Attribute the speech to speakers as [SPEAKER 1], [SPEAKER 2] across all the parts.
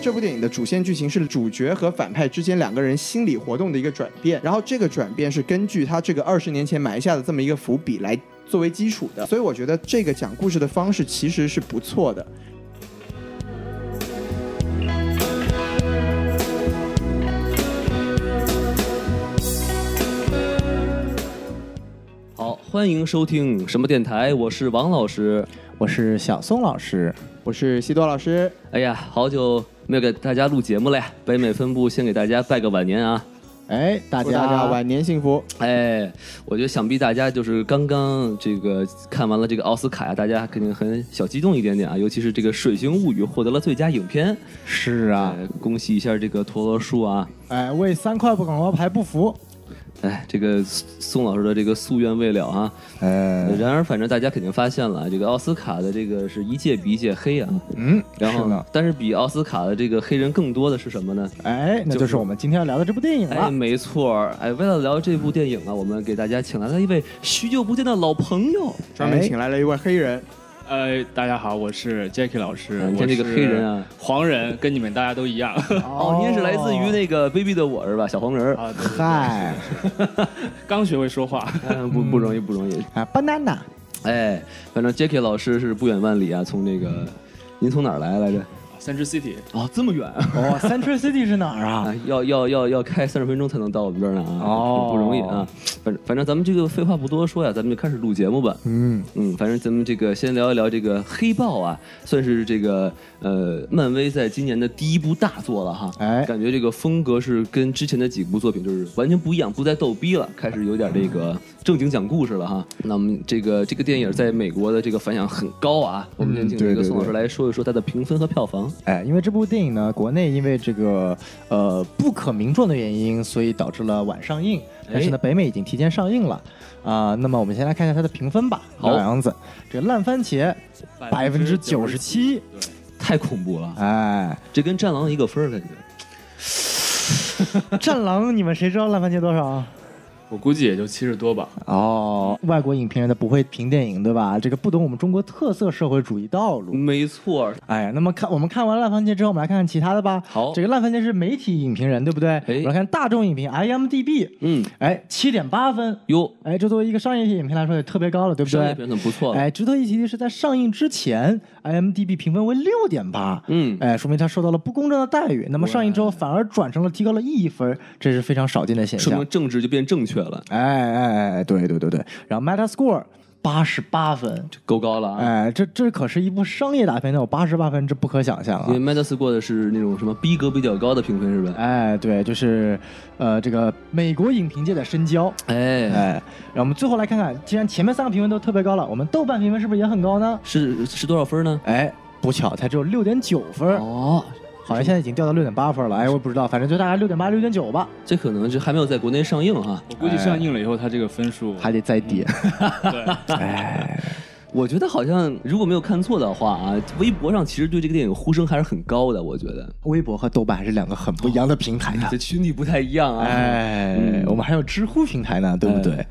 [SPEAKER 1] 这部电影的主线剧情是主角和反派之间两个人心理活动的一个转变，然后这个转变是根据他这个二十年前埋下的这么一个伏笔来作为基础的，所以我觉得这个讲故事的方式其实是不错的。
[SPEAKER 2] 好，欢迎收听什么电台？我是王老师。
[SPEAKER 3] 我是小宋老师，
[SPEAKER 1] 我是西多老师，
[SPEAKER 2] 哎呀，好久没有给大家录节目了呀！北美分部先给大家拜个晚年啊！
[SPEAKER 3] 哎，大
[SPEAKER 1] 祝大家
[SPEAKER 3] 家
[SPEAKER 1] 晚年幸福。
[SPEAKER 2] 哎，我觉得想必大家就是刚刚这个看完了这个奥斯卡呀，大家肯定很小激动一点点啊，尤其是这个《水形物语》获得了最佳影片
[SPEAKER 3] 是啊，
[SPEAKER 2] 哎恭喜一下这个陀螺叔啊！
[SPEAKER 3] 哎，为三块不广告牌不服，
[SPEAKER 2] 哎，这个宋宋老师的这个夙愿未了啊！
[SPEAKER 3] 哎，
[SPEAKER 2] 然而，反正大家肯定发现了啊，这个奥斯卡的这个是一届比一届黑啊。
[SPEAKER 3] 嗯，
[SPEAKER 2] 然
[SPEAKER 3] 是
[SPEAKER 2] 后
[SPEAKER 3] 呢，，
[SPEAKER 2] 但是比奥斯卡的这个黑人更多的是什么呢？
[SPEAKER 3] 哎，那就是我们今天要聊的这部电影
[SPEAKER 2] 哎，
[SPEAKER 3] 了，
[SPEAKER 2] 没错儿，哎，为了聊这部电影啊，我们给大家请来了一位许久不见的老朋友。哎
[SPEAKER 1] 专
[SPEAKER 3] 哎
[SPEAKER 1] 门请来了一位黑人，
[SPEAKER 4] 呃，大家好，我是 Jackie 老师，
[SPEAKER 1] 呃
[SPEAKER 2] 啊你
[SPEAKER 4] 我
[SPEAKER 2] 看这
[SPEAKER 4] 是
[SPEAKER 2] 个黑人啊，
[SPEAKER 4] 黄人，跟你们大家都一样
[SPEAKER 2] 哦，您是来自于那个《卑鄙的我》是吧？小黄人儿，
[SPEAKER 4] 啊，对
[SPEAKER 3] 嗨，
[SPEAKER 4] 刚学会说话，
[SPEAKER 2] 哎不不容易，不容易。
[SPEAKER 3] 啊，banana，
[SPEAKER 2] 哎，反正 Jackie 老师是不远万里啊，从那个，您从哪儿来来着？
[SPEAKER 4] 三 e City，
[SPEAKER 2] 哦，这么远
[SPEAKER 3] 哦，Central City 是哪儿啊？
[SPEAKER 2] 啊，要要要要开三十分钟才能到我们这儿呢啊，
[SPEAKER 3] 哦
[SPEAKER 2] 不容易啊。反正反正咱们这个废话不多说呀，咱们就开始录节目吧。
[SPEAKER 3] 嗯，
[SPEAKER 2] 嗯，反正咱们这个先聊一聊这个黑豹啊，算是这个呃漫威在今年的第一部大作了哈。
[SPEAKER 3] 哎
[SPEAKER 2] 感觉这个风格是跟之前的几部作品就是完全不一样，不再逗逼了，开始有点这个正经讲故事了哈。那么这个这个电影在美国的这个反响很高啊，我们先请
[SPEAKER 3] 嗯
[SPEAKER 2] 这
[SPEAKER 3] 对
[SPEAKER 2] 个
[SPEAKER 3] 对
[SPEAKER 2] 宋老师
[SPEAKER 3] 对
[SPEAKER 2] 来说一说它的评分和票房。
[SPEAKER 3] 哎，因为这部电影呢，国内因为这个呃不可名状的原因，所以导致了晚上映。但是呢，北美已经提前上映了啊、那么我们先来看一下它的评分吧。
[SPEAKER 2] 好
[SPEAKER 3] 老样子，这个烂番茄百分之九十七，
[SPEAKER 4] 对，
[SPEAKER 2] 太恐怖了，
[SPEAKER 3] 哎，
[SPEAKER 2] 这跟《战狼》一个分儿感觉。
[SPEAKER 3] 战狼，你们谁知道烂番茄多少？
[SPEAKER 4] 我估计也就七十多吧。
[SPEAKER 3] 哦，外国影评人他不会评电影，对吧？这个不懂我们中国特色社会主义道路。
[SPEAKER 2] 没错儿，
[SPEAKER 3] 哎呀，那么看我们看完烂番茄之后，我们来看看其他的吧。
[SPEAKER 2] 好
[SPEAKER 3] 这个烂番茄是媒体影评人，对不对？我们来看大众影评 E IMDB，
[SPEAKER 2] 嗯，
[SPEAKER 3] 哎，七点八分。
[SPEAKER 2] 哟，
[SPEAKER 3] 哎，这作为一个商业影片来说也特别高了，对不
[SPEAKER 2] 商业
[SPEAKER 3] 对？
[SPEAKER 2] 片很不错了。
[SPEAKER 3] 哎，值得一提的是，在上映之前，IMDB 评分为六点八，
[SPEAKER 2] 嗯
[SPEAKER 3] 哎，说明它受到了不公正的待遇。那么上映之后反而转成了提高了一分，这是非常少见的现
[SPEAKER 2] 说
[SPEAKER 3] 象
[SPEAKER 2] 明。政治就变正确了，
[SPEAKER 3] 哎哎哎，对对对对。然后 Metascore 八十八分，
[SPEAKER 2] 够高了啊！
[SPEAKER 3] 哎，这这可是一部商业大片，能有八十八分，这不可想象
[SPEAKER 2] 因为
[SPEAKER 3] 啊！
[SPEAKER 2] Madness 过的是那种什么逼格比较高的评分是吧？
[SPEAKER 3] 哎，对，就是，呃，这个美国影评界的深交。
[SPEAKER 2] 哎，
[SPEAKER 3] 哎，然后我们最后来看看，既然前面三个评分都特别高了，我们豆瓣评分是不是也很高呢？
[SPEAKER 2] 是是多少分呢？
[SPEAKER 3] 哎，不巧，才只有六点九分，
[SPEAKER 2] 哦，
[SPEAKER 3] 好像现在已经掉到六点八分了。哎，我也不知道，反正就大概六点八、六点九吧，
[SPEAKER 2] 这可能是还没有在国内上映哈。
[SPEAKER 4] 我估计上映了以后，它这个分数
[SPEAKER 3] 还得再跌。哎
[SPEAKER 4] 对，
[SPEAKER 2] 我觉得好像如果没有看错的话啊，微博上其实对这个电影呼声还是很高的。我觉得
[SPEAKER 3] 微博和豆瓣还是两个很不一样的平台的。
[SPEAKER 2] 这群体不太一样啊。
[SPEAKER 3] 哎，我们还有知乎平台呢，对不对？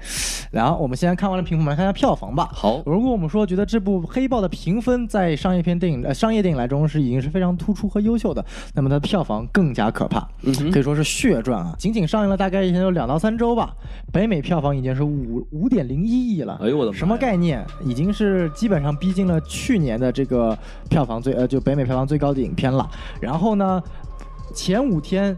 [SPEAKER 3] 然后我们现在看完了评分，我们来看一下票房吧。
[SPEAKER 2] 好
[SPEAKER 3] 如果我们说觉得这部《黑豹》的评分在商业片电影、呃商业电影来中是已经是非常突出和优秀的，那么它的票房更加可怕，
[SPEAKER 2] 嗯
[SPEAKER 3] 可以说是血赚啊！仅仅上映了大概也有两到三周吧，北美票房已经是五五点零一亿了。
[SPEAKER 2] 哎呦我的妈呀
[SPEAKER 3] 什么概念？已经是基本上逼近了去年的这个票房最呃，就北美票房最高的影片了。然后呢，前五天，《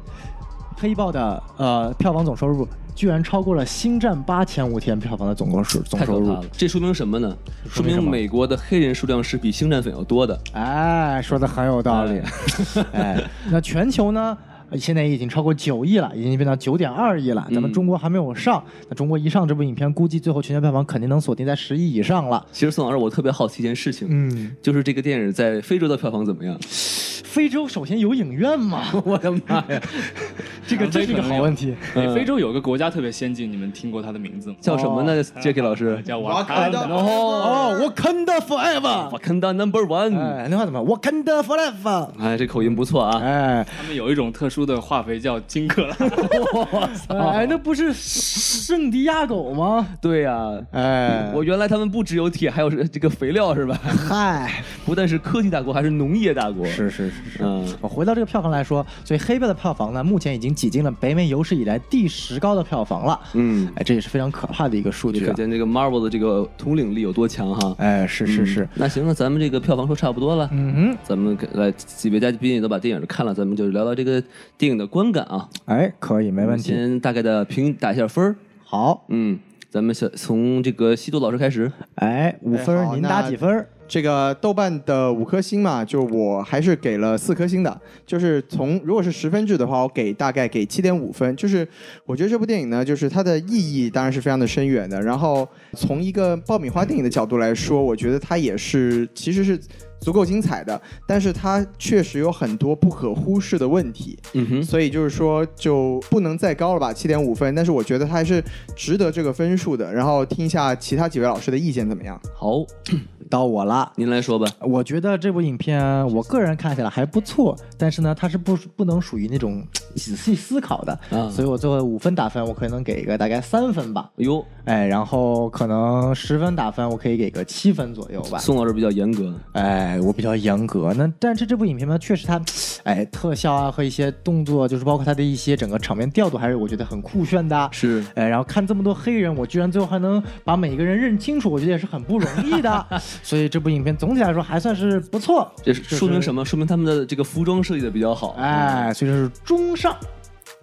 [SPEAKER 3] 黑豹的》呃票房总收入居然超过了《星战八》前五天票房的总共数总
[SPEAKER 2] 太
[SPEAKER 3] 收
[SPEAKER 2] 可怕
[SPEAKER 3] 入
[SPEAKER 2] 了。！这说明什么呢？说
[SPEAKER 3] 明什么
[SPEAKER 2] 明美国的黑人数量是比星战粉要多的。
[SPEAKER 3] 哎，说的很有道理。 哎，那全球呢？呃现在已经超过九亿了，已经变到九点二亿了。咱们中国还没有上，那中国一上这部影片，估计最后全球票房肯定能锁定在十亿以上了。
[SPEAKER 2] 其实宋老师，我特别好奇一件事情，
[SPEAKER 3] 嗯，
[SPEAKER 2] 就是这个电影在非洲的票房怎么样？
[SPEAKER 3] 非洲首先有影院嘛，
[SPEAKER 2] 我的妈呀！
[SPEAKER 3] 这个
[SPEAKER 4] 南非
[SPEAKER 3] 啊这是一个
[SPEAKER 4] 可能
[SPEAKER 3] 好
[SPEAKER 4] 有
[SPEAKER 3] 问题。
[SPEAKER 4] 哎非洲有个国家特别先进，你们听过它的名字吗？
[SPEAKER 2] 叫什么呢？Jacky 老师，
[SPEAKER 4] 叫
[SPEAKER 1] 瓦
[SPEAKER 4] 瓦
[SPEAKER 1] 坎
[SPEAKER 4] 坎
[SPEAKER 1] 达
[SPEAKER 4] 达。
[SPEAKER 3] 哦，我坑的 forever，
[SPEAKER 2] 我看到 Number One，
[SPEAKER 3] 哎，那话怎么？我坑的 forever，
[SPEAKER 2] 哎，这口音不错啊，
[SPEAKER 3] 哎
[SPEAKER 4] 他们有一种特殊的化肥叫金克拉，
[SPEAKER 3] 哎，那不是圣地亚哥吗？
[SPEAKER 2] 对呀。
[SPEAKER 3] 哎，
[SPEAKER 2] 我原来他们不只有铁，还有是这个肥料 是吧？
[SPEAKER 3] 嗨，
[SPEAKER 2] 不但是科技大国，还是农业大国。，
[SPEAKER 3] 是是是。
[SPEAKER 2] 嗯，
[SPEAKER 3] 我回到这个票房来说，所以《黑豹》的票房呢，目前已经挤进了北美有史以来第十高的票房了。
[SPEAKER 2] 嗯
[SPEAKER 3] 哎，这也是非常可怕的一个数
[SPEAKER 2] 就
[SPEAKER 3] 据、
[SPEAKER 2] 可
[SPEAKER 3] 啊。
[SPEAKER 2] 见这个 Marvel 的这个统领力有多强哈。
[SPEAKER 3] 哎，是是是
[SPEAKER 2] 嗯，那行，那咱们这个票房说差不多了，
[SPEAKER 3] 嗯
[SPEAKER 2] 咱们给来几位嘉宾也都把电影看了，咱们就聊聊这个电影的观感啊。
[SPEAKER 3] 哼，哎，可以，没问题。
[SPEAKER 2] 先大概的评打一下分儿。
[SPEAKER 3] 好，
[SPEAKER 2] 嗯，咱们小从这个西多老师开始。
[SPEAKER 3] 哎，五分
[SPEAKER 1] 哎
[SPEAKER 3] 儿，
[SPEAKER 1] 好
[SPEAKER 3] 您打
[SPEAKER 1] 那
[SPEAKER 3] 几分儿？
[SPEAKER 1] 这个豆瓣的五颗星嘛，就我还是给了四颗星的，就是从如果是十分制的话，我给大概给七点五分。就是我觉得这部电影呢，就是它的意义当然是非常的深远的。然后从一个爆米花电影的角度来说，我觉得它也是其实是足够精彩的，但是它确实有很多不可忽视的问题。
[SPEAKER 2] 嗯哼，
[SPEAKER 1] 所以就是说就不能再高了吧，七点五分。但是我觉得它还是值得这个分数的。然后听一下其他几位老师的意见怎么样？
[SPEAKER 2] 好，
[SPEAKER 3] 到我了。
[SPEAKER 2] 您来说吧。
[SPEAKER 3] 我觉得这部影片，我个人看起来还不错，但是呢，它是不不能属于那种仔细思考的，
[SPEAKER 2] 啊
[SPEAKER 3] 所以我最后五分打分，我可能给一个大概三分吧，
[SPEAKER 2] 哎呦，
[SPEAKER 3] 哎，然后可能十分打分，我可以给个七分左右吧。
[SPEAKER 2] 宋老师比较严格。
[SPEAKER 3] 哎，我比较严格。那但是这部影片呢，确实它，哎，特效啊和一些动作，就是包括它的一些整个场面调度，还是我觉得很酷炫的。
[SPEAKER 2] 是
[SPEAKER 3] 哎，然后看这么多黑人，我居然最后还能把每一个人认清楚，我觉得也是很不容易的。 所以这部影片总体来说还算是不错。
[SPEAKER 2] 这说明什么？说明他们的这个服装设计的比较好。，
[SPEAKER 3] 哎，所以说是中上，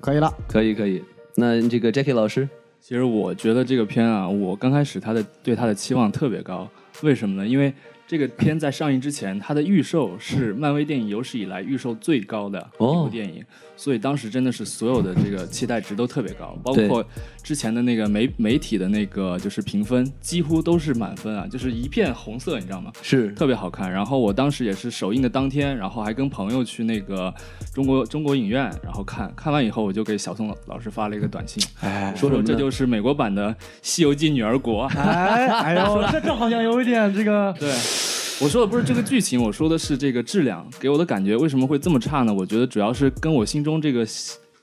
[SPEAKER 3] 可以了。
[SPEAKER 2] 可以可以。那这个 Jackie 老师，
[SPEAKER 4] 其实我觉得这个片啊，我刚开始他的对他的期望特别高，为什么呢？因为这个片在上映之前，它的预售是漫威电影有史以来预售最高的一
[SPEAKER 2] 哦
[SPEAKER 4] 部电影，所以当时真的是所有的这个期待值都特别高，包
[SPEAKER 2] 对
[SPEAKER 4] 括之前的那个媒媒体的那个就是评分几乎都是满分啊，就是一片红色，你知道吗？
[SPEAKER 2] 是
[SPEAKER 4] 特别好看。然后我当时也是首映的当天，然后还跟朋友去那个中国中国影院，然后看看完以后，我就给小宋老老师发了一个短信，
[SPEAKER 3] 哎。
[SPEAKER 4] 说
[SPEAKER 2] 什么呢
[SPEAKER 4] 说
[SPEAKER 2] 啊
[SPEAKER 4] 这就是美国版的《西游记女儿国》
[SPEAKER 3] 哎哎呦，这这好像有一点这个
[SPEAKER 4] 对，我说的不是这个剧情，我说的是这个质量，给我的感觉为什么会这么差呢？我觉得主要是跟我心中这个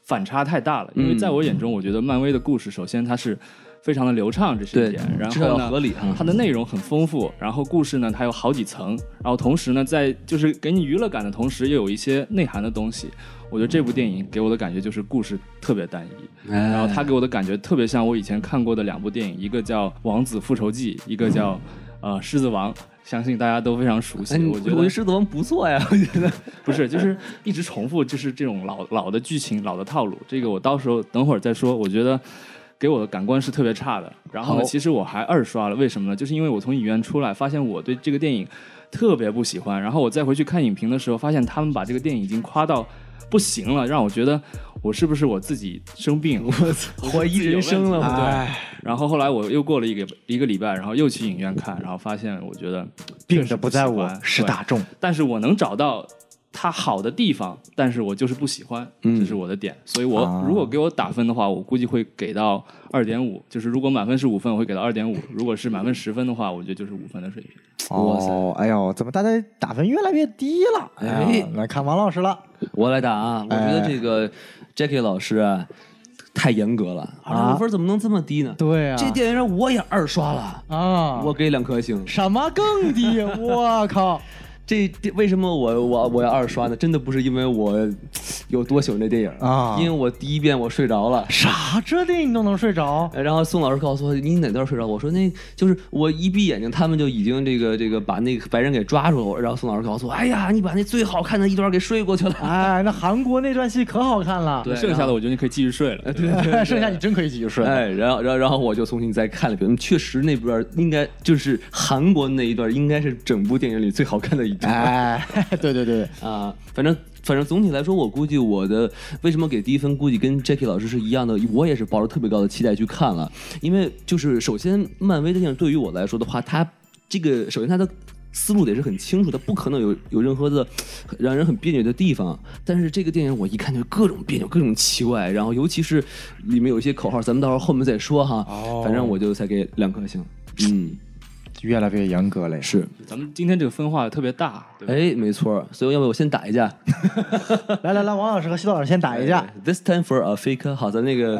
[SPEAKER 4] 反差太大了，因为
[SPEAKER 2] 嗯
[SPEAKER 4] 在我眼中，我觉得漫威的故事首先它是非常的流畅，这是
[SPEAKER 2] 对
[SPEAKER 4] 一点，，然
[SPEAKER 2] 至少要
[SPEAKER 4] 后呢嗯
[SPEAKER 2] 合。理啊。
[SPEAKER 4] 它的内容很丰富，然后故事呢，它有好几层，然后同时呢，在就是给你娱乐感的同时，又有一些内涵的东西。我觉得这部电影给我的感觉就是故事特别单一，
[SPEAKER 2] 哎
[SPEAKER 4] 然后它给我的感觉特别像我以前看过的两部电影，一个叫《王子复仇记》，一个叫呃《狮子王》，相信大家都非常熟
[SPEAKER 2] 嗯
[SPEAKER 4] 悉。
[SPEAKER 2] 哎，
[SPEAKER 4] 我觉
[SPEAKER 2] 我觉得
[SPEAKER 4] 得
[SPEAKER 2] 狮子王不错呀，我觉得。
[SPEAKER 4] 不是，就是一直重复，就是这种老老的剧情、老的套路。这个我到时候等会儿再说。我觉得给我的感官是特别差的。然后
[SPEAKER 2] 好
[SPEAKER 4] 呢，其实我还二刷了，为什么呢？就是因为我从影院出来，发现我对这个电影特别不喜欢。然后我再回去看影评的时候，发现他们把这个电影已经夸到不行了，让我觉得我是不是我自己生病？ 我
[SPEAKER 2] 怀疑人生了
[SPEAKER 4] 我自己有问题
[SPEAKER 3] 哎
[SPEAKER 4] 对。然后后来我又过了一个一个礼拜，然后又去影院看，然后发现我觉得
[SPEAKER 3] 病的不在
[SPEAKER 4] 确实
[SPEAKER 3] 我
[SPEAKER 4] 喜，欢
[SPEAKER 3] 是
[SPEAKER 4] 对
[SPEAKER 3] 大众。
[SPEAKER 4] 但是我能找到它好的地方，但是我就是不喜欢，
[SPEAKER 2] 嗯
[SPEAKER 4] 这是我的点。所以我，
[SPEAKER 3] 啊
[SPEAKER 4] 如果给我打分的话，我估计会给到二点五。就是如果满分是五分，我会给到二点五；如果是满分十分的话，我觉得就是五分的水平。
[SPEAKER 2] 哇塞
[SPEAKER 3] 哦，哎呦，怎么大家打分越来越低了？
[SPEAKER 2] 哎
[SPEAKER 3] 哎呀，那看王老师了，
[SPEAKER 2] 我来打啊！我觉得这个 Jackie 老师啊，太严格了，
[SPEAKER 3] 啊
[SPEAKER 2] 二十分怎么能这么低呢？
[SPEAKER 3] 对啊
[SPEAKER 2] 这电影我也二刷了，
[SPEAKER 3] 啊，
[SPEAKER 2] 我给两颗星。
[SPEAKER 3] 什么更低？我靠！
[SPEAKER 2] 这这为什么我我我要二刷呢？真的不是因为我有多喜欢这电影
[SPEAKER 3] 啊
[SPEAKER 2] 因为我第一遍我睡着了。
[SPEAKER 3] 啥？这电影都能睡着？
[SPEAKER 2] 然后宋老师告诉我你哪段睡着？我说那就是我一闭眼睛，他们就已经这个这个把那个白人给抓住了。然后宋老师告诉我，哎呀，你把那最好看的一段给睡过去了。
[SPEAKER 3] 哎，那韩国那段戏可好看了。
[SPEAKER 2] 对
[SPEAKER 4] 剩下的我觉得你可以继续睡了。对，
[SPEAKER 3] 剩下你真可以继续睡。
[SPEAKER 2] 哎，然后，然后，然后我就重新再看了一遍，嗯确实那边应该就是韩国那一段，应该是整部电影里最好看的一段啊、
[SPEAKER 3] 哎，对对对，
[SPEAKER 2] 反正，反正总体来说，我估计我的为什么给低分，估计跟 Jackie 老师是一样的，我也是抱着特别高的期待去看了，因为就是首先，漫威的电影对于我来说的话，它这个首先它的思路得是很清楚，它不可能有有任何的让人很别扭的地方。但是这个电影我一看就各种别扭，各种奇怪，然后尤其是里面有一些口号，咱们到时候后面再说哈。
[SPEAKER 1] 哦
[SPEAKER 2] 反正我就才给两颗星。嗯，
[SPEAKER 5] 越来越严格了。
[SPEAKER 2] 是，
[SPEAKER 4] 咱们今天这个分化特别大，对吧？
[SPEAKER 2] 哎，没错儿。所以要不我先打一架？哎
[SPEAKER 3] 来来来，王老师和西老师先打一架。
[SPEAKER 2] This time for a fake，好，咱那 个，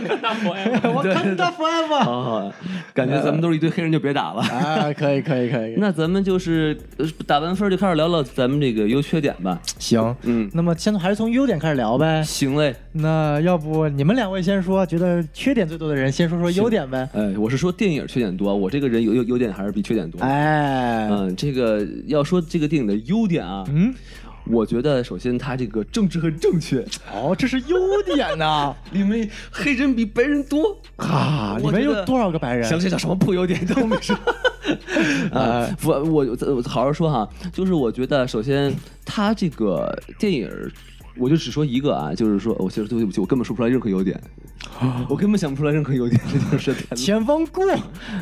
[SPEAKER 3] 我看他 forever
[SPEAKER 2] 好好，哦感
[SPEAKER 3] 呃
[SPEAKER 2] 觉咱们都是一堆黑人，就别打了。
[SPEAKER 3] 啊，可以可以可以。
[SPEAKER 2] 那咱们就是呃打完分儿就开始聊聊咱们这个优缺点吧。
[SPEAKER 3] 行，
[SPEAKER 2] 嗯，
[SPEAKER 3] 那么先从还是从优点开始聊呗。
[SPEAKER 2] 行嘞，
[SPEAKER 3] 那要不你们两位先说，觉得缺点最多的人先说说优点呗。
[SPEAKER 2] 哎，我是说电影缺点多，我这个人有优优点还是比缺点多。
[SPEAKER 3] 哎，
[SPEAKER 2] 嗯，这个要说这个电影的优点啊，
[SPEAKER 3] 嗯，
[SPEAKER 2] 我觉得首先它这个政治很正确，
[SPEAKER 3] 哦，这是优点呐、
[SPEAKER 2] 里面黑人比白人多，
[SPEAKER 3] 啊！里
[SPEAKER 2] 我
[SPEAKER 3] 面
[SPEAKER 2] 觉
[SPEAKER 3] 有
[SPEAKER 2] 得
[SPEAKER 3] 多少个白人？
[SPEAKER 2] 想想想什么破优点都没 说。啊，我我我好好说哈，就是我觉得首先它这个电影儿。我就只说一个啊，就是说，我其实对不起，我根本说不出来任何优 点，我根本想不出来任何优点，这就是 天
[SPEAKER 3] 前方过，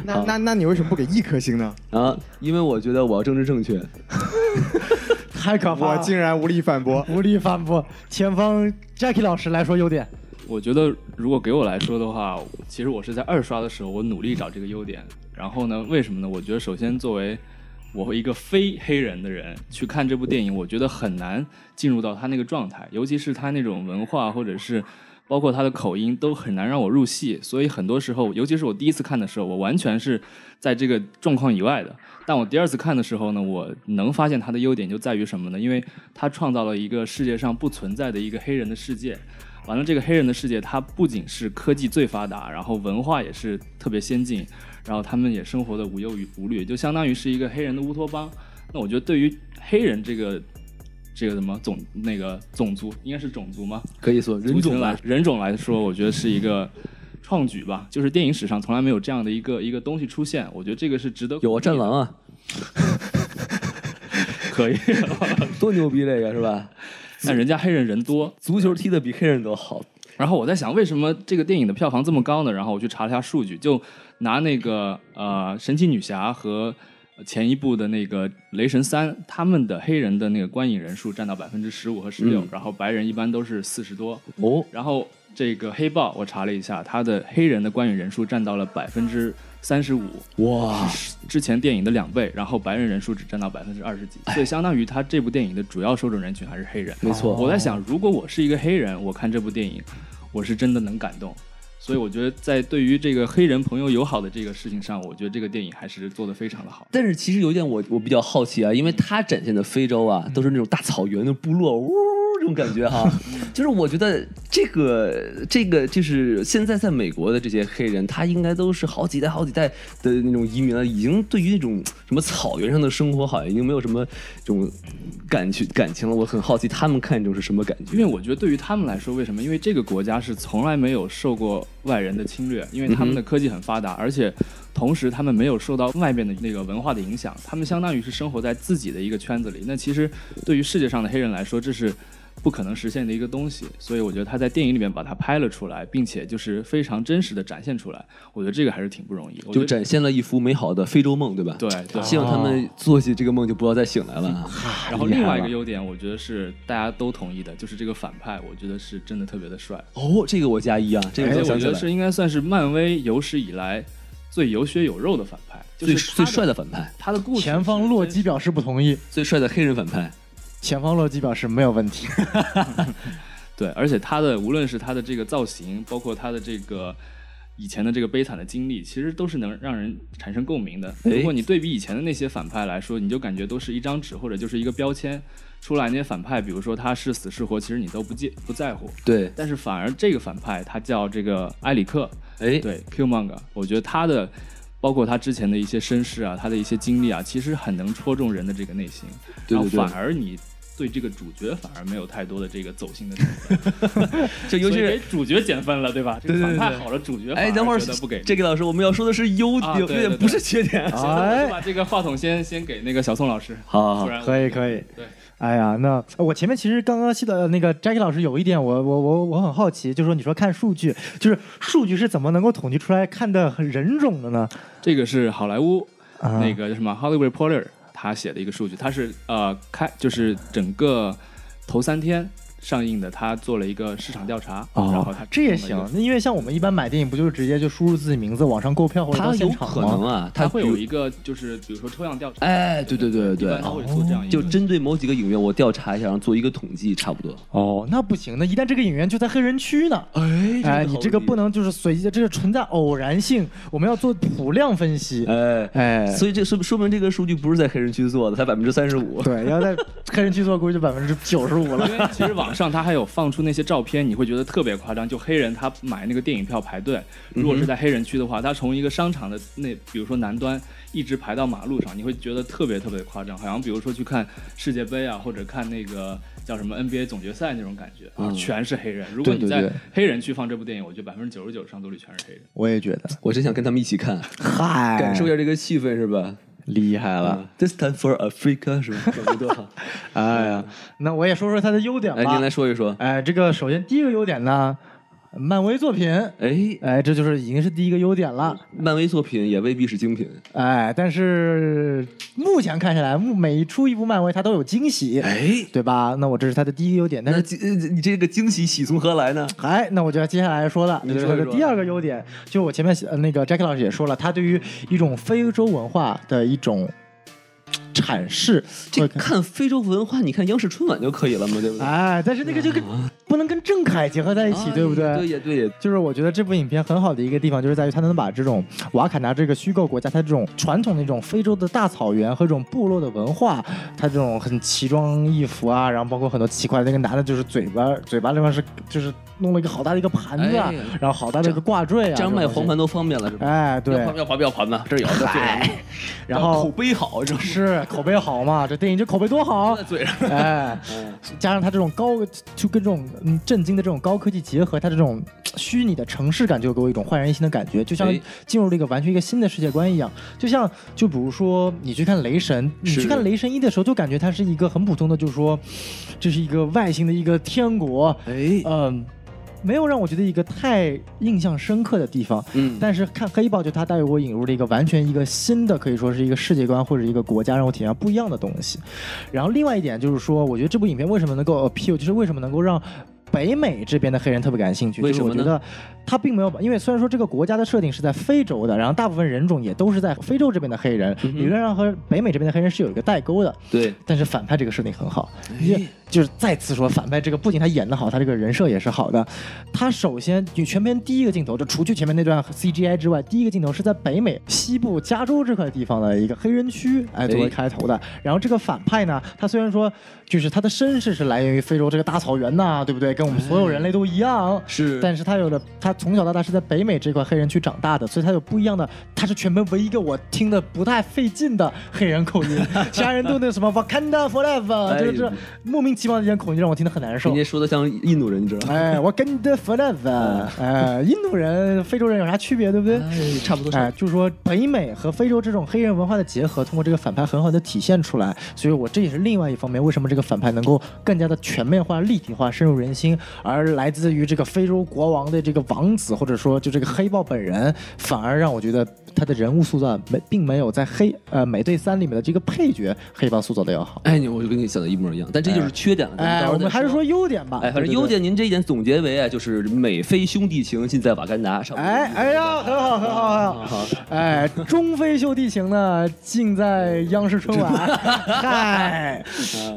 [SPEAKER 1] 那那那你为什么不给一颗星呢？
[SPEAKER 2] 哪啊！因为我觉得我要政治正确，
[SPEAKER 3] 太可怕
[SPEAKER 1] 我
[SPEAKER 3] 了！
[SPEAKER 1] 竟然无力反驳。
[SPEAKER 3] 无力反驳。前方 Jackie 老师来说优点，
[SPEAKER 4] 我觉得如果给我来说的话，其实我是在二刷的时候，我努力找这个优点。然后呢，为什么呢？我觉得首先作为我一个非黑人的人去看这部电影，我觉得很难进入到他那个状态，尤其是他那种文化或者是。包括他的口音都很难让我入戏，所以很多时候，尤其是我第一次看的时候，我完全是在这个状况以外的。但我第二次看的时候呢，我能发现他的优点就在于什么呢？因为他创造了一个世界上不存在的一个黑人的世界，完了，这个黑人的世界，它不仅是科技最发达，然后文化也是特别先进，然后他们也生活的无忧无虑，就相当于是一个黑人的乌托邦。那我觉得对于黑人这个这个什么种那个种族，应该是种族吗？
[SPEAKER 2] 可以说人
[SPEAKER 4] 族
[SPEAKER 2] 种
[SPEAKER 4] 群
[SPEAKER 2] 来
[SPEAKER 4] 来人种来说，我觉得是一个创举吧，就是电影史上从来没有这样的一个一个东西出现。我觉得这个是值得
[SPEAKER 2] 有啊，战狼啊，
[SPEAKER 4] 可以，
[SPEAKER 2] 多牛逼这个是吧？
[SPEAKER 4] 但人家黑人人多，
[SPEAKER 2] 足球踢得比黑人都好，
[SPEAKER 4] 然后我在想，为什么这个电影的票房这么高呢？然后我去查了一下数据，就拿那个呃《神奇女侠》和呃前一部的那个《雷神三》，他们的黑人的那个观影人数占到百分之十五和十六、
[SPEAKER 2] 嗯
[SPEAKER 4] 然后白人一般都是四十多。
[SPEAKER 2] 哦，
[SPEAKER 4] 然后这个黑豹我查了一下，它的黑人的观影人数占到了百分之三十五，
[SPEAKER 2] 哇，
[SPEAKER 4] 之前电影的两倍，然后白人人数只占到百分之二十几，所以相当于他这部电影的主要受众人群还是黑人。
[SPEAKER 2] 哎没错
[SPEAKER 4] 我在想，如果我是一个黑人，我看这部电影，我是真的能感动。所以我觉得，在对于这个黑人朋友友好的这个事情上，我觉得这个电影还是做得非常的好。
[SPEAKER 2] 但是其实有一点我我比较好奇啊，因为它展现的非洲啊，
[SPEAKER 4] 嗯
[SPEAKER 2] 都是那种大草原的部落，呜这种感觉 哈、就是我觉得这个这个就是现在在美国的这些黑人，他应该都是好几代好几代的呃那种移民了，已经对于那种什么草原上的生活好像已经没有什么这种感情感情了。我很好奇他们看这种是什么感觉。
[SPEAKER 4] 因为我觉得对于他们来说，为什么？因为这个国家是从来没有受过外人的侵略，因为他
[SPEAKER 2] 嗯
[SPEAKER 4] 们的科技很发达，而且同时他们没有受到外面的那个文化的影响，他们相当于是生活在自己的一个圈子里。那其实对于世界上的黑人来说，这是不可能实现的一个东西。所以我觉得他在电影里面把它拍了出来，并且就是非常真实的展现出来，我觉得这个还是挺不容易。我觉
[SPEAKER 2] 就
[SPEAKER 4] 得
[SPEAKER 2] 展现了一幅美好的非洲梦，对吧？
[SPEAKER 4] 对对嗯
[SPEAKER 2] 希望他们做起这个梦就不要再醒来了啊。
[SPEAKER 4] 然后
[SPEAKER 2] 厉害
[SPEAKER 4] 另外一个
[SPEAKER 2] 了
[SPEAKER 4] 优点，我觉得是大家都同意的，就是这个反派，我觉得是真的特别的帅。
[SPEAKER 2] 哦，这个我加一啊，这
[SPEAKER 4] 而
[SPEAKER 2] 个我
[SPEAKER 4] 且哎我
[SPEAKER 2] 想起
[SPEAKER 4] 觉
[SPEAKER 2] 来
[SPEAKER 4] 得是应该算是漫威有史以来最有血有肉的反派，就
[SPEAKER 2] 最
[SPEAKER 4] 是他
[SPEAKER 2] 最
[SPEAKER 4] 的
[SPEAKER 2] 帅。的反派，
[SPEAKER 4] 他的故事
[SPEAKER 3] 前方洛基表示不同意，
[SPEAKER 2] 最帅的黑人反派。
[SPEAKER 3] 前方洛基表示没有问 题。
[SPEAKER 4] 对，而且他的无论是他的这个造型，包括他的这个以前的这个悲惨的经历，其实都是能让人产生共鸣的。
[SPEAKER 2] 哎
[SPEAKER 4] 如果你对比以前的那些反派来说，你就感觉都是一张纸或者就是一个标签出来。那些反派，比如说他是死是活，其实你都不介不在乎。
[SPEAKER 2] 对，
[SPEAKER 4] 但是反而这个反派他叫这个埃里克，
[SPEAKER 2] 哎，
[SPEAKER 4] 对 Qmonger，我觉得他的包括他之前的一些身世啊，他的一些经历啊，其实很能戳中人的这个内心。
[SPEAKER 2] 对对对
[SPEAKER 4] 然后反而你对这个主角反而没有太多的这个走心的成分，
[SPEAKER 2] 就尤其
[SPEAKER 4] 所
[SPEAKER 2] 是
[SPEAKER 4] 以给主角减分了，对吧？这个
[SPEAKER 2] 对对
[SPEAKER 4] 反
[SPEAKER 2] 对
[SPEAKER 4] 派好了，主角
[SPEAKER 2] 哎，等会儿
[SPEAKER 4] 觉得不给。
[SPEAKER 2] 这个老师，我们要说的是优点，
[SPEAKER 4] 啊对
[SPEAKER 2] 优
[SPEAKER 4] 对
[SPEAKER 2] 点
[SPEAKER 4] 对
[SPEAKER 2] 不是缺点。
[SPEAKER 4] 行那我就
[SPEAKER 3] 哎，
[SPEAKER 4] 把这个话筒先先给那个小宋老师，
[SPEAKER 2] 好
[SPEAKER 4] 不
[SPEAKER 2] 好好，
[SPEAKER 4] 然我
[SPEAKER 3] 可以可以。
[SPEAKER 4] 对。
[SPEAKER 3] 哎呀，那我前面其实刚刚记得那个 Jackie 老师有一点我，我我我很好奇，就是说你说看数据，就是数据是怎么能够统计出来看的人种的呢？
[SPEAKER 4] 这个是好莱坞
[SPEAKER 3] 啊
[SPEAKER 2] 啊
[SPEAKER 4] 那个叫什么《Hollywood Reporter》。他写的一个数据，他是呃开就是整个头三天上映的，他做了一个市场调查，
[SPEAKER 3] 哦
[SPEAKER 4] 然后他
[SPEAKER 3] 这也
[SPEAKER 4] 定了一
[SPEAKER 3] 行
[SPEAKER 4] 个。
[SPEAKER 3] 那因为像我们一般买电影，不就是直接就输入自己名字，网上购票或者到
[SPEAKER 2] 他有
[SPEAKER 3] 现场
[SPEAKER 2] 可能
[SPEAKER 3] 吗？
[SPEAKER 2] 啊，
[SPEAKER 4] 他会有
[SPEAKER 2] 比
[SPEAKER 4] 一个就是比如说抽样调查，
[SPEAKER 2] 哎，对对对
[SPEAKER 4] 一
[SPEAKER 2] 对
[SPEAKER 4] 般他会做这样一
[SPEAKER 2] 就
[SPEAKER 4] 个，
[SPEAKER 2] 针对某几个影院，我调查一下，然后做一个统计，差不多。
[SPEAKER 3] 哦，那不行，那一旦这个影院就在黑人区呢，
[SPEAKER 2] 哎
[SPEAKER 3] 哎，你这个不，能就是随机，这是存在偶然性，我们要做普量分析。
[SPEAKER 2] 哎
[SPEAKER 3] 哎，
[SPEAKER 2] 所以这说说明这个数据不是在黑人区做的，才百分之三十五。
[SPEAKER 3] 对，要在黑人区做，估计就百分之九十五了。
[SPEAKER 4] 因为其实网上他还有放出那些照片，你会觉得特别夸张。就黑人他买那个电影票排队，如
[SPEAKER 2] 嗯
[SPEAKER 4] 果是在黑人区的话，他从一个商场的那，比如说南端，一直排到马路上，你会觉得特别特别夸张，好像比如说去看世界杯啊，或者看那个叫什么 NBA 总决赛那种感觉啊，
[SPEAKER 2] 嗯
[SPEAKER 4] 全是黑人。如
[SPEAKER 5] 对
[SPEAKER 4] 果你
[SPEAKER 5] 对
[SPEAKER 4] 在
[SPEAKER 5] 对
[SPEAKER 4] 黑人区放这部电影，我觉得百分之九十九上座率全是黑人。
[SPEAKER 5] 我也觉得，
[SPEAKER 2] 我真想跟他们一起看，
[SPEAKER 3] 嗨，
[SPEAKER 2] 感受一下这个气氛，是吧？嗯
[SPEAKER 5] 厉害了，
[SPEAKER 2] This time for Africa 是吧？ 感觉多好。
[SPEAKER 5] 哎呀，
[SPEAKER 3] 那我也说说它的优点
[SPEAKER 2] 哎，
[SPEAKER 3] 吧
[SPEAKER 2] 您。来说一说。
[SPEAKER 3] 哎，这个首先第一个优点呢，漫威作品，
[SPEAKER 2] 哎，
[SPEAKER 3] 哎，这就是已经是第一个优点了。
[SPEAKER 2] 漫威作品也未必是精品。
[SPEAKER 3] 哎，但是目前看下来，目每出一部漫威，它都有惊喜，
[SPEAKER 2] 哎，
[SPEAKER 3] 对吧？那我这是它的第一个优点。但
[SPEAKER 2] 那
[SPEAKER 3] 是，
[SPEAKER 2] 惊呃你这个惊喜喜从何来呢？
[SPEAKER 3] 哎，那我就要接下来说了，
[SPEAKER 2] 你
[SPEAKER 3] 就是
[SPEAKER 2] 说
[SPEAKER 3] 它的
[SPEAKER 2] 一说
[SPEAKER 3] 第二个优点，就我前面写呃那个 Jack 老师也说了，他对于一种非洲文化的一种阐释。
[SPEAKER 2] 这
[SPEAKER 3] 会看
[SPEAKER 2] 看非洲文化，你看央视春晚就可以了嘛，对不对？
[SPEAKER 3] 哎，但是那个就跟不能跟郑恺结合在一起，对不
[SPEAKER 2] 哎对也对也
[SPEAKER 3] 就是我觉得这部影片很好的一个地方，就是在于它能把这种瓦坎达这个虚构国家，它这种传统的这种非洲的大草原和这种部落的文化，它这种很奇装异服啊，然后包括很多奇怪的那个男的，就是嘴巴嘴巴这块是就是弄了一个好大的一个盘子啊，
[SPEAKER 2] 哎呀
[SPEAKER 3] 然后好大的一个挂坠啊，
[SPEAKER 2] 这样
[SPEAKER 3] 这
[SPEAKER 2] 卖
[SPEAKER 3] 种东
[SPEAKER 2] 黄
[SPEAKER 3] 西。
[SPEAKER 2] 盘都方便了，是吧？
[SPEAKER 3] 哎，对
[SPEAKER 2] 要，盘要盘不要盘吧，这儿有这对，
[SPEAKER 3] 然
[SPEAKER 2] 口
[SPEAKER 3] 后
[SPEAKER 2] 碑好，这是
[SPEAKER 3] 是口碑好嘛？这电影这口碑多好
[SPEAKER 2] 在！嘴上。
[SPEAKER 3] 哎，
[SPEAKER 2] 嗯
[SPEAKER 3] 加上它这种高，就跟这种嗯震惊的这种高科技结合，它这种虚拟的城市感，就给我一种焕然一新的感觉，就像
[SPEAKER 2] 哎
[SPEAKER 3] 进入了一个完全一个新的世界观一样。就像就比如说你去看《雷神》，你
[SPEAKER 2] 是
[SPEAKER 3] 去看《雷神一》的时候，就感觉它是一个很普通的，就是说这是一个外星的一个天国，
[SPEAKER 2] 哎，
[SPEAKER 3] 嗯。没有让我觉得一个太印象深刻的地方，
[SPEAKER 2] 嗯，
[SPEAKER 3] 但是看《黑豹》就它带我引入了一个完全一个新的，可以说是一个世界观或者一个国家，让我体验到不一样的东西。然后另外一点就是说，我觉得这部影片为什么能够呃 appeal，就是为什么能够让。北美这边的黑人特别感兴趣，
[SPEAKER 2] 为什么呢
[SPEAKER 3] 就是我觉得他并没有把，因为虽然说这个国家的设定是在非洲的，然后大部分人种也都是在非洲这边的黑人，
[SPEAKER 2] 嗯哼
[SPEAKER 3] 理论上和北美这边的黑人是有一个代沟的，
[SPEAKER 2] 对，
[SPEAKER 3] 但是反派这个设定很好，也就是再次说反派这个不仅他演的好，他这个人设也是好的。他首先就全片第一个镜头，就除去前面那段 CGI 之外，第一个镜头是在北美西部加州这块地方的一个黑人区，哎，作为开头的。然后这个反派呢，他虽然说就是他的身世是来源于非洲这个大草原呐、对不对？跟我们所有人类都一样。
[SPEAKER 2] 是，
[SPEAKER 3] 但是他有了，他从小到大是在北美这块黑人区长大的，所以他有不一样的，他是全班唯一一个我听的不太费劲的黑人口音，其他人都那什么 Wakanda
[SPEAKER 2] 哎
[SPEAKER 3] forever，就是这莫名其妙的一点口音让我听得很难受
[SPEAKER 2] 人。家说的像印度人，你知道吗？
[SPEAKER 3] 哎，我跟的 forever，哎，印度人、非洲人有啥区别，对不对？
[SPEAKER 2] 哎，差不多
[SPEAKER 3] 哎，就是说北美和非洲这种黑人文化的结合，通过这个反派很好的体现出来。所以我这也是另外一方面，为什么这个反派能够更加的全面化、立体化、深入人心，而来自于这个非洲国王的这个王子，或者说就这个黑豹本人，反而让我觉得他的人物塑造没并没有在黑呃美队三里面的这个配角黑豹塑造的要好。
[SPEAKER 2] 哎，你我就跟你想的一模一样，但这就是缺点了。咱
[SPEAKER 3] 哎，
[SPEAKER 2] 到时候
[SPEAKER 3] 我
[SPEAKER 2] 再
[SPEAKER 3] 们还是说优点吧。
[SPEAKER 2] 哎，反
[SPEAKER 3] 对
[SPEAKER 2] 正
[SPEAKER 3] 对对
[SPEAKER 2] 优点您这一点总结为啊，就是美非兄弟情尽在瓦干达，差不多。
[SPEAKER 3] 哎哎呀，很好很好很好！哎，中非秀地情呢，尽在央视 春晚。嗨，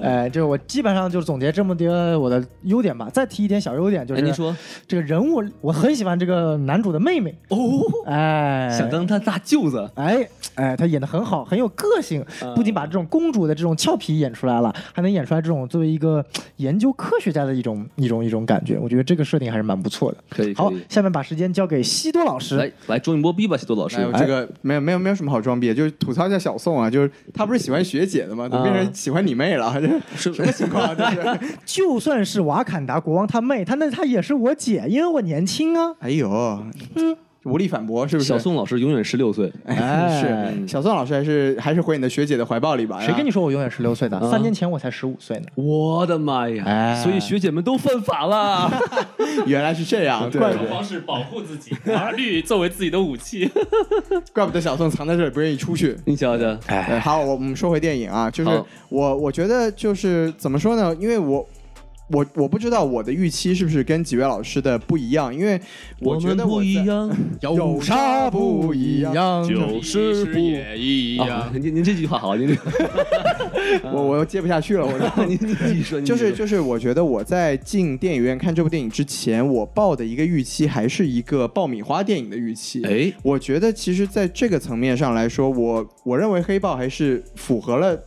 [SPEAKER 3] 哎，这我基本上就是总结这么点我的优点吧。再提一点小优点，就
[SPEAKER 2] 哎，
[SPEAKER 3] 是
[SPEAKER 2] 您说
[SPEAKER 3] 这个人物，我很喜欢这个男主的妹妹。
[SPEAKER 2] 哦，
[SPEAKER 3] 哎，
[SPEAKER 2] 想当他大舅子，
[SPEAKER 3] 哎哎，她演的很好，很有个性，
[SPEAKER 2] 嗯
[SPEAKER 3] 不仅把这种公主的这种俏皮演出来了，还能演出来这种作为一个研究科学家的一种一种一种感觉。我觉得这个设定还是蛮不错的。
[SPEAKER 2] 可以可
[SPEAKER 3] 好
[SPEAKER 2] 以，。
[SPEAKER 3] 下面把时间交给西多老师。
[SPEAKER 2] 来来装一波逼吧，西多老师
[SPEAKER 1] 哎，。我这个没有没有没有什么好装逼，就是吐槽一下小宋啊，就是他不是喜欢学姐的
[SPEAKER 2] 啊
[SPEAKER 1] 吗？怎么变成喜欢你妹了？这什么情况啊？这是？
[SPEAKER 3] 就算是瓦坎达国王他妹，他那他也是我姐，因为我年轻啊。
[SPEAKER 1] 哎呦，无力反驳，是不是？
[SPEAKER 2] 小宋老师永远十六岁，
[SPEAKER 3] 哎，
[SPEAKER 1] 是小宋老师还是还是回你的学姐的怀抱里吧？啊
[SPEAKER 3] 谁跟你说我永远十六岁的？三年前我才十五岁呢。
[SPEAKER 2] 我的妈呀！
[SPEAKER 3] 哎
[SPEAKER 2] 所以学姐们都犯法了。
[SPEAKER 1] 原来是这样，对
[SPEAKER 3] 怪
[SPEAKER 1] 对
[SPEAKER 3] 不
[SPEAKER 1] 对
[SPEAKER 4] 方式保护自己，法律作为自己的武 器。
[SPEAKER 1] 怪不得小宋藏在这里不愿意出去。
[SPEAKER 2] 你瞧瞧，
[SPEAKER 1] 呃好，我我们说回电影啊，就是
[SPEAKER 2] 哎好
[SPEAKER 1] 我我觉得就是怎么说呢？因为我我我不知道我的预期是不是跟几位老师的不一样，因为我觉
[SPEAKER 2] 们
[SPEAKER 1] 得我
[SPEAKER 2] 不一
[SPEAKER 1] 在
[SPEAKER 2] 样
[SPEAKER 1] 有啥不一样？
[SPEAKER 4] 就是不也一
[SPEAKER 2] 啊！您您这句话好，您这
[SPEAKER 1] 我我又接不下去了，我这
[SPEAKER 2] 您您继续说，您继
[SPEAKER 1] 就
[SPEAKER 2] 续
[SPEAKER 1] 是
[SPEAKER 2] 说
[SPEAKER 1] 就是，我觉得我在进电影院看这部电影之前，我抱的一个预期还是一个爆米花电影的预期。
[SPEAKER 2] 哎，
[SPEAKER 1] 我觉得其实在这个层面上来说，我我认为黑豹还是符合了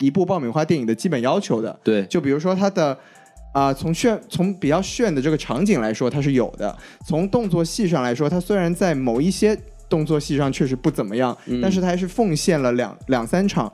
[SPEAKER 1] 一部爆米花电影的基本要求的。
[SPEAKER 2] 对，
[SPEAKER 1] 就比如说它的啊、从炫从比较炫的这个场景来说，它是有的；从动作戏上来说，它虽然在某一些动作戏上确实不怎么样，
[SPEAKER 2] 嗯
[SPEAKER 1] 但是它还是奉献了两两三场。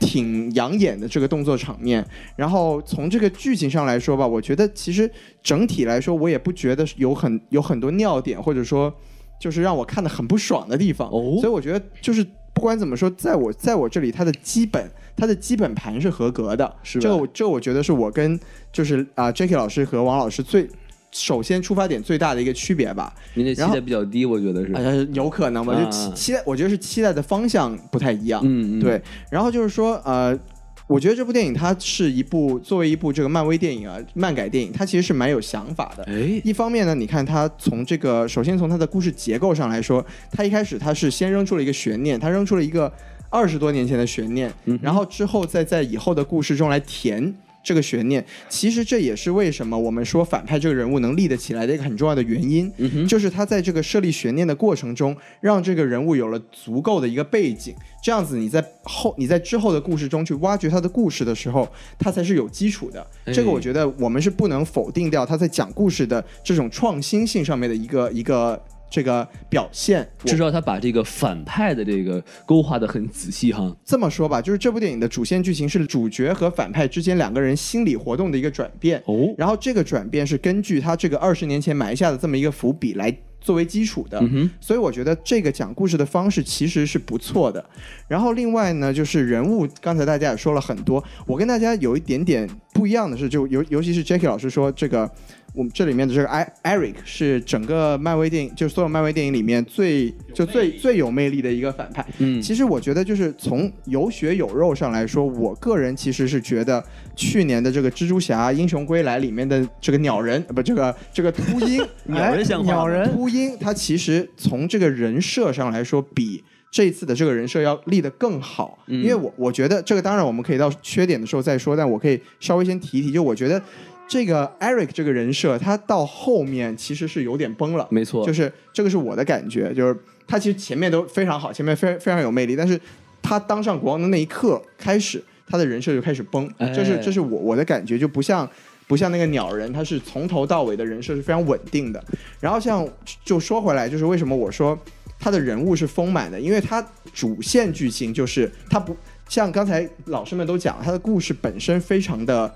[SPEAKER 1] 挺养眼的这个动作场面，然后从这个剧情上来说吧，我觉得其实整体来说，我也不觉得有很有很多尿点，或者说就是让我看的很不爽的地方。
[SPEAKER 2] 哦
[SPEAKER 1] 所以我觉得就是不管怎么说，在我在我这里，它的基本它的基本盘是合格的。
[SPEAKER 2] 是吧
[SPEAKER 1] 这我这我觉得是我跟就是啊、j a c k i e 老师和王老师最首先出发点最大的一个区别吧。
[SPEAKER 2] 您这期
[SPEAKER 1] 然后
[SPEAKER 2] 待比较低，我觉得是
[SPEAKER 1] 啊、。有可能吧，就期
[SPEAKER 2] 啊
[SPEAKER 1] 期待，我觉得是期待的方向不太一样。
[SPEAKER 2] 嗯，嗯，
[SPEAKER 1] 对，然后就是说，呃，我觉得这部电影它是一部作为一部这个漫威电影啊，漫改电影，它其实是蛮有想法的。
[SPEAKER 2] 哎，
[SPEAKER 1] 一方面呢，你看它从这个，首先从它的故事结构上来说，它一开始它是先扔出了一个悬念，它扔出了一个二十多年前的悬念，然后之后再在以后的故事中来填。这个悬念，其实这也是为什么我们说反派这个人物能立得起来的一个很重要的原因，就是他在这个设立悬念的过程中，让这个人物有了足够的一个背景，这样子你在后你在之后的故事中去挖掘他的故事的时候，他才是有基础的。这个我
[SPEAKER 2] 哎
[SPEAKER 1] 觉得我们是不能否定掉他在讲故事的这种创新性上面的一个一个这个表现。我
[SPEAKER 2] 至少他把这个反派的这个勾画的很仔细哈。
[SPEAKER 1] 这么说吧，就是这部电影的主线剧情是主角和反派之间两个人心理活动的一个转变，
[SPEAKER 2] 哦，
[SPEAKER 1] 然后这个转变是根据他这个二十年前埋下的这么一个伏笔来作为基础的。
[SPEAKER 2] 嗯哼，
[SPEAKER 1] 所以我觉得这个讲故事的方式其实是不错的。然后另外呢，就是人物，刚才大家也说了很多，我跟大家有一点点不一样的是，就尤尤其是 Jackie 老师说这个，我们这里面的这个 I- Eric 是整个漫威电影，就是所有漫威电影里面最就最最有魅力的一个反派。
[SPEAKER 2] 嗯，
[SPEAKER 1] 其实我觉得，就是从有血有肉上来说，我个人其实是觉得去年的这个《蜘蛛侠：英雄归来》里面的这个鸟人，呃不，这个这个秃鹰，哎
[SPEAKER 2] 鸟人像话吗
[SPEAKER 3] 鸟人
[SPEAKER 1] 秃鹰，它其实从这个人设上来说，比这次的这个人设要立得更好。因为我我觉得这个，当然我们可以到缺点的时候再说，但我可以稍微先提一提，就我觉得这个 Eric 这个人设，他到后面其实是有点崩了。
[SPEAKER 2] 没错，
[SPEAKER 1] 就是这个是我的感觉，就是他其实前面都非常好，前面非非常有魅力，但是他当上国王的那一刻开始，他的人设就开始崩，
[SPEAKER 2] 哎
[SPEAKER 1] 这是这是我我的感觉，就不像不像那个鸟人，他是从头到尾的人设是非常稳定的。然后像就说回来，就是为什么我说他的人物是丰满的，因为他主线剧情就是他不像刚才老师们都讲，他的故事本身非常的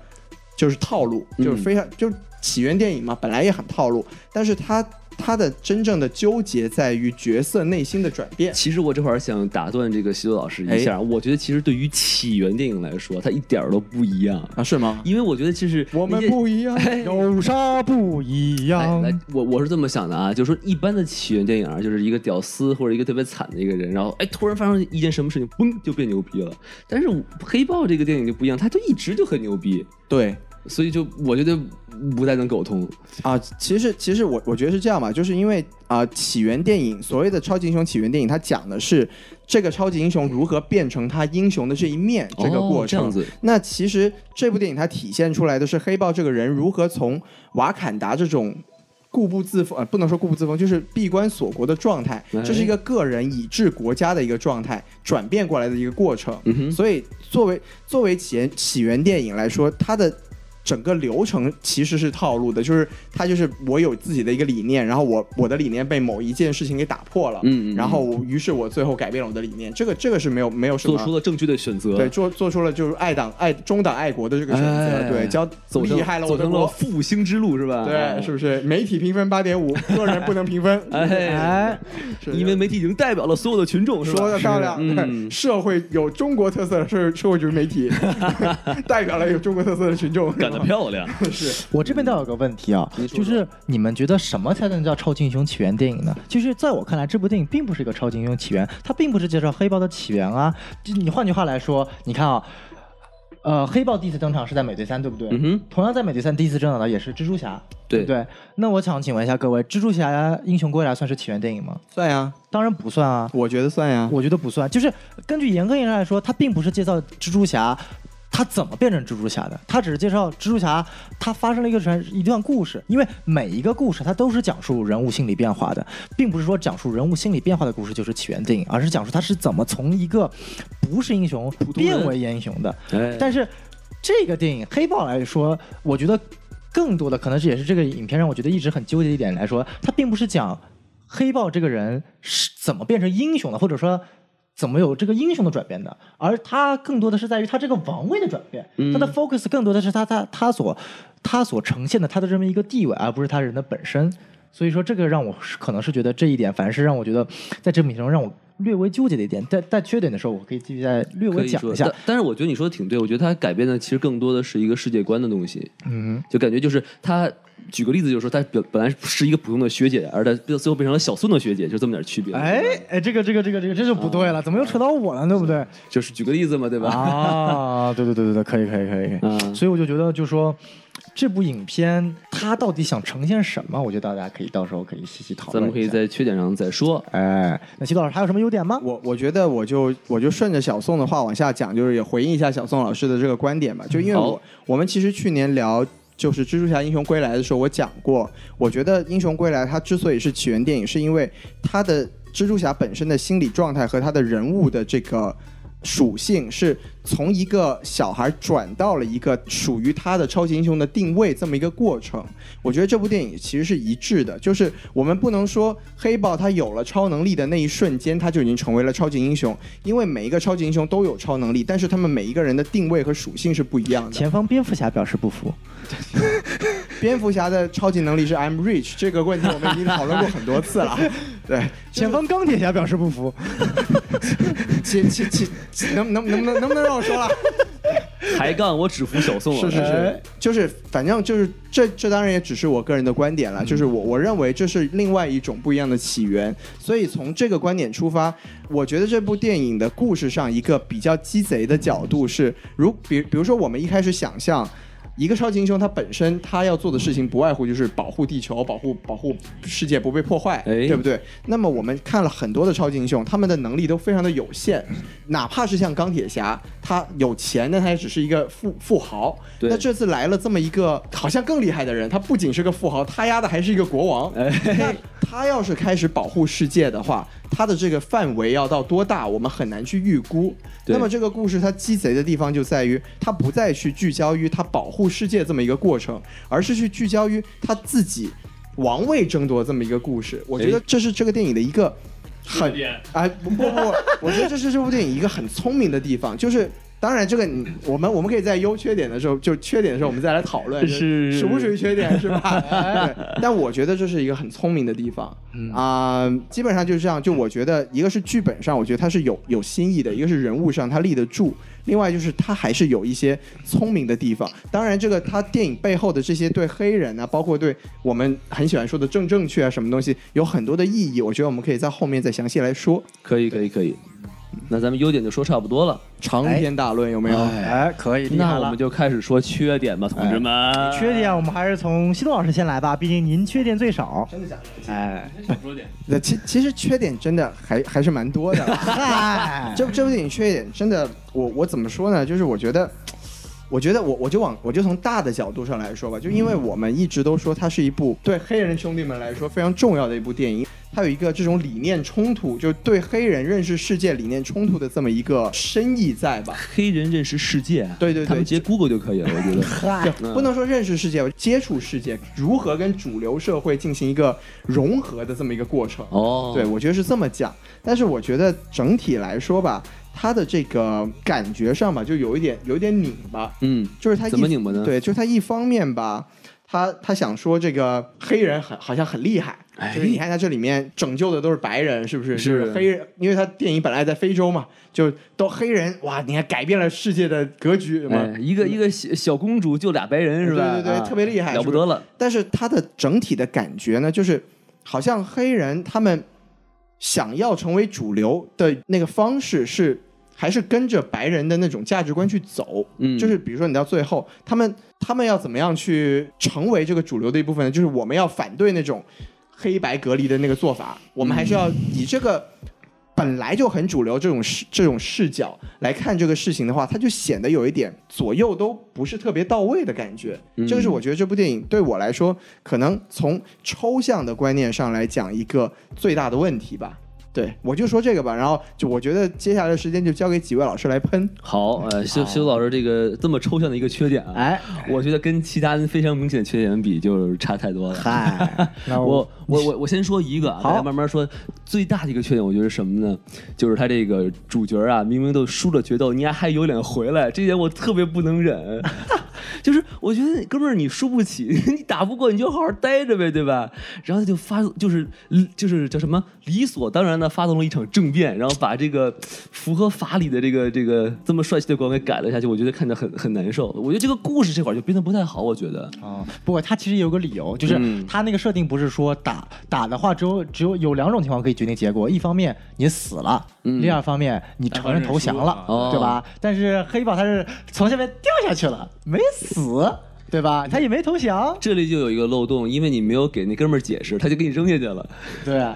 [SPEAKER 1] 就是套路，
[SPEAKER 2] 嗯
[SPEAKER 1] 就是非常、就是起源电影嘛，本来也很套路，但是他他的真正的纠结在于角色内心的转变。
[SPEAKER 2] 其实我这会儿想打断这个西多老师一
[SPEAKER 1] 哎
[SPEAKER 2] 下，我觉得其实对于起源电影来说，它一点儿都不一样，
[SPEAKER 1] 啊，是吗？
[SPEAKER 2] 因为我觉得其实
[SPEAKER 1] 我们
[SPEAKER 2] 那些
[SPEAKER 1] 不一样，
[SPEAKER 3] 有啥不一
[SPEAKER 2] 哎
[SPEAKER 3] 样？
[SPEAKER 2] 来，我我是这么想的啊，就是说一般的起源电影啊，就是一个屌丝或者一个特别惨的一个人，然后哎突然发生一件什么事情，嘣就变牛逼了。但是黑豹这个电影就不一样，他就一直就很牛逼，
[SPEAKER 1] 对
[SPEAKER 2] 所以就我觉得不太能苟同。
[SPEAKER 1] 啊，其实其实我我觉得是这样吧，就是因为啊、起源电影所谓的超级英雄起源电影，它讲的是这个超级英雄如何变成他英雄的这一面这个
[SPEAKER 2] 哦
[SPEAKER 1] 过
[SPEAKER 2] 这
[SPEAKER 1] 程。
[SPEAKER 2] 样子，
[SPEAKER 1] 那其实这部电影它体现出来的是黑豹这个人如何从瓦坎达这种固步自封，呃，不能说固步自封，就是闭关锁国的状态，
[SPEAKER 2] 哎
[SPEAKER 1] 这是一个个人以至国家的一个状态转变过来的一个过程。
[SPEAKER 2] 嗯哼，
[SPEAKER 1] 所以，作为作为起源起源电影来说，它的整个流程其实是套路的，就是它就是我有自己的一个理念，然后我我的理念被某一件事情给打破了，
[SPEAKER 2] 嗯嗯嗯
[SPEAKER 1] 然后我于是我最后改变了我的理念，这个这个是没有没有什么
[SPEAKER 2] 做出了正确的选择，
[SPEAKER 1] 对，做做出了就是爱党爱中党爱国的这个选择，
[SPEAKER 2] 哎
[SPEAKER 1] 对，教
[SPEAKER 2] 走上
[SPEAKER 1] 厉害了我
[SPEAKER 2] 走
[SPEAKER 1] 的
[SPEAKER 2] 上了
[SPEAKER 1] 国，
[SPEAKER 2] 复兴之路是吧？
[SPEAKER 1] 对，是不是？媒体评分八点 五，个人不能评分，
[SPEAKER 2] 哎，
[SPEAKER 3] 哎，
[SPEAKER 1] 是
[SPEAKER 2] 因为媒体已经代表了所有的群众，是吧
[SPEAKER 1] 说的漂亮，
[SPEAKER 2] 是嗯
[SPEAKER 1] 对社会有中国特色的社社会主义媒 体，代表了有中国特色的群众，
[SPEAKER 2] 干得漂亮，
[SPEAKER 1] 是
[SPEAKER 3] 我这边倒有个问题啊，
[SPEAKER 2] 您说
[SPEAKER 3] 就是你们觉得什么才能叫超级英雄起源电影呢？就是在我看来，这部电影并不是一个超级英雄起源，它并不是介绍黑豹的起源啊。就你换句话来说，你看啊，呃，黑豹第一次登场是在美队三，对不对？
[SPEAKER 2] 嗯哼
[SPEAKER 3] 同样在美队三第一次登场的也是蜘蛛侠，对
[SPEAKER 2] 对
[SPEAKER 3] 不对。那我想请问一下各位，蜘蛛侠英雄归来算是起源电影吗？
[SPEAKER 1] 算呀，
[SPEAKER 3] 当然不算啊。
[SPEAKER 1] 我觉得算呀。
[SPEAKER 3] 我觉得不算，就是根据严格意义上来说，它并不是介绍蜘蛛侠他怎么变成蜘蛛侠的，他只是介绍蜘蛛侠他发生了一个传一段故事，因为每一个故事它都是讲述人物心理变化的，并不是说讲述人物心理变化的故事就是起源电影，而是讲述他是怎么从一个不是英雄
[SPEAKER 2] 通人
[SPEAKER 3] 变为英雄的。
[SPEAKER 2] 哎
[SPEAKER 3] 但是这个电影《黑豹》来说，我觉得更多的可能是也是这个影片让我觉得一直很纠结一点来说，它并不是讲黑豹这个人是怎么变成英雄的，或者说。怎么有这个英雄的转变的？而他更多的是在于他这个王位的转变，
[SPEAKER 2] 嗯
[SPEAKER 3] 他的 focus 更多的是他他他所他所呈现的他的这么一个地位，而不是他人的本身。所以说，这个让我是可能是觉得这一点，反而是让我觉得在这部影片中让我略微纠结的一点。在在缺点的时候，我可以继续再略
[SPEAKER 2] 可
[SPEAKER 3] 微
[SPEAKER 2] 以
[SPEAKER 3] 讲
[SPEAKER 2] 说
[SPEAKER 3] 一下
[SPEAKER 2] 但。但是我觉得你说的挺对，我觉得它改变的其实更多的是一个世界观的东西。
[SPEAKER 3] 嗯哼，
[SPEAKER 2] 就感觉就是他，举个例子，就是说他本本来是一个普通的学姐，而他最后变成了小宋的学姐，就这么点区别。
[SPEAKER 3] 哎哎，这个这个这个这个这就不对了，怎么又扯到我了，对不对？
[SPEAKER 2] 就是举个例子嘛，对吧？
[SPEAKER 3] 啊， 对对对对对，可以可以可以可以。
[SPEAKER 2] 嗯
[SPEAKER 3] 所以我就觉得，就说这部影片它到底想呈现什么，我觉得大家可以到时候可以细细讨
[SPEAKER 2] 咱
[SPEAKER 3] 论一下。
[SPEAKER 2] 们可以在缺点上再说。
[SPEAKER 3] 哎，那齐老师还有什么优点吗？
[SPEAKER 1] 我我觉得我就我就顺着小宋的话往下讲，就是也回应一下小宋老师的这个观点吧。就因为我
[SPEAKER 2] 好
[SPEAKER 1] 我们其实去年聊就是《蜘蛛侠：英雄归来》的时候，我讲过，我觉得《英雄归来》它之所以是起源电影，是因为它的蜘蛛侠本身的心理状态和他的人物的这个。属性是从一个小孩转到了一个属于他的超级英雄的定位这么一个过程，我觉得这部电影其实是一致的，就是我们不能说黑豹他有了超能力的那一瞬间他就已经成为了超级英雄，因为每一个超级英雄都有超能力，但是他们每一个人的定位和属性是不一样的。
[SPEAKER 3] 前方蝙蝠侠表示不服。
[SPEAKER 1] 蝙蝠侠的超级能力是 I'm rich，这个问题我们已经讨论过很多次了。啊对，
[SPEAKER 3] 前方钢铁侠表示不服，
[SPEAKER 1] 其其其其能能能不能能不能让我说了？
[SPEAKER 2] 抬杠，我只服小啊宋
[SPEAKER 1] 是
[SPEAKER 2] 了。
[SPEAKER 1] 是是
[SPEAKER 3] 哎，
[SPEAKER 1] 就是反正就是这这当然也只是我个人的观点了，就是我我认为这是另外一种不一样的起源，所以从这个观点出发，我觉得这部电影的故事上一个比较鸡贼的角度是，如比比如说我们一开始想象。一个超级英雄，他本身他要做的事情不外乎就是保护地球、保护保护世界不被破坏，
[SPEAKER 2] 哎
[SPEAKER 1] 对不对？那么我们看了很多的超级英雄，他们的能力都非常的有限，哪怕是像钢铁侠，他有钱，但他也只是一个富富豪。
[SPEAKER 2] 对
[SPEAKER 1] 那这次来了这么一个好像更厉害的人，他不仅是个富豪，他丫的还是一个国王。
[SPEAKER 2] 哎
[SPEAKER 1] 那他要是开始保护世界的话，他的这个范围要到多大，我们很难去预估。
[SPEAKER 2] 对
[SPEAKER 1] 那么这个故事它鸡贼的地方就在于，它不再去聚焦于他保护世界这么一个过程，而是去聚焦于他自己王位争夺这么一个故事。我觉得
[SPEAKER 2] 哎
[SPEAKER 1] 这是这个电影的一个很
[SPEAKER 4] 缺点
[SPEAKER 1] 哎不不不，我觉得这是这部电影一个很聪明的地方，就是。当然，这个你我们我们可以在优缺点的时候，就缺点的时候，我们再来讨论，
[SPEAKER 4] 是
[SPEAKER 1] 属不属于缺点，是吧？哎对但我觉得这是一个很聪明的地方啊、基本上就是这样。就我觉得，一个是剧本上，我觉得它是有有新意的；一个是人物上，它立得住。另外就是它还是有一些聪明的地方。当然，这个它电影背后的这些对黑人啊，包括对我们很喜欢说的正正确啊什么东西，有很多的意义。我觉得我们可以在后面再详细来说。
[SPEAKER 2] 可以，可以，可以。那咱们优点就说差不多了，
[SPEAKER 1] 长篇大论有没有？
[SPEAKER 3] 哎，可以，厉害
[SPEAKER 2] 那
[SPEAKER 3] 了哎
[SPEAKER 2] 我们就开始说缺点吧，同志们。
[SPEAKER 3] 缺点我们还是从西东老师先来吧，毕竟您缺点最少。
[SPEAKER 1] 真的假的？
[SPEAKER 3] 哎，
[SPEAKER 4] 少说点。
[SPEAKER 1] 那其其实缺点真的还还是蛮多的啦。
[SPEAKER 3] 嗨，
[SPEAKER 1] 这这部电影缺点真的，我我怎么说呢？就是我觉得，我觉得我我就往我就从大的角度上来说吧，就因为我们一直都说它是一部对黑人兄弟们来说非常重要的一部电影，它有一个这种理念冲突，就对黑人认识世界理念冲突的这么一个深意在吧？
[SPEAKER 2] 黑人认识世界，啊
[SPEAKER 1] 对对对
[SPEAKER 2] 他们直接 Google 就可以了，我 觉得。
[SPEAKER 1] 就不能说认识世界，接触世界，如何跟主流社会进行一个融合的这么一个过程。
[SPEAKER 2] 哦，
[SPEAKER 1] 对，，我觉得是这么讲。但是我觉得整体来说吧，它的这个感觉上吧，就有一点有一点拧巴，
[SPEAKER 2] 嗯，
[SPEAKER 1] 就是它一
[SPEAKER 2] 怎么拧巴呢
[SPEAKER 1] 对，就是它一方面吧。他他想说这个黑人很好像很厉害，
[SPEAKER 2] 哎
[SPEAKER 1] 就是你看他这里面拯救的都是白人，是不是？就是黑人，因为他电影本来在非洲嘛，就都黑人，哇，你看改变了世界的格局，什么、
[SPEAKER 2] 哎，一个一个小小公主救俩白人是吧？
[SPEAKER 1] 嗯对对对，
[SPEAKER 2] 啊
[SPEAKER 1] 特别厉害，
[SPEAKER 2] 了
[SPEAKER 1] 是
[SPEAKER 2] 不
[SPEAKER 1] 是
[SPEAKER 2] 得了。
[SPEAKER 1] 但是它的整体的感觉呢，就是好像黑人他们想要成为主流的那个方式是，还是跟着白人的那种价值观去走。
[SPEAKER 2] 嗯
[SPEAKER 1] 就是比如说你到最后，他们他们要怎么样去成为这个主流的一部分呢？就是我们要反对那种黑白隔离的那个做法，我们还是要以这个。本来就很主流这种视这种视角来看这个事情的话，它就显得有一点左右都不是特别到位的感觉。
[SPEAKER 3] 嗯
[SPEAKER 1] 这个是我觉得这部电影对我来说，可能从抽象的观念上来讲一个最大的问题吧。对，我就说这个吧，然后就我觉得接下来的时间就交给几位老师来喷。
[SPEAKER 2] 好，呃，修修老师这个这么抽象的一个缺点啊，
[SPEAKER 3] 哎，
[SPEAKER 2] 我觉得跟其他非常明显的缺点比，就是差太多了。
[SPEAKER 3] 嗨，那
[SPEAKER 2] 我我我我先说一个啊，大家慢慢说。最大的一个缺点，我觉得是什么呢？就是他这个主角啊，明明都输了决斗，你还还有脸回来，这点我特别不能忍。 就是我觉得哥们儿你输不起， 你打不过你就好好待着呗，对吧？然后他就发就是就是叫什么理所当然的发动了一场政变，然后把这个符合法理的这个这个这么帅气的国王给改了下去，我觉得看着很很难受。我觉得这个故事这块儿就编得不太好，我觉得。
[SPEAKER 3] 哦，不过他其实也有个理由，就是
[SPEAKER 2] 嗯
[SPEAKER 3] 他那个设定不是说打打的话，只有只有有两种情况可以决定结果，一方面你死了，另二方面你承认投降了，
[SPEAKER 2] 嗯哦
[SPEAKER 3] 对吧？但是黑豹他是从下面掉下去了，没死，对吧？他也没投降，
[SPEAKER 2] 这里就有一个漏洞，因为你没有给那哥们儿解释，他就给你扔下去了。
[SPEAKER 3] 对，然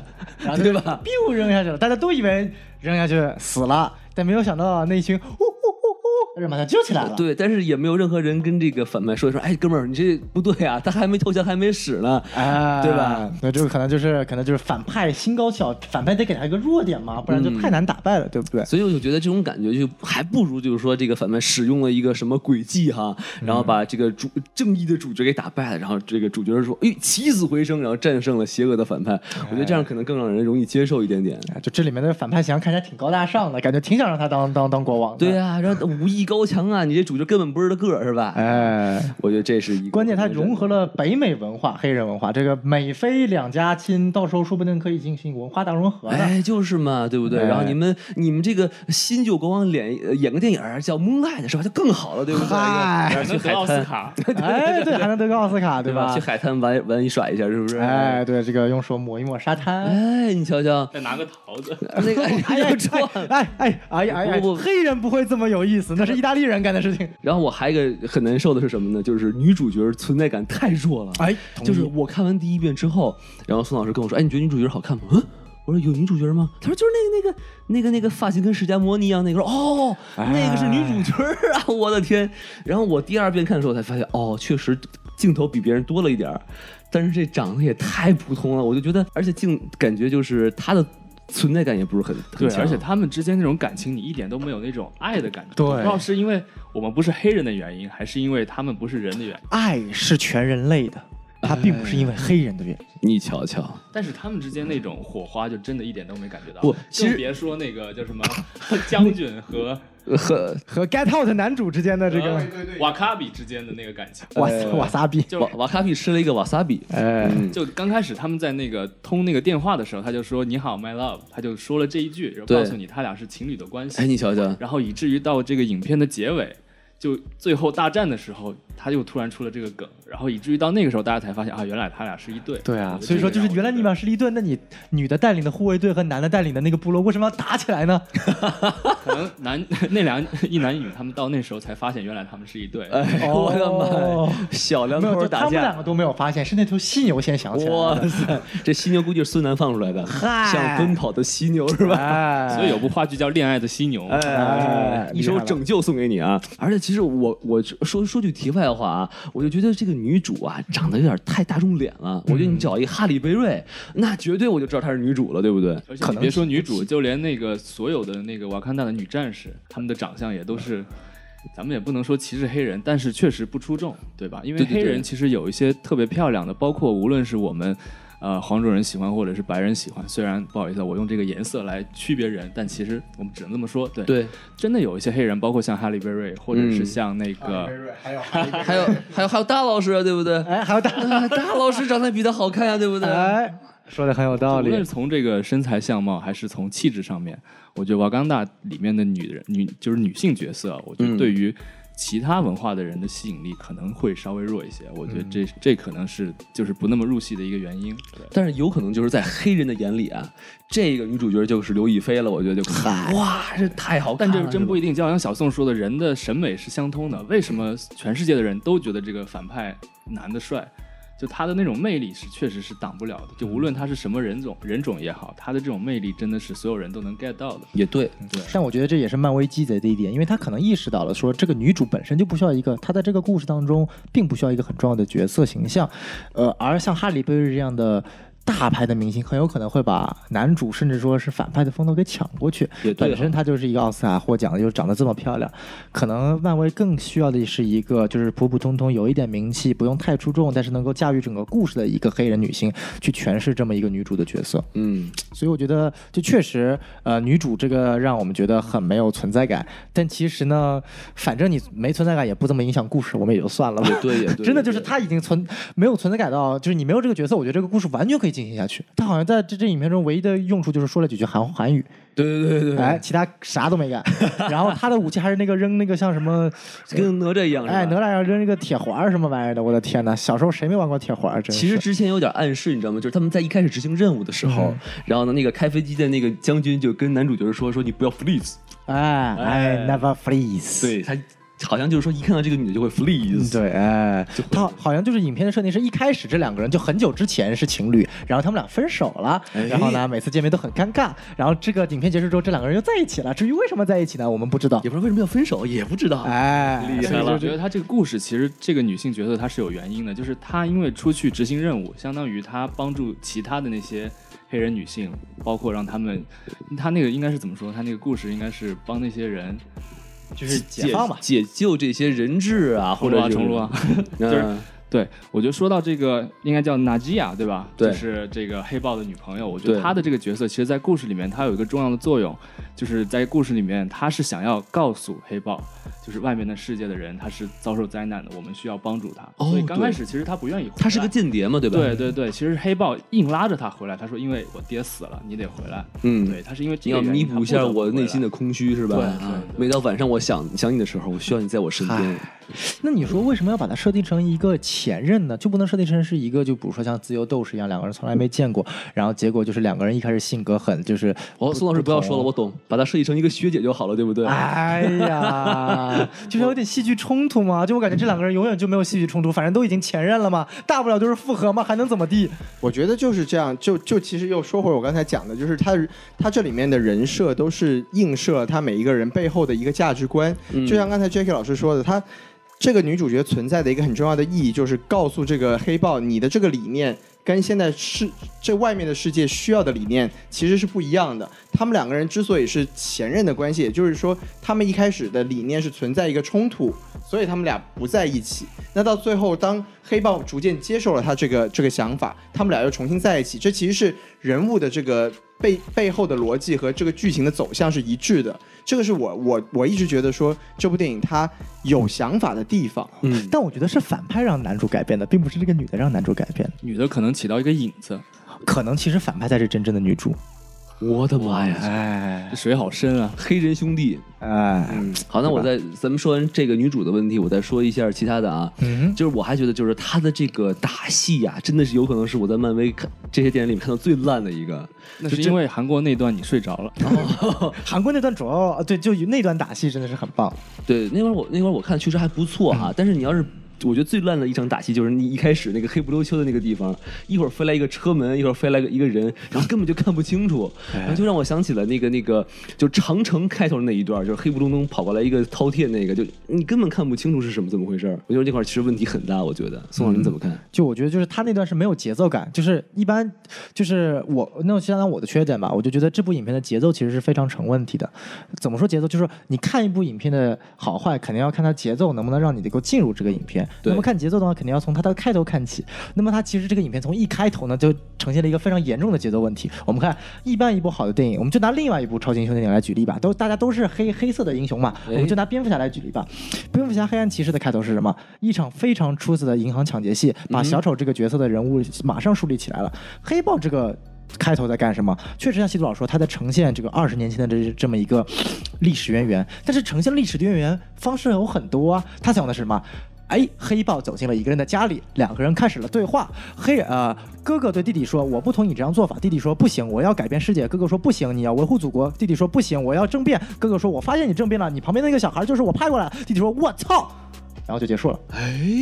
[SPEAKER 3] 后他
[SPEAKER 2] 对吧
[SPEAKER 3] ？biu 扔下去了，大家都以为扔下去死了，但没有想到那一群呜呜呜呜人把他救起来了，
[SPEAKER 2] 对，但是也没有任何人跟这个反派说说，哎，哥们儿，你这不对啊， 他还没投降，还没使呢。
[SPEAKER 3] 哎，
[SPEAKER 2] 对吧？
[SPEAKER 3] 那就可能就是可能就是反派心高小，反派得给他一个弱点嘛，不然就
[SPEAKER 2] 嗯
[SPEAKER 3] 太难打败了，对不对？
[SPEAKER 2] 所以我就觉得这种感觉就还不如就是说这个反派使用了一个什么诡计哈，然后把这个主正义的主角给打败了，然后这个主角说，哎，起死回生，然后战胜了邪恶的反派。我觉得这样可能更让人容易接受一点点。
[SPEAKER 3] 哎就这里面的反派想看起来挺高大上的，感觉挺想让他当当当国王的。
[SPEAKER 2] 对呀、 然后武艺高强啊，你这主角根本不是他个儿是吧？
[SPEAKER 3] 哎，
[SPEAKER 2] 我觉得这是一个
[SPEAKER 3] 关键它融合了北美文化、黑人文化，这个美非两家亲，到时候说不定可以进行文化大融合呢。
[SPEAKER 2] 哎，就是嘛，对不对？
[SPEAKER 3] 哎
[SPEAKER 2] 然后你们你们这个新旧国王演呃演个电影儿叫《Moonlight》是吧？就更好了，对不对？
[SPEAKER 3] 嗨
[SPEAKER 2] 然后去
[SPEAKER 4] 能得
[SPEAKER 2] 海
[SPEAKER 4] 哎奥斯
[SPEAKER 2] 滩，
[SPEAKER 4] 卡，
[SPEAKER 3] 哎，对，还能得个奥斯卡，
[SPEAKER 2] 对
[SPEAKER 3] 吧
[SPEAKER 2] 去？海滩玩玩一耍一下，是不是？
[SPEAKER 3] 哎，对，这个用手抹一抹沙滩。
[SPEAKER 2] 哎，你瞧瞧，
[SPEAKER 4] 再拿个桃子。
[SPEAKER 2] 那个哎呀，撞了。
[SPEAKER 3] 哎哎哎呀哎呀
[SPEAKER 2] 不不！不
[SPEAKER 3] 黑人不会这么有意思，那是意大利人干的事情。
[SPEAKER 2] 然后我还有一个很难受的是什么呢？就是女主角存在感太弱了。
[SPEAKER 3] 哎，
[SPEAKER 2] 就是我看完第一遍之后，然后宋老师跟我说：“哎，你觉得女主角好看吗？”嗯，我说：“有女主角吗？”他说：“就是那个那个那个那个发型跟释迦摩尼一样那个。”哦，那个是女主角啊！我的天！然后我第二遍看的时候才发现，哦，确实镜头比别人多了一点儿，但是这长得也太普通了，我就觉得，而且镜感觉就是她的存在感也不是很很
[SPEAKER 4] 对，
[SPEAKER 2] 强，
[SPEAKER 4] 而且他们之间那种感情，你一点都没有那种爱的感觉。
[SPEAKER 3] 对
[SPEAKER 4] 我不知道是因为我们不是黑人的原因，还是因为他们不是人的原因。
[SPEAKER 3] 爱是全人类的，它并不是因为黑人的原因。
[SPEAKER 2] 你瞧瞧，
[SPEAKER 4] 但是他们之间那种火花，就真的一点都没感觉到。
[SPEAKER 2] 不其实
[SPEAKER 4] 更别说那个叫什么 将军 和
[SPEAKER 2] 和
[SPEAKER 3] 和 Get Out 男主之间的这个
[SPEAKER 4] 瓦卡比之间的那个感情。
[SPEAKER 3] 哇哇撒比，
[SPEAKER 4] 就
[SPEAKER 2] 瓦瓦卡比吃了一个瓦萨比，
[SPEAKER 3] 哎，
[SPEAKER 2] 嗯
[SPEAKER 4] 就刚开始他们在那个通那个电话的时候，他就说“你好，my love”，他就说了这一句，然后
[SPEAKER 2] 对
[SPEAKER 4] 告诉你他俩是情侣的关系。
[SPEAKER 2] 哎，你瞧瞧，
[SPEAKER 4] 然后以至于到这个影片的结尾，就最后大战的时候，他又突然出了这个梗，然后以至于到那个时候，大家才发现啊，原来他俩是一对。
[SPEAKER 3] 对啊
[SPEAKER 4] 我觉得
[SPEAKER 3] 所以说
[SPEAKER 4] 这
[SPEAKER 3] 就
[SPEAKER 4] 个
[SPEAKER 3] 是
[SPEAKER 4] 让我
[SPEAKER 3] 原来
[SPEAKER 4] 觉
[SPEAKER 3] 你
[SPEAKER 4] 得
[SPEAKER 3] 们是立顿，那你女的带领的护卫队和男的带领的那个部落为什么要打起来呢？
[SPEAKER 4] 可能男那俩一男一女，他们到那时候才发现原来他们是一对。
[SPEAKER 2] 哎，我的妈呀，小两
[SPEAKER 3] 没有，
[SPEAKER 2] 口
[SPEAKER 3] 就他
[SPEAKER 2] 打
[SPEAKER 3] 们
[SPEAKER 2] 架
[SPEAKER 3] 两。个都没有发现，是那头犀牛先想起来
[SPEAKER 2] 哇
[SPEAKER 3] 的。
[SPEAKER 2] 塞，这犀牛估计是孙楠放出来的，
[SPEAKER 3] 啊嗨
[SPEAKER 2] 像奔跑的犀牛是吧？哎
[SPEAKER 3] 哎，
[SPEAKER 4] 所以有部话剧叫《恋爱的犀牛》，
[SPEAKER 2] 哎，一首《拯救》送给你啊！而且其实我我说说句题外话啊，我就觉得这个女主啊长得有点太大众脸了。我觉得你找一哈利贝瑞，那绝对我就知道她是女主了，对不对？
[SPEAKER 4] 而且你别说女主，就连那个所有的那个瓦坎达的女战士，她们的长相也都是，咱们也不能说歧视黑人，但是确实不出众，对吧？因为
[SPEAKER 2] 对对
[SPEAKER 4] 黑
[SPEAKER 2] 对
[SPEAKER 4] 人其实有一些特别漂亮的，包括无论是我们。呃，黄种人喜欢或者是白人喜欢，虽然不好意思，啊我用这个颜色来区别人，但其实我们只能这么说。对，
[SPEAKER 2] 对，
[SPEAKER 4] 真的有一些黑人，包括像哈利贝瑞，或者是
[SPEAKER 2] 嗯
[SPEAKER 4] 像那个、
[SPEAKER 1] 还有
[SPEAKER 2] 还有还有还有大老师，对不对？
[SPEAKER 3] 哎，还有大，
[SPEAKER 2] 啊大老师长得比她好看呀，对不对？
[SPEAKER 3] 哎，说的很有道
[SPEAKER 4] 无论
[SPEAKER 3] 理
[SPEAKER 4] 是。从这个身材相貌，还是从气质上面，我觉得《瓦岗大》里面的女人女就是女性角色，我觉得
[SPEAKER 2] 嗯
[SPEAKER 4] 对于其他文化的人的吸引力可能会稍微弱一些。我觉得这、这可能是就是不那么入戏的一个原因。对
[SPEAKER 2] 但是有可能就是在黑人的眼里啊，这个女主角就是刘亦菲了，我觉得就哇，这太好看
[SPEAKER 4] 但
[SPEAKER 2] 了，
[SPEAKER 4] 这真不
[SPEAKER 2] 是吧
[SPEAKER 4] 一定，就好像小宋说的，人的审美是相通的。为什么全世界的人都觉得这个反派男的帅？就他的那种魅力是确实是挡不了的。就无论他是什么人种人种也好，他的这种魅力真的是所有人都能 get 到的。
[SPEAKER 2] 也对，
[SPEAKER 3] 但我觉得这也是漫威鸡贼的一点，因为他可能意识到了，说这个女主本身就不需要一个，她在这个故事当中并不需要一个很重要的角色形象，呃，而像哈利贝瑞这样的。大牌的明星很有可能会把男主甚至说是反派的风头给抢过去
[SPEAKER 2] 也，对啊
[SPEAKER 3] 本身她就是一个奥斯卡获奖的，又长得这么漂亮，可能漫威更需要的是一个就是普普通通、有一点名气、不用太出众，但是能够驾驭整个故事的一个黑人女性去诠释这么一个女主的角色。
[SPEAKER 2] 嗯，
[SPEAKER 3] 所以我觉得，就确实，呃，女主这个让我们觉得很没有存在感。但其实呢，反正你没存在感也不这么影响故事，我们也就算了吧。
[SPEAKER 2] 对，也对，
[SPEAKER 3] 真的
[SPEAKER 2] 也
[SPEAKER 3] 就是
[SPEAKER 2] 对
[SPEAKER 3] 她已经存没有存在感到，就是你没有这个角色，我觉得这个故事完全可以进行下去。她好像在这这影片中唯一的用处就是说了几句韩韩语，
[SPEAKER 2] 对对对对，
[SPEAKER 3] 哎，其他啥都没干。然后她的武器还是那个扔那个像什么，
[SPEAKER 2] 跟哪吒一样 是吧？
[SPEAKER 3] 哎，哪吒要扔那个铁环儿什么玩意儿的，我的天哪！小时候谁没玩过铁环儿？真是
[SPEAKER 2] 其实之前有点暗示，你知道吗？就是他们在一开始执行任务的时候，然后呢，那个开飞机的那个将军就跟男主角说：“说你不要 freeze。
[SPEAKER 3] 哎
[SPEAKER 2] 哎
[SPEAKER 3] ，I never freeze。”
[SPEAKER 2] 对嗯他好像就是说，一看到这个女的就会 freeze。
[SPEAKER 3] 对，哎，他好像就是影片的设定是一开始这两个人就很久之前是情侣，然后他们俩分手了，然后呢每次见面都很尴尬，然后这个影片结束之后这两个人又在一起了，至于为什么在一起呢，我们不知道
[SPEAKER 2] 也。不知道为什么要分手，也不知道。
[SPEAKER 3] 哎，
[SPEAKER 2] 厉害
[SPEAKER 4] 所以
[SPEAKER 2] 了
[SPEAKER 4] 我觉得她这个故事其实这个女性角色她是有原因的，就是她因为出去执行任务，相当于她帮助其他的那些黑人女性，包括让他们，她那个应该是怎么说？她那个故事应该是帮那些人，
[SPEAKER 3] 就是解放吧。
[SPEAKER 2] 解救这些人质啊，或
[SPEAKER 4] 重录
[SPEAKER 2] 者
[SPEAKER 4] 啊，重录啊。
[SPEAKER 2] 就是，
[SPEAKER 4] 就是
[SPEAKER 2] 嗯
[SPEAKER 4] 对，我觉得说到这个应该叫纳吉亚，对吧？
[SPEAKER 2] 对
[SPEAKER 4] 就是这个黑豹的女朋友。我觉得
[SPEAKER 2] 对
[SPEAKER 4] 她的这个角色，其实，在故事里面，她有一个重要的作用，就是在故事里面，她是想要告诉黑豹，就是外面的世界的人，她是遭受灾难的，我们需要帮助她。
[SPEAKER 2] 哦
[SPEAKER 4] 所以刚
[SPEAKER 2] 对
[SPEAKER 4] 开始，其实她不愿意回来。
[SPEAKER 2] 他是个间谍嘛，对吧？
[SPEAKER 4] 对，对对，其实黑豹硬拉着他回来，他说：“因为我爹死了，你得回来。”
[SPEAKER 2] 嗯
[SPEAKER 4] 对，他是因为这
[SPEAKER 2] 你
[SPEAKER 4] 个
[SPEAKER 2] 要弥补一下我内心的
[SPEAKER 4] 的。
[SPEAKER 2] 空虚，是吧？
[SPEAKER 4] 对对
[SPEAKER 2] 啊每
[SPEAKER 4] 对
[SPEAKER 2] 到晚上我想想你的时候，我需要你在我身边。
[SPEAKER 3] 那你说为什么要把它设定成一个前任呢？就不能设定成是一个就比如说像自由斗士一样，两个人从来没见过，然后结果就是两个人一开始性格很就是
[SPEAKER 2] 哦，宋老师不要说了，我懂，把它设计成一个学姐就好了，对不对？
[SPEAKER 3] 哎呀，就是有点戏剧冲突嘛，就我感觉这两个人永远就没有戏剧冲突，反正都已经前任了嘛，大不了就是复合嘛，还能怎么地？
[SPEAKER 1] 我觉得就是这样，就就其实又说回我刚才讲的，就是他他这里面的人设都是映射他每一个人背后的一个价值观，
[SPEAKER 3] 嗯
[SPEAKER 1] 就像刚才 Jackie 老师说的，他这个女主角存在的一个很重要的意义，就是告诉这个黑豹，你的这个理念跟现在世这外面的世界需要的理念其实是不一样的。他们两个人之所以是前任的关系，也就是说他们一开始的理念是存在一个冲突，所以他们俩不在一起。那到最后，当黑豹逐渐接受了他这个这个想法，他们俩又重新在一起，这其实是人物的这个背背后的逻辑和这个剧情的走向是一致的。这个是我我我一直觉得说这部电影它有想法的地方。
[SPEAKER 2] 嗯，
[SPEAKER 3] 但我觉得是反派让男主改变的，并不是这个女的让男主改变的。
[SPEAKER 4] 女的可能起到一个引子，
[SPEAKER 3] 可能其实反派才是真正的女主。
[SPEAKER 2] 我的妈呀！
[SPEAKER 3] 哎
[SPEAKER 4] 这水好深啊！
[SPEAKER 2] 黑人兄弟，
[SPEAKER 3] 哎，
[SPEAKER 1] 嗯，
[SPEAKER 2] 好，那我再咱们说完这个女主的问题，我再说一下其他的啊。
[SPEAKER 3] 嗯，
[SPEAKER 2] 就是我还觉得，就是她的这个打戏呀、真的是有可能是我在漫威看这些电影里面看到最烂的一个。
[SPEAKER 4] 那是因为韩国那段你睡着了，
[SPEAKER 3] 韩国那段主要对，就那段打戏真的是很棒。
[SPEAKER 2] 对，那会儿我那会儿我看确实还不错哈、但是你要是我觉得最烂的一场打戏就是你一开始那个黑不溜秋的那个地方，一会儿飞来一个车门，一会儿飞来个一个人，然后根本就看不清楚，然后就让我想起了那个那个就长城开头那一段，就是黑不隆咚跑过来一个饕餮那个，就你根本看不清楚是什么怎么回事儿。我觉得那块儿其实问题很大，我觉得宋老师你怎么看？
[SPEAKER 3] 就我觉得就是他那段是没有节奏感，就是一般就是我那相当于我的缺点吧，我就觉得这部影片的节奏其实是非常成问题的。怎么说节奏？就是说你看一部影片的好坏，肯定要看它节奏能不能让你能够进入这个影片。
[SPEAKER 2] 对
[SPEAKER 3] 那么看节奏的话，肯定要从它的开头看起。那么它其实这个影片从一开头呢，就呈现了一个非常严重的节奏问题。我们看一般一部好的电影，我们就拿另外一部超级英雄电影来举例吧，都大家都是黑黑色的英雄嘛，我们就拿蝙蝠侠来举例吧。蝙蝠侠黑暗骑士的开头是什么？一场非常出色的银行抢劫戏，把小丑这个角色的人物马上树立起来了。黑豹这个。开头在干什么？确实像西子老说，他在呈现这个二十年前的这这么一个历史渊源，但是呈现历史渊源方式有很多啊。他讲的是什么？哎，黑豹走进了一个人的家里，两个人开始了对话。黑呃，哥哥对弟弟说：“我不同意你这样做法。”弟弟说：“不行，我要改变世界。”哥哥说：“不行，你要维护祖国。”弟弟说：“不行，我要政变。”哥哥说：“我发现你政变了，你旁边那个小孩就是我派过来。”弟弟说：“我操！”然后就结束了。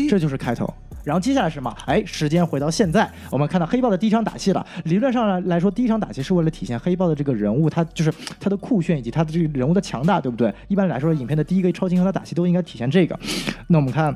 [SPEAKER 3] 这就是开头。然后接下来是什么？哎，时间回到现在，我们看到黑豹的第一场打戏了。理论上来来说，第一场打戏是为了体现黑豹的这个人物，他就是他的酷炫以及他的这个人物的强大，对不对？一般来说，影片的第一个超级英雄的打戏都应该体现这个。那我们看。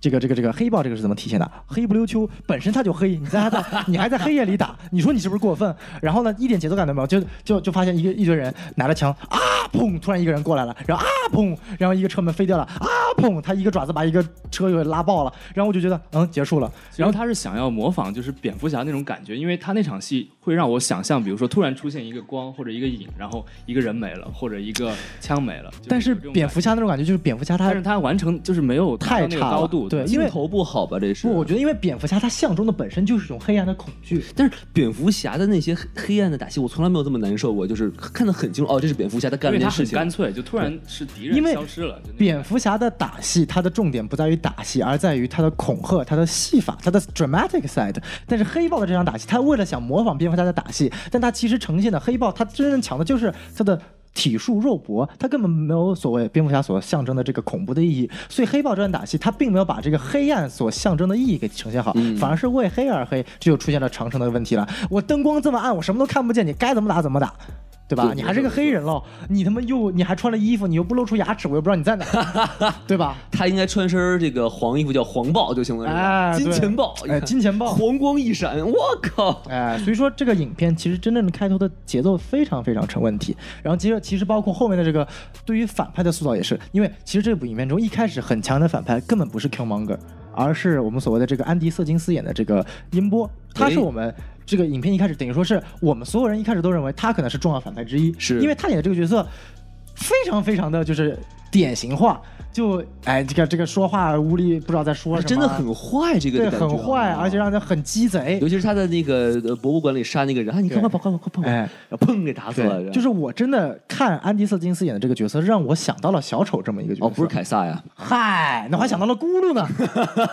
[SPEAKER 3] 这个这个这个黑豹这个是怎么体现的？黑不溜秋本身它就黑，你在它在 你还在黑夜里打，你说你是不是过分？然后呢，一点节奏感都没有，就就就发现一个一堆人拿着枪啊砰，突然一个人过来了，然后啊砰，然后一个车门飞掉了啊砰，他一个爪子把一个车给拉爆了，然后我就觉得嗯结束了，
[SPEAKER 4] 然后他是想要模仿就是蝙蝠侠那种感觉，因为他那场戏会让我想象，比如说突然出现一个光或者一个影，然后一个人没了或者一个枪没了。就
[SPEAKER 3] 但是
[SPEAKER 4] 有这种
[SPEAKER 3] 蝙蝠
[SPEAKER 4] 感觉，
[SPEAKER 3] 侠那种感觉就是蝙蝠侠他
[SPEAKER 4] 但是他完成就是没有达到
[SPEAKER 3] 太
[SPEAKER 4] 那个
[SPEAKER 3] 差了
[SPEAKER 4] 高度，
[SPEAKER 3] 对因
[SPEAKER 2] 镜
[SPEAKER 3] 为
[SPEAKER 2] 头不好吧？这是
[SPEAKER 3] 不，我觉得因为蝙蝠侠他象征的本身就是一种黑暗的恐惧，
[SPEAKER 2] 但是蝙蝠侠的那些黑黑暗的打戏，我从来没有这么难受过，就是看得很清楚。哦，这是蝙蝠侠，他干了
[SPEAKER 4] 因为
[SPEAKER 2] 这
[SPEAKER 4] 他
[SPEAKER 2] 件
[SPEAKER 4] 很
[SPEAKER 2] 事情。
[SPEAKER 4] 干脆，就突然是敌
[SPEAKER 3] 因
[SPEAKER 4] 人
[SPEAKER 3] 为
[SPEAKER 4] 消失了。就那种
[SPEAKER 3] 蝙蝠侠的打戏，它的重点不在于打戏，而在于它的恐吓、它的戏法、它的 dramatic side。但是黑豹的这场打戏，他为了想模仿蝙蝠侠的打戏，但他其实呈现的黑豹，他真正强的就是他的。体术肉搏，他根本没有所谓蝙蝠侠所象征的这个恐怖的意义，所以黑豹这段打戏，他并没有把这个黑暗所象征的意义给呈现好，反而是为黑而黑，这就出现了长城的问题了。我灯光这么暗，我什么都看不见，你该怎么打怎么打，对吧？你还是个黑人喽，你他妈又你还穿了衣服，你又不露出牙齿，我又不知道你在哪儿， 对吧？
[SPEAKER 2] 他应该穿身这个黄衣服，叫黄豹就行了，是吧
[SPEAKER 3] 哎
[SPEAKER 2] 金
[SPEAKER 3] 对
[SPEAKER 2] 钱豹，
[SPEAKER 3] 哎金钱豹
[SPEAKER 2] 黄光一闪，我靠！
[SPEAKER 3] 哎，所以说这个影片其实真正的开头的节奏非常非常成问题，然后接着其实包括后面的这个对于反派的塑造也是，因为其实这部影片中一开始很强的反派根本不是 Killmonger，而是我们所谓的这个安迪·瑟金斯演的这个音波，他是我们这个影片一开始等于说是我们所有人一开始都认为他可能是重要反派之一，
[SPEAKER 2] 是
[SPEAKER 3] 因为他演的这个角色非常非常的就是典型化，就哎这个这个说话无力不知道在说
[SPEAKER 2] 他
[SPEAKER 3] 什么，
[SPEAKER 2] 哎真的很坏，这个
[SPEAKER 3] 对
[SPEAKER 2] 感觉
[SPEAKER 3] 很坏，
[SPEAKER 2] 啊
[SPEAKER 3] 而且让他很鸡贼
[SPEAKER 2] 尤。其是他在那个呃博物馆里杀那个人，啊，你快快跑，快跑，快跑！
[SPEAKER 3] 哎，
[SPEAKER 2] 然后砰给打死了，
[SPEAKER 3] 对，就是我真的看安迪·瑟金斯演的这个角色，让我想到了小丑这么一个角色。
[SPEAKER 2] 哦，不是凯撒呀，
[SPEAKER 3] 嗨，那我还想到了咕 噜呢。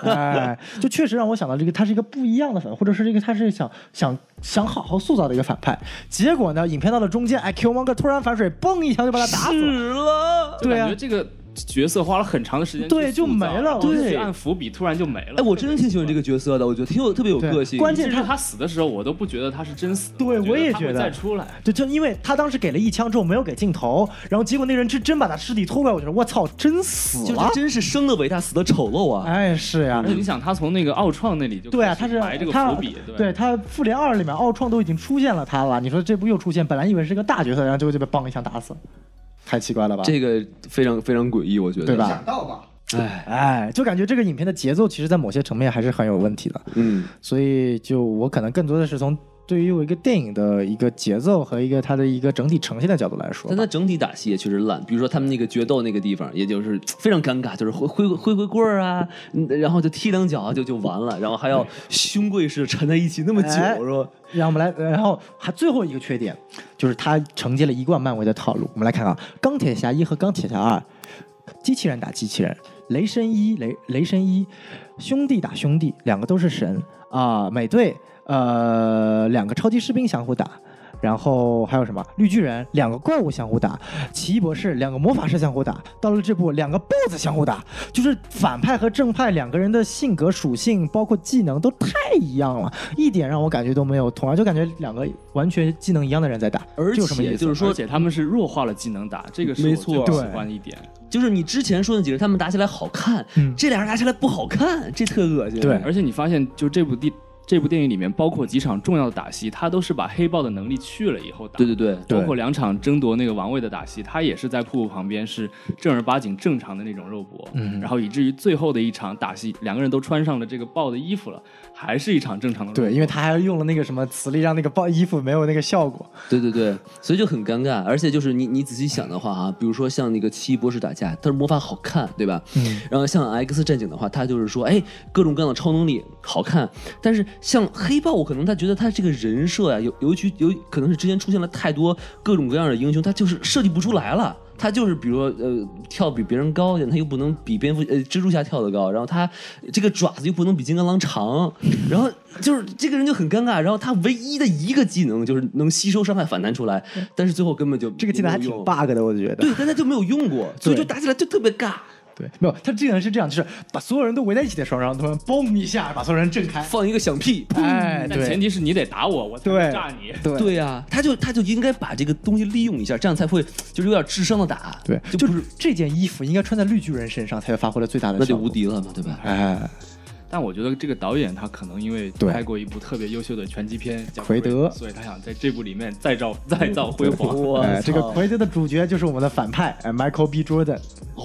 [SPEAKER 3] 哎，就确实让我想到这个，他是一个不一样的反派，或者是这个他是想想想好好塑造的一个反派。结果呢，影片到了中间，哎，Killmonger 突然反水，嘣一枪就把他打死了。
[SPEAKER 2] 了。
[SPEAKER 4] 就
[SPEAKER 3] 对
[SPEAKER 4] 感觉
[SPEAKER 3] 啊
[SPEAKER 4] 这个角色花了很长的时间去
[SPEAKER 3] 对
[SPEAKER 4] 塑
[SPEAKER 3] 就
[SPEAKER 4] 造
[SPEAKER 3] 没了
[SPEAKER 4] 然后
[SPEAKER 3] 对
[SPEAKER 4] 去按伏笔突然就没了。
[SPEAKER 2] 哎，我真的挺喜欢这个角色的，我觉得挺有特别有
[SPEAKER 3] 对
[SPEAKER 2] 个性。
[SPEAKER 3] 关
[SPEAKER 4] 其
[SPEAKER 3] 键
[SPEAKER 4] 实
[SPEAKER 3] 他
[SPEAKER 4] 他死的时候，我都不觉得他是真死的。
[SPEAKER 3] 对我也
[SPEAKER 4] 他
[SPEAKER 3] 觉
[SPEAKER 4] 会
[SPEAKER 3] 得
[SPEAKER 4] 再出来。
[SPEAKER 3] 就就因为他当时给了一枪之后没有给镜头，然后结果那人是真把他尸体拖过来，我就说我操，真死
[SPEAKER 2] 就是
[SPEAKER 3] 了！
[SPEAKER 2] 真是生的伟大，死的丑陋啊！
[SPEAKER 3] 哎，是呀、
[SPEAKER 4] 而且你想，他从那个奥创那里就
[SPEAKER 3] 对啊，
[SPEAKER 4] 开
[SPEAKER 3] 他
[SPEAKER 4] 始
[SPEAKER 3] 是
[SPEAKER 4] 埋这个
[SPEAKER 3] 他
[SPEAKER 4] 伏笔，对吧
[SPEAKER 3] 对他复联二里面奥创都已经出现了他了，你说这部又出现，本来以为是个大角色，然后结果就被梆一枪打死，太奇怪了吧？
[SPEAKER 2] 这个非常非常诡异，我觉得，
[SPEAKER 3] 对吧
[SPEAKER 1] 想到吧？
[SPEAKER 2] 哎，
[SPEAKER 3] 哎，就感觉这个影片的节奏其实在某些层面还是很有问题的，
[SPEAKER 2] 嗯，
[SPEAKER 3] 所以就我可能更多的是从对于我一个电影的一个节奏和一个它的一个整体呈现的角度来说
[SPEAKER 2] 但
[SPEAKER 3] 吧
[SPEAKER 2] 它。整体打戏也确实烂，比如说他们那个决斗那个地方，也就是非常尴尬，就是挥挥挥挥棍儿啊，嗯然后就踢两脚啊就就完了，然后还要兄贵式缠在一起那么久，
[SPEAKER 3] 哎
[SPEAKER 2] 是吧？
[SPEAKER 3] 让我们来，呃然后还最后一个缺点就是它承接了一贯漫威的套路。我们来看看啊，钢铁侠一和钢铁侠二，机器人打机器人，雷神一雷雷神一，兄弟打兄弟，两个都是神啊、美队呃两个超级士兵相互打。然后还有什么绿巨人，两个怪物相互打；奇异博士，两个魔法师相互打；到了这部，两个 BOSS 相互打。就是反派和正派两个人的性格属性，包括技能都太一样了，一点让我感觉都没有同样，就感觉两个完全技能一样的人在打。
[SPEAKER 2] 而
[SPEAKER 3] 就这么意
[SPEAKER 2] 且
[SPEAKER 3] 思
[SPEAKER 2] 就是说
[SPEAKER 4] 而，且他们是弱化了技能打，这个是
[SPEAKER 2] 没
[SPEAKER 4] 我
[SPEAKER 2] 错
[SPEAKER 4] 最不喜
[SPEAKER 3] 对
[SPEAKER 4] 欢的一点。
[SPEAKER 2] 就是你之前说那几个人，他们打起来好看，
[SPEAKER 3] 嗯
[SPEAKER 2] 这俩人打起来不好看，这特恶心。
[SPEAKER 3] 对
[SPEAKER 4] 而且你发现，就这部电这部电影里面，包括几场重要的打戏，他都是把黑豹的能力去了以后打。
[SPEAKER 2] 对对对，
[SPEAKER 4] 包括两场争夺那个王位的打戏，他也是在瀑布旁边，是正儿八经正常的那种肉搏。
[SPEAKER 3] 嗯
[SPEAKER 4] 然后以至于最后的一场打戏，两个人都穿上了这个豹的衣服了，还是一场正常的肉搏。
[SPEAKER 3] 对，因为他还用了那个什么磁力，让那个爆衣服没有那个效果。
[SPEAKER 2] 对对对，所以就很尴尬。而且就是你你仔细想的话啊，比如说像那个奇异博士打架，他是魔法好看，对吧？
[SPEAKER 3] 嗯，
[SPEAKER 2] 然后像 X 战警的话，他就是说，哎，各种各样的超能力好看。但是像黑豹，我可能他觉得他这个人设呀、有尤其有可能是之前出现了太多各种各样的英雄，他就是设计不出来了。他就是比如说，呃，跳比别人高一点，他又不能比蝙蝠呃蜘蛛侠跳得高，然后他这个爪子又不能比金刚狼长，然后就是这个人就很尴尬。然后他唯一的一个技能就是能吸收伤害反弹出来，但是最后根本就
[SPEAKER 3] 这个技能还挺
[SPEAKER 2] 没有用
[SPEAKER 3] bug 的，我觉得。
[SPEAKER 2] 对，但他就没有用过，所以就打起来就特别尬。
[SPEAKER 3] 对，没有，他这个人是这样，就是把所有人都围在一起的时候，然后突然嘣一下把所有人震开。
[SPEAKER 2] 放一个响屁，砰
[SPEAKER 3] 哎，
[SPEAKER 4] 但前
[SPEAKER 3] 对，
[SPEAKER 4] 提是你得打我，我才
[SPEAKER 3] 对
[SPEAKER 4] 能炸你。
[SPEAKER 3] 对
[SPEAKER 2] 对呀、他就他就应该把这个东西利用一下，这样才会就是有点智商的打，
[SPEAKER 3] 对，
[SPEAKER 2] 就
[SPEAKER 3] 就
[SPEAKER 2] 不是
[SPEAKER 3] 是这件衣服应该穿在绿巨人身上才会发挥了最大的
[SPEAKER 2] 那
[SPEAKER 3] 效
[SPEAKER 2] 就
[SPEAKER 3] 果。
[SPEAKER 2] 无敌了嘛，对吧？
[SPEAKER 3] 哎，
[SPEAKER 4] 但我觉得这个导演他可能因为
[SPEAKER 3] 对
[SPEAKER 4] 拍过一部特别优秀的拳击片叫《
[SPEAKER 3] 奎德
[SPEAKER 4] 所以他想在这部里面再造再造辉煌。
[SPEAKER 2] 哇
[SPEAKER 3] 哎，这个
[SPEAKER 2] 操
[SPEAKER 3] 奎德的主角就是我们的反派，哎，Michael B. Jordan。
[SPEAKER 2] 哦，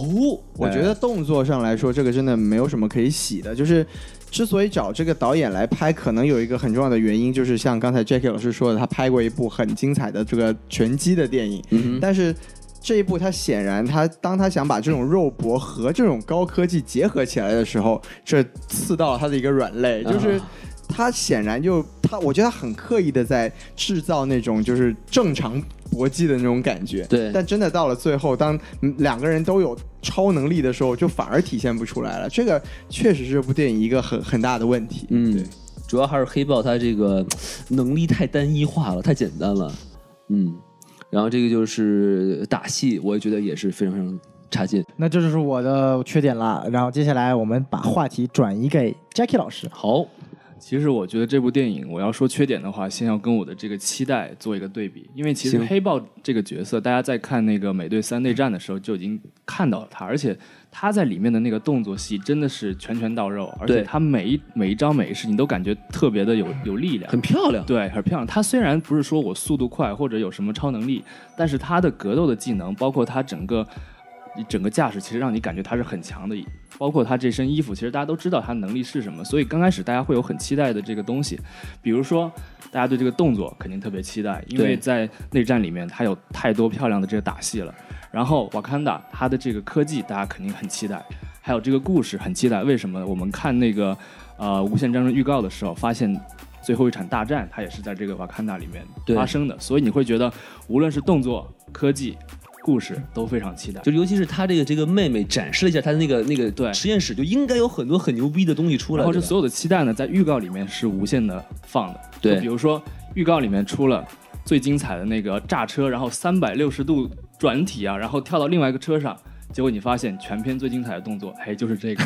[SPEAKER 1] 我觉得动作上来说，这个真的没有什么可以洗的，就是。之所以找这个导演来拍，可能有一个很重要的原因，就是像刚才 Jackie 老师说的，他拍过一部很精彩的这个拳击的电影，
[SPEAKER 2] 嗯哼，
[SPEAKER 1] 但是这一部他显然他当他想把这种肉搏和这种高科技结合起来的时候，这刺到了他的一个软肋，就是
[SPEAKER 2] 啊
[SPEAKER 1] 他显然就他，我觉得他很刻意的在制造那种就是正常搏击的那种感觉，
[SPEAKER 2] 对
[SPEAKER 1] 但真的到了最后，当嗯两个人都有超能力的时候，就反而体现不出来了。这个确实是这部电影一个很很大的问题。
[SPEAKER 2] 嗯，主要还是黑豹他这个呃能力太单一化了，太简单了，嗯，然后这个就是打戏，我也觉得也是非常非常差劲。
[SPEAKER 3] 那这就是我的缺点啦。然后接下来我们把话题转移给 Jackie 老师。
[SPEAKER 2] 好，
[SPEAKER 4] 其实我觉得这部电影，我要说缺点的话，先要跟我的这个期待做一个对比，因为其实
[SPEAKER 2] 行
[SPEAKER 4] 黑豹这个角色，大家在看那个美队三内战的时候就已经看到了他，而且他在里面的那个动作戏真的是拳拳到肉，而
[SPEAKER 2] 对
[SPEAKER 4] 且他每一每一张每一式，你都感觉特别的有有力量，
[SPEAKER 2] 很漂亮，
[SPEAKER 4] 对，很漂亮。他虽然不是说我速度快或者有什么超能力，但是他的格斗的技能，包括他整个整个架势，其实让你感觉他是很强的。包括他这身衣服，其实大家都知道他能力是什么，所以刚开始大家会有很期待的这个东西，比如说大家对这个动作肯定特别期待，因
[SPEAKER 2] 对
[SPEAKER 4] 为在内战里面他有太多漂亮的这个打戏了。然后瓦坎达他的这个科技大家肯定很期待，还有这个故事很期待。为什么呢？我们看那个呃《无限战争》预告的时候，发现最后一场大战它也是在这个瓦坎达里面
[SPEAKER 2] 对
[SPEAKER 4] 发生的，所以你会觉得无论是动作、科技、故事都非常期待。
[SPEAKER 2] 就是尤其是他这个这个妹妹展示了一下他的那个那个
[SPEAKER 4] 对
[SPEAKER 2] 实验室，就应该有很多很牛逼的东西出来。
[SPEAKER 4] 然后这
[SPEAKER 2] 对吧
[SPEAKER 4] 所有的期待呢，在预告里面是无限的放的。
[SPEAKER 2] 对
[SPEAKER 4] 就比如说预告里面出了最精彩的那个炸车，然后三百六十度转体啊，然后跳到另外一个车上。结果你发现全片最精彩的动作，哎，就是 这个。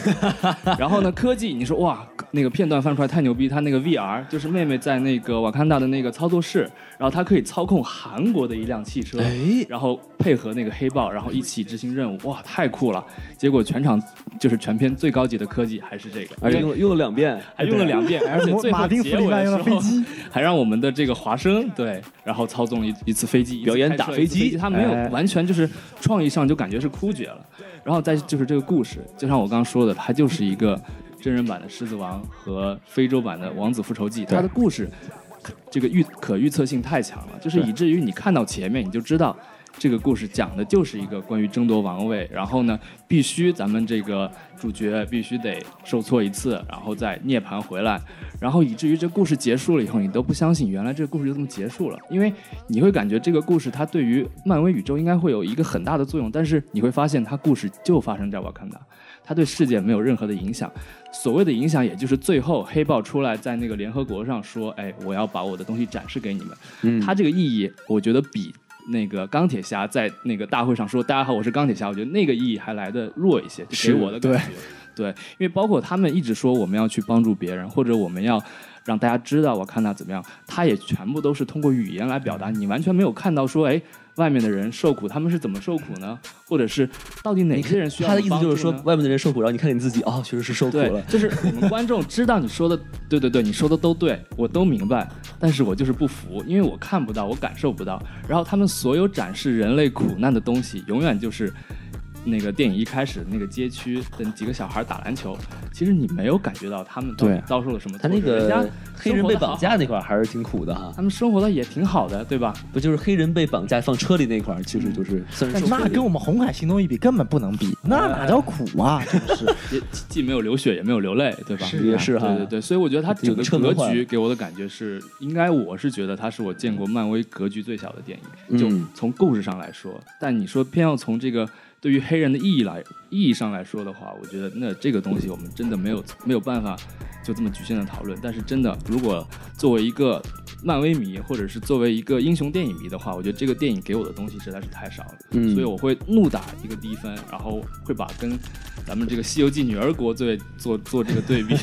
[SPEAKER 4] 然后呢，科技，你说哇，那个片段放出来太牛逼，它那个 VR 就是妹妹在那个瓦坎达的那个操作室，然后她可以操控韩国的一辆汽车，
[SPEAKER 2] 哎，
[SPEAKER 4] 然后配合那个黑豹，然后一起执行任务，哇，太酷了！结果全场就是全片最高级的科技还是这个，
[SPEAKER 2] 而且用了用了两遍，
[SPEAKER 4] 还用了两遍，而且最
[SPEAKER 3] 马
[SPEAKER 4] 后
[SPEAKER 3] 丁·
[SPEAKER 4] 结
[SPEAKER 3] 弗里
[SPEAKER 4] 尾
[SPEAKER 3] 曼
[SPEAKER 4] 的
[SPEAKER 3] 用
[SPEAKER 4] 时
[SPEAKER 3] 了飞
[SPEAKER 4] 候
[SPEAKER 3] 机，
[SPEAKER 4] 还让我们的这个华生对，然后操纵了一一次飞机，
[SPEAKER 2] 表演
[SPEAKER 4] 一次开
[SPEAKER 2] 打
[SPEAKER 4] 车
[SPEAKER 2] 飞
[SPEAKER 4] 一次
[SPEAKER 2] 机
[SPEAKER 4] 飞机他没有
[SPEAKER 3] 哎
[SPEAKER 4] 完全就是创意上就感觉是枯竭了。然后再就是这个故事，就像我刚刚说的，它就是一个真人版的《狮子王》和非洲版的《王子复仇记》，它的故事这个预可预测性太强了，就是以至于你看到前面你就知道这个故事讲的就是一个关于争夺王位，然后呢，必须咱们这个主角必须得受挫一次，然后再涅槃回来，然后以至于这故事结束了以后，你都不相信原来这个故事就这么结束了，因为你会感觉这个故事它对于漫威宇宙应该会有一个很大的作用，但是你会发现它故事就发生在瓦坎达，它对世界没有任何的影响。所谓的影响，也就是最后黑豹出来在那个联合国上说：“哎，我要把我的东西展示给你们。
[SPEAKER 2] 嗯
[SPEAKER 4] 它这个意义，我觉得比那个钢铁侠在那个大会上说“大家好，我是钢铁侠”，我觉得那个意义还来的弱一些，就给我的感觉。 对，因为包括他们一直说我们要去帮助别人，或者我们要让大家知道我看他怎么样，他也全部都是通过语言来表达，你完全没有看到说，哎，外面的人受苦，他们是怎么受苦呢？或者是到底哪些人需要
[SPEAKER 2] 他的意思
[SPEAKER 4] 帮
[SPEAKER 2] 就是
[SPEAKER 4] 助
[SPEAKER 2] 说
[SPEAKER 4] 呢，
[SPEAKER 2] 外面的人受苦，然后你看你自己，哦，确实是受苦
[SPEAKER 4] 对
[SPEAKER 2] 了，。
[SPEAKER 4] 就是我们观众知道你说的，对对对，你说的都对，我都明白，但是我就是不服，因为我看不到，我感受不到。然后他们所有展示人类苦难的东西，永远就是那个电影一开始那个街区的几个小孩打篮球，其实你没有感觉到他们到底
[SPEAKER 3] 对
[SPEAKER 4] 遭受了什么
[SPEAKER 2] 他
[SPEAKER 4] 痛苦。
[SPEAKER 2] 那
[SPEAKER 4] 人家
[SPEAKER 2] 个黑人被
[SPEAKER 4] 生活得好
[SPEAKER 2] 绑架那块儿还是挺苦的哈，
[SPEAKER 4] 他们生活的也挺好的，对吧？
[SPEAKER 2] 不就是黑人被绑架放车里那块儿，其实
[SPEAKER 4] 嗯
[SPEAKER 2] 就是算是受
[SPEAKER 3] 那
[SPEAKER 2] 苦
[SPEAKER 3] 跟我们红海行动一比，根本不能比，那哪叫苦啊？真是，
[SPEAKER 4] 也既没有流血，也没有流泪，对吧？
[SPEAKER 3] 是
[SPEAKER 2] 也是哈
[SPEAKER 4] 对对对，所以我觉得它整个
[SPEAKER 2] 这个
[SPEAKER 4] 格
[SPEAKER 2] 彻头
[SPEAKER 4] 局
[SPEAKER 2] 换
[SPEAKER 4] 给我的感觉是，应该我是觉得它是我见过漫威格局最小的电影，
[SPEAKER 2] 嗯
[SPEAKER 4] 就从故事上来说。但你说偏要从这个对于黑人的意义来意义上来说的话，我觉得那这个东西我们真的没有没有办法就这么局限的讨论。但是真的，如果作为一个漫威迷，或者是作为一个英雄电影迷的话，我觉得这个电影给我的东西实在是太少了，
[SPEAKER 2] 嗯
[SPEAKER 4] 所以我会怒打一个低分，然后会把跟咱们这个《西游记》女儿国作为做做这个对 比。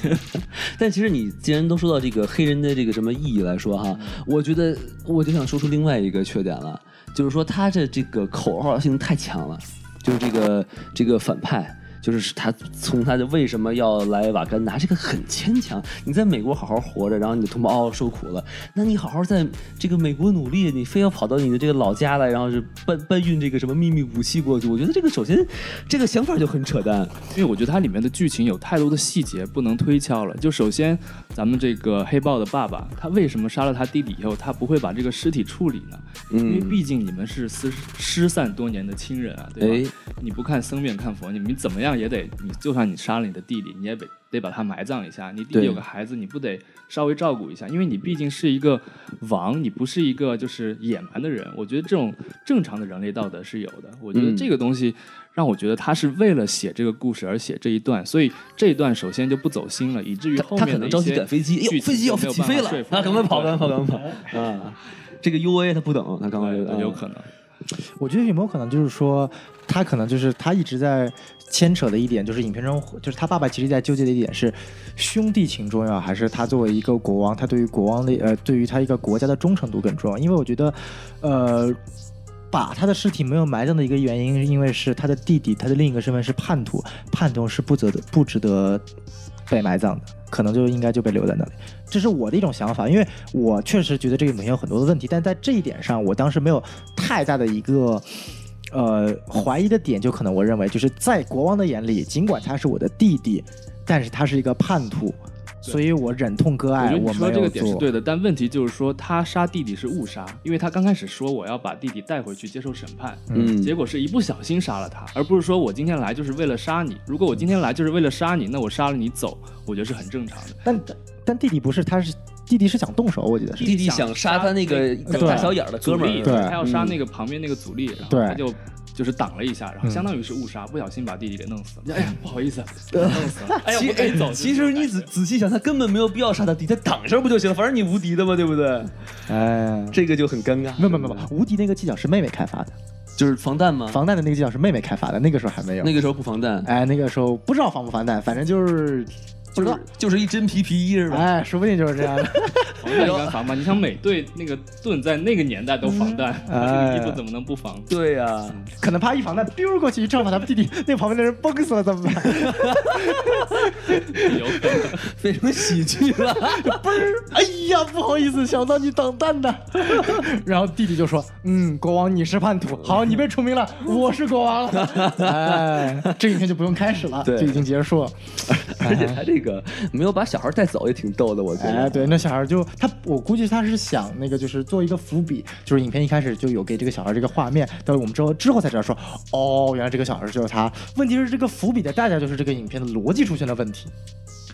[SPEAKER 2] 但其实你既然都说到这个黑人的这个什么意义来说哈，我觉得我就想说出另外一个缺点了，就是说他的这个口号性太强了，就是这个这个反派。就是他从他的为什么要来瓦干达，这个很牵强。你在美国好好活着，然后你的同胞哦受苦了，那你好好在这个美国努力，你非要跑到你的这个老家来，然后是搬搬运这个什么秘密武器过去，我觉得这个首先这个想法就很扯淡。
[SPEAKER 4] 因为我觉得它里面的剧情有太多的细节不能推敲了。就首先，咱们这个黑豹的爸爸，他为什么杀了他弟弟以后，他不会把这个尸体处理呢？因为毕竟你们是失失散多年的亲人啊，对吧？你不看僧面看佛，你们怎么样也得，你就算你杀了你的弟弟，你也得得把他埋葬一下。你弟弟
[SPEAKER 2] 对
[SPEAKER 4] 有个孩子，你不得稍微照顾一下？因为你毕竟是一个王，你不是一个就是野蛮的人。我觉得这种正常的人类道德是有的。我觉得
[SPEAKER 2] 嗯
[SPEAKER 4] 这个东西让我觉得他是为了写这个故事而写这一段，所以这一段首先就不走心了，以至于
[SPEAKER 2] 他
[SPEAKER 4] 后
[SPEAKER 2] 他
[SPEAKER 4] 面
[SPEAKER 2] 可能
[SPEAKER 4] 的一
[SPEAKER 2] 着急
[SPEAKER 4] 些
[SPEAKER 2] 赶飞机，哎
[SPEAKER 4] 剧
[SPEAKER 2] 呦，
[SPEAKER 4] 情
[SPEAKER 2] 飞机要
[SPEAKER 4] 就没有
[SPEAKER 2] 起
[SPEAKER 4] 办法
[SPEAKER 2] 飞了
[SPEAKER 4] 说，服
[SPEAKER 2] 啊，赶快
[SPEAKER 4] 人
[SPEAKER 2] 跑，
[SPEAKER 4] 对
[SPEAKER 2] 赶快跑，嗯赶快跑啊！这个 UA 他不等，他刚刚
[SPEAKER 4] 对
[SPEAKER 2] 就啊
[SPEAKER 4] 对有可能。
[SPEAKER 3] 我觉得有没有可能就是说，他可能就是他一直在牵扯的一点，就是影片中就是他爸爸其实在纠结的一点是兄弟情重要，还是他作为一个国王，他对于国王的呃对于他一个国家的忠诚度更重要？因为我觉得，呃。把他的尸体没有埋葬的一个原因，是因为是他的弟弟，他的另一个身份是叛徒，叛徒是不值得不值得被埋葬的，可能就应该就被留在那里。这是我的一种想法，因为我确实觉得这个影片有很多的问题，但在这一点上，我当时没有太大的一个。呃，怀疑的点就可能我认为就是在国王的眼里，尽管他是我的弟弟，但是他是一个叛徒，所以我忍痛割
[SPEAKER 4] 我
[SPEAKER 3] 爱，
[SPEAKER 2] 哎
[SPEAKER 4] 觉得
[SPEAKER 3] 我
[SPEAKER 4] 你说
[SPEAKER 3] 没
[SPEAKER 4] 这
[SPEAKER 3] 有
[SPEAKER 4] 个点是
[SPEAKER 3] 做。
[SPEAKER 4] 对的，但问题就是说他杀弟弟是误杀，因为他刚开始说我要把弟弟带回去接受审判，
[SPEAKER 2] 嗯
[SPEAKER 4] 结果是一不小心杀了他，而不是说我今天来就是为了杀你。如果我今天来就是为了杀你，那我杀了你走，我觉得是很正常的。
[SPEAKER 3] 但但弟弟不是，他是弟弟是想动手，我记得是。
[SPEAKER 2] 弟弟想杀他那个
[SPEAKER 4] 对
[SPEAKER 2] 大小眼儿的哥们
[SPEAKER 4] 阻力
[SPEAKER 2] 儿，
[SPEAKER 3] 对
[SPEAKER 4] 他要杀那个旁边那个阻力，然后
[SPEAKER 3] 对
[SPEAKER 4] 他就就是挡了一下，然后相当于是误杀，不小心把弟弟给弄死了。哎呀，不好意思，弄死 了。哎呀，
[SPEAKER 2] 其
[SPEAKER 4] 我赶紧走。
[SPEAKER 2] 其实你仔仔细想，他根本没有必要杀他弟，他挡上不就行了？反正你无敌的嘛，对不对？
[SPEAKER 3] 哎，
[SPEAKER 2] 这个就很尴尬。
[SPEAKER 3] 没有没有没有，无敌那个技巧是妹妹开发的，
[SPEAKER 2] 就是防弹吗？
[SPEAKER 3] 防弹的那个技巧是妹妹开发的，那个时候还没有。
[SPEAKER 2] 那个时候不防弹，
[SPEAKER 3] 哎，那个时候不知道防不防弹，反正就是不知
[SPEAKER 2] 就是
[SPEAKER 3] 道。
[SPEAKER 2] 就是一真皮皮衣是吧？
[SPEAKER 3] 哎，说不定就是这样的。
[SPEAKER 4] 防弹应该防吧？你想美队那个盾在那个年代都防弹，
[SPEAKER 3] 嗯
[SPEAKER 4] 他 这个
[SPEAKER 3] 哎
[SPEAKER 4] 衣服怎么能不防？
[SPEAKER 2] 对呀、
[SPEAKER 3] 可能怕一防弹丢过去一撞，把他弟弟那旁边的人崩死了怎么办？
[SPEAKER 4] 有可能。
[SPEAKER 2] 变成喜剧了。
[SPEAKER 3] 嘣儿！哎呀，不好意思，想到你挡弹的。然后弟弟就说：“嗯，国王你是叛徒，好，你被除名了，我是国王了。”哎，这影片就不用开始了，
[SPEAKER 2] 对
[SPEAKER 3] 就已经结束了。
[SPEAKER 2] 而且他这个没有把小孩带走也挺逗的，我觉得。
[SPEAKER 3] 哎，对，那小孩儿就他，我估计他是想那个，就是做一个伏笔，就是影片一开始就有给这个小孩儿这个画面，但是我们之后之后才知道说，哦，原来这个小孩儿就是他。问题是这个伏笔的代价就是这个影片的逻辑出现了问题，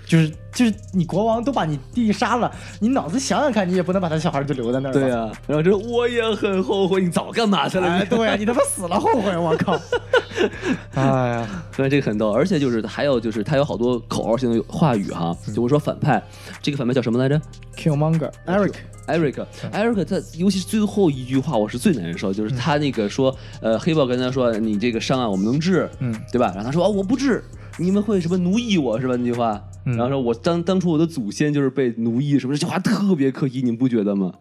[SPEAKER 3] 就是就是你国王都把你弟杀了，你脑子想想看，你也不能把他小孩儿就留在那 儿吧。
[SPEAKER 2] 对啊呀、然后这我也很后悔，你早干嘛去了？
[SPEAKER 3] 啊哎，对、你他妈死了后悔，我靠！哎呀，
[SPEAKER 2] 所以这个很逗，而且就是还有就是他有好多口号性的话语哈，
[SPEAKER 3] 嗯
[SPEAKER 2] 就我说反派，这个反派叫什么来着
[SPEAKER 3] Killmonger Eric，
[SPEAKER 2] ？Eric，Eric 他尤其是最后一句话，我是最难受，
[SPEAKER 3] 嗯
[SPEAKER 2] 就是他那个说，呃，黑豹跟他说你这个伤啊我们能治，
[SPEAKER 3] 嗯
[SPEAKER 2] 对吧？然后他说啊我不治，你们会什么奴役我是吧？那句话，
[SPEAKER 3] 嗯
[SPEAKER 2] 然后说我当当初我的祖先就是被奴役什么，这句话特别可疑，你们不觉得吗？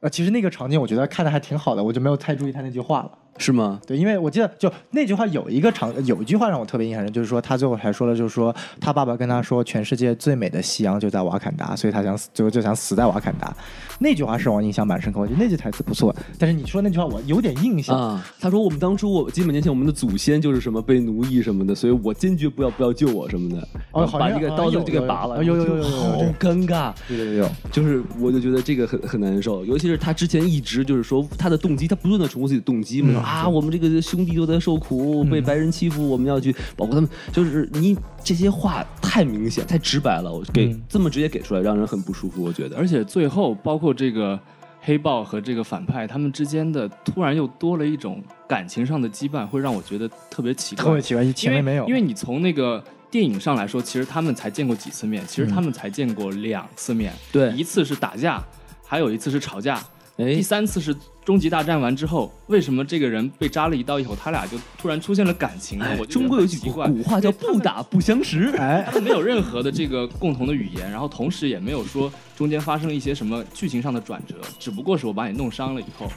[SPEAKER 3] 呃，其实那个场景我觉得看的还挺好的，我就没有太注意他那句话了。
[SPEAKER 2] 是吗？
[SPEAKER 3] 对，因为我记得就那句话有一个场有一句话让我特别印象深，就是说他最后还说了，就是说他爸爸跟他说，全世界最美的夕阳就在瓦坎达，所以他想死，最后就想死在瓦坎达。那句话是我印象蛮深刻，我觉得那句台词不错。但是你说那句话我有点印象，
[SPEAKER 2] 啊，他说我们当初我几百年前我们的祖先就是什么被奴役什么的，所以我坚决不要不要救我什么的，
[SPEAKER 3] 哦
[SPEAKER 2] 然后
[SPEAKER 3] 好
[SPEAKER 2] 把
[SPEAKER 3] 像
[SPEAKER 2] 这个
[SPEAKER 3] 好像
[SPEAKER 2] 刀子
[SPEAKER 3] 有
[SPEAKER 2] 就给
[SPEAKER 3] 有
[SPEAKER 2] 拔了，
[SPEAKER 3] 有有有
[SPEAKER 2] 然
[SPEAKER 3] 有有
[SPEAKER 2] 后就
[SPEAKER 3] 有
[SPEAKER 2] 好
[SPEAKER 3] 这个
[SPEAKER 2] 尴尬，
[SPEAKER 3] 对对对对，
[SPEAKER 2] 就是我就觉得这个很很难受，尤其是他之前一直就是说他的动机，他不断的重复自己的动机嘛，说啊我们这个兄弟都在受苦，被白人欺负，我们要去保护他们，就是你这些话太明显太直白了，我给、
[SPEAKER 3] 嗯
[SPEAKER 2] 这么直接给出来，让人很不舒服，我觉得。
[SPEAKER 4] 而且最后，包括这个黑豹和这个反派，他们之间的突然又多了一种感情上的羁绊，会让我觉得特别奇怪。
[SPEAKER 3] 特别奇怪，
[SPEAKER 4] 因
[SPEAKER 3] 前
[SPEAKER 4] 为
[SPEAKER 3] 面没有，
[SPEAKER 4] 因为你从那个电影上来说，其实他们才见过几次面，其实他们才见过两次面，
[SPEAKER 2] 对
[SPEAKER 4] 一次是打架，还有一次是吵架，
[SPEAKER 2] 哎
[SPEAKER 4] 第三次是终极大战完之后，为什么这个人被扎了一刀以后，他俩就突然出现了感情呢？我就觉得
[SPEAKER 2] 哎中国有
[SPEAKER 4] 很
[SPEAKER 2] 句
[SPEAKER 4] 奇
[SPEAKER 2] 古
[SPEAKER 4] 怪，
[SPEAKER 2] 古话叫不打不相识，
[SPEAKER 3] 哎，
[SPEAKER 4] 他们没有任何的这个共同的语言，然后同时也没有说中间发生了一些什么剧情上的转折，只不过是我把你弄伤了以后，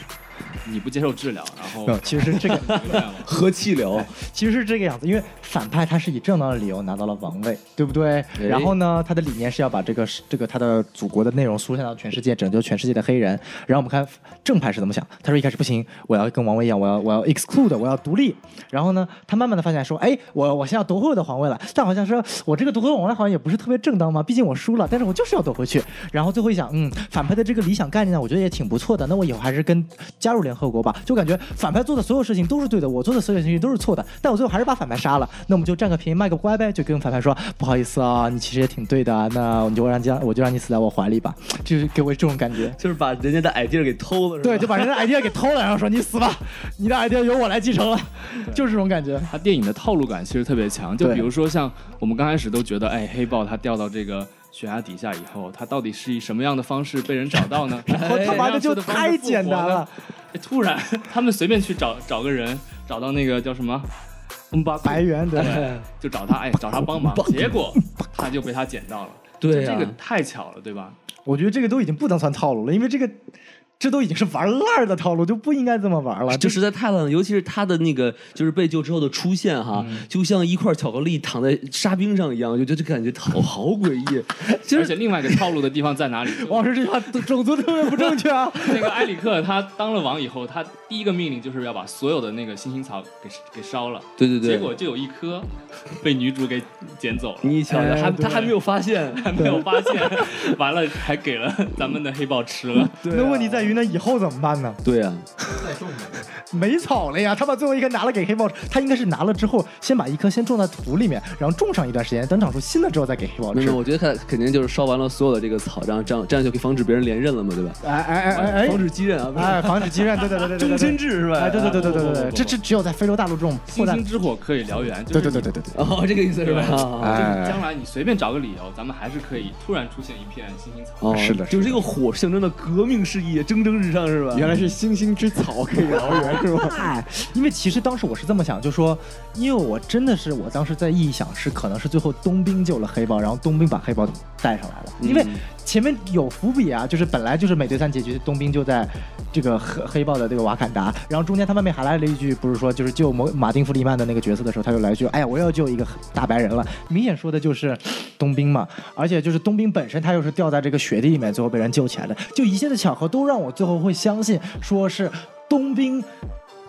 [SPEAKER 4] 你不接受治疗，然后
[SPEAKER 3] 没有，其实是这个
[SPEAKER 4] 就这样了。
[SPEAKER 2] 和气聊。
[SPEAKER 3] 其实是这个样子，因为反派他是以正当的理由拿到了王位，对不对？然后呢，他的理念是要把这个这个他的祖国的内容输向到全世界，拯救全世界的黑人。然后我们看正派是怎么想，他说一开始不行，我要跟王位一样，我要我要 exclude，我要独立。然后呢，他慢慢的发现说，哎，我我现在要夺回我的皇位了，但好像说我这个夺回王位好 像也不是特别正当嘛，毕竟我输了，但是我就是要夺回去。然后最后一想，嗯，反派的这个理想概念呢，我觉得也挺不错的。那我以后还是跟加入联合国吧，就感觉反派做的所有事情都是对的，我做的所有事情都是错的，但我最后还是把反派杀了。那我们就占个便宜卖个乖呗，就跟反派说不好意思啊，你其实也挺对的，那你就让将我就让你死在我怀里吧，就是给我这种感觉。
[SPEAKER 2] 就是把人家的 idea 给偷了，是吧
[SPEAKER 3] 对，就把人家的 idea 给偷了，然后说你死吧，你的 idea 由我来继承了，就是这种感觉。
[SPEAKER 4] 他电影的套路感其实特别强，就
[SPEAKER 3] 对
[SPEAKER 4] 比如说像我们刚开始都觉得，哎，黑豹他掉到这个悬崖底下以后，他到底是以什么样的方式被人找 到呢？然
[SPEAKER 3] 我他妈的就太简单了。
[SPEAKER 4] 哎突然， 他们随便去找找个人，找到那个叫什么嗯巴库
[SPEAKER 3] 白猿对，
[SPEAKER 4] 就找他，哎，找他帮忙，结果他就被他捡到了。
[SPEAKER 2] 对呀
[SPEAKER 4] 就这个太巧了，对吧？
[SPEAKER 3] 我觉得这个都已经不能算套路了，因为这个这都已经是玩烂儿的套路，就不应该这么玩了。
[SPEAKER 2] 这实在太烂了，尤其是他的那个就是被救之后的出现哈，
[SPEAKER 3] 嗯
[SPEAKER 2] 就像一块巧克力躺在沙冰上一样，我就就感觉好好诡 异。其
[SPEAKER 4] 而
[SPEAKER 2] 实
[SPEAKER 4] 且另外一个套路的地方在哪里？
[SPEAKER 3] 王老师这句话种族特别不正确啊！
[SPEAKER 4] 那个埃里克他当了王以后，他第一个命令就是要把所有的那个星星草给给烧了。
[SPEAKER 2] 对对对，
[SPEAKER 4] 结果就有一颗被女主给捡走了，
[SPEAKER 2] 你瞧瞧，
[SPEAKER 3] 哎
[SPEAKER 2] 还
[SPEAKER 3] 对
[SPEAKER 2] 他还 没有 发现，
[SPEAKER 4] 还没有发现， 完了还给了咱们的黑豹吃了。
[SPEAKER 3] 那问题在于呢，以后怎么办呢？
[SPEAKER 2] 对啊呀、
[SPEAKER 3] 没草了呀！他把最后一颗拿了给黑豹，他应该是拿了之后，先把一颗先种在土里面，然后种上一段时间，等长出新的之后再给黑豹
[SPEAKER 2] 没
[SPEAKER 3] 吃
[SPEAKER 2] 有，。我觉得他肯定就是烧完了所有的这个草，这样这样这样就可以防止别人连任了嘛，对吧？
[SPEAKER 3] 哎哎哎哎
[SPEAKER 2] 防止继任啊，不
[SPEAKER 3] 哎！
[SPEAKER 2] 是
[SPEAKER 3] 哎，防止积怨，对对对对对，
[SPEAKER 2] 终
[SPEAKER 3] 对
[SPEAKER 2] 身。制是吧？
[SPEAKER 3] 哎，对对对对对
[SPEAKER 4] 不
[SPEAKER 3] 对
[SPEAKER 4] 不不
[SPEAKER 3] 对，
[SPEAKER 4] 不
[SPEAKER 3] 这这只有在非洲大陆这种破
[SPEAKER 4] 星
[SPEAKER 3] 烂
[SPEAKER 4] 星，之火可以燎原，就
[SPEAKER 3] 对
[SPEAKER 4] 是
[SPEAKER 3] 对对对对对，
[SPEAKER 2] 哦，这个意思是吧？啊
[SPEAKER 4] 就是
[SPEAKER 3] 哎
[SPEAKER 4] 将来你随便找个理由，咱们还是可以突然出现一片星星草。
[SPEAKER 2] 哦，
[SPEAKER 3] 是的
[SPEAKER 2] 就是这个火象征着革命事业蒸蒸日上是吧？
[SPEAKER 1] 原来是星星之草可以燎原是吧？
[SPEAKER 3] 哎，因为其实当时我是这么想，就说，因为我真的是我当时在臆想是可能是最后冬兵救了黑豹，然后冬兵把黑豹带上来了，因为前面有伏笔啊，就是本来就是美队三结局，冬兵就在这个黑黑豹的这个瓦坎达，然后中间他外面还来了一句，不是说就是救摩马丁弗里曼的那个角色的时候，他又来一句，哎呀，我要救一个大白人了，明显说的就是冬兵嘛，而且就是冬兵本身他又是掉在这个雪地里面，最后被人救起来的，就一切的巧合都让我最后会相信说是冬兵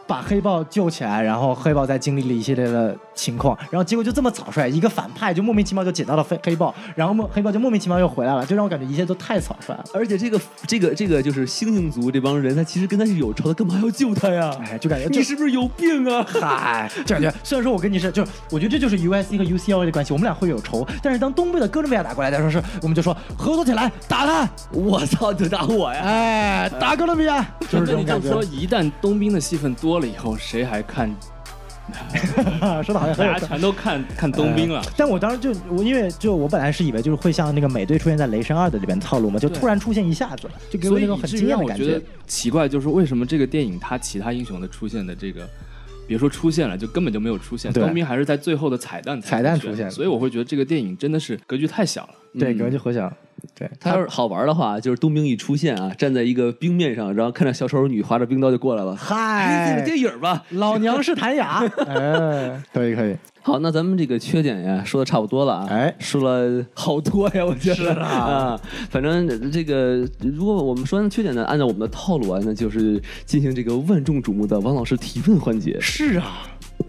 [SPEAKER 3] 把黑豹救起来，然后黑豹再经历了一系列的情况，然后结果就这么草率，一个反派就莫名其妙就捡到了黑黑豹，然后莫黑豹就莫名其妙又回来了，就让我感觉一切都太草率了。
[SPEAKER 2] 而且这个这个这个就是猩猩族这帮人，他其实跟他是有仇，他干嘛要救他呀？
[SPEAKER 3] 哎，就感觉
[SPEAKER 2] 你
[SPEAKER 3] 这
[SPEAKER 2] 是不是有病啊？
[SPEAKER 3] 嗨， 就感觉虽然说我跟你是，就是我觉得这就是 USC 和 UCLA 的关系，我们俩会有仇，但是当东北的哥伦比亚打过来的时候，是我们就说合作起来打他，
[SPEAKER 2] 我操，你打我呀！
[SPEAKER 3] 哎，打哥伦比亚，就是这
[SPEAKER 4] 那
[SPEAKER 3] 种
[SPEAKER 4] 你这
[SPEAKER 3] 感
[SPEAKER 4] 样
[SPEAKER 3] 觉
[SPEAKER 4] 说，。一旦冬兵的戏份多了以后，谁还看？
[SPEAKER 3] 说的好像
[SPEAKER 4] 大
[SPEAKER 3] 很有道
[SPEAKER 4] 家
[SPEAKER 3] 理
[SPEAKER 4] 全 都看看冬兵了。
[SPEAKER 3] 呃但我当时就我因为就我本来是以为就是会像那个美队出现在《雷神二》的里边套路嘛，就
[SPEAKER 4] 对
[SPEAKER 3] 突然出现一下子，就给我
[SPEAKER 4] 所以
[SPEAKER 3] 那种
[SPEAKER 4] 以
[SPEAKER 3] 很
[SPEAKER 4] 至
[SPEAKER 3] 惊艳
[SPEAKER 4] 于让
[SPEAKER 3] 的
[SPEAKER 4] 我
[SPEAKER 3] 感
[SPEAKER 4] 觉
[SPEAKER 3] 觉
[SPEAKER 4] 得。奇怪，就是为什么这个电影它其他英雄的出现的这个，别说出现了，就根本就没有出现。
[SPEAKER 3] 对
[SPEAKER 4] 冬兵还是在最后的彩蛋才
[SPEAKER 3] 彩蛋
[SPEAKER 4] 出
[SPEAKER 3] 出现
[SPEAKER 4] 所以我会觉得这个电影真的是格局太小了。
[SPEAKER 3] 对，
[SPEAKER 2] 嗯
[SPEAKER 3] 格局回想，对，
[SPEAKER 2] 他要是好玩的话，就是冬兵一出现啊，站在一个冰面上，然后看着小丑女划着冰刀就过来了。哎，这个
[SPEAKER 3] 嗨，
[SPEAKER 2] 电影吧。
[SPEAKER 3] 老娘是谭 雅，哎，可以可以，
[SPEAKER 2] 好，那咱们这个缺点呀，说的差不多了啊。
[SPEAKER 3] 哎
[SPEAKER 2] 说了好多呀，我觉得啊反正这个如果我们说完缺点呢，按照我们的套路啊，那就是进行这个万众瞩目的王老师提问环节。
[SPEAKER 3] 是啊，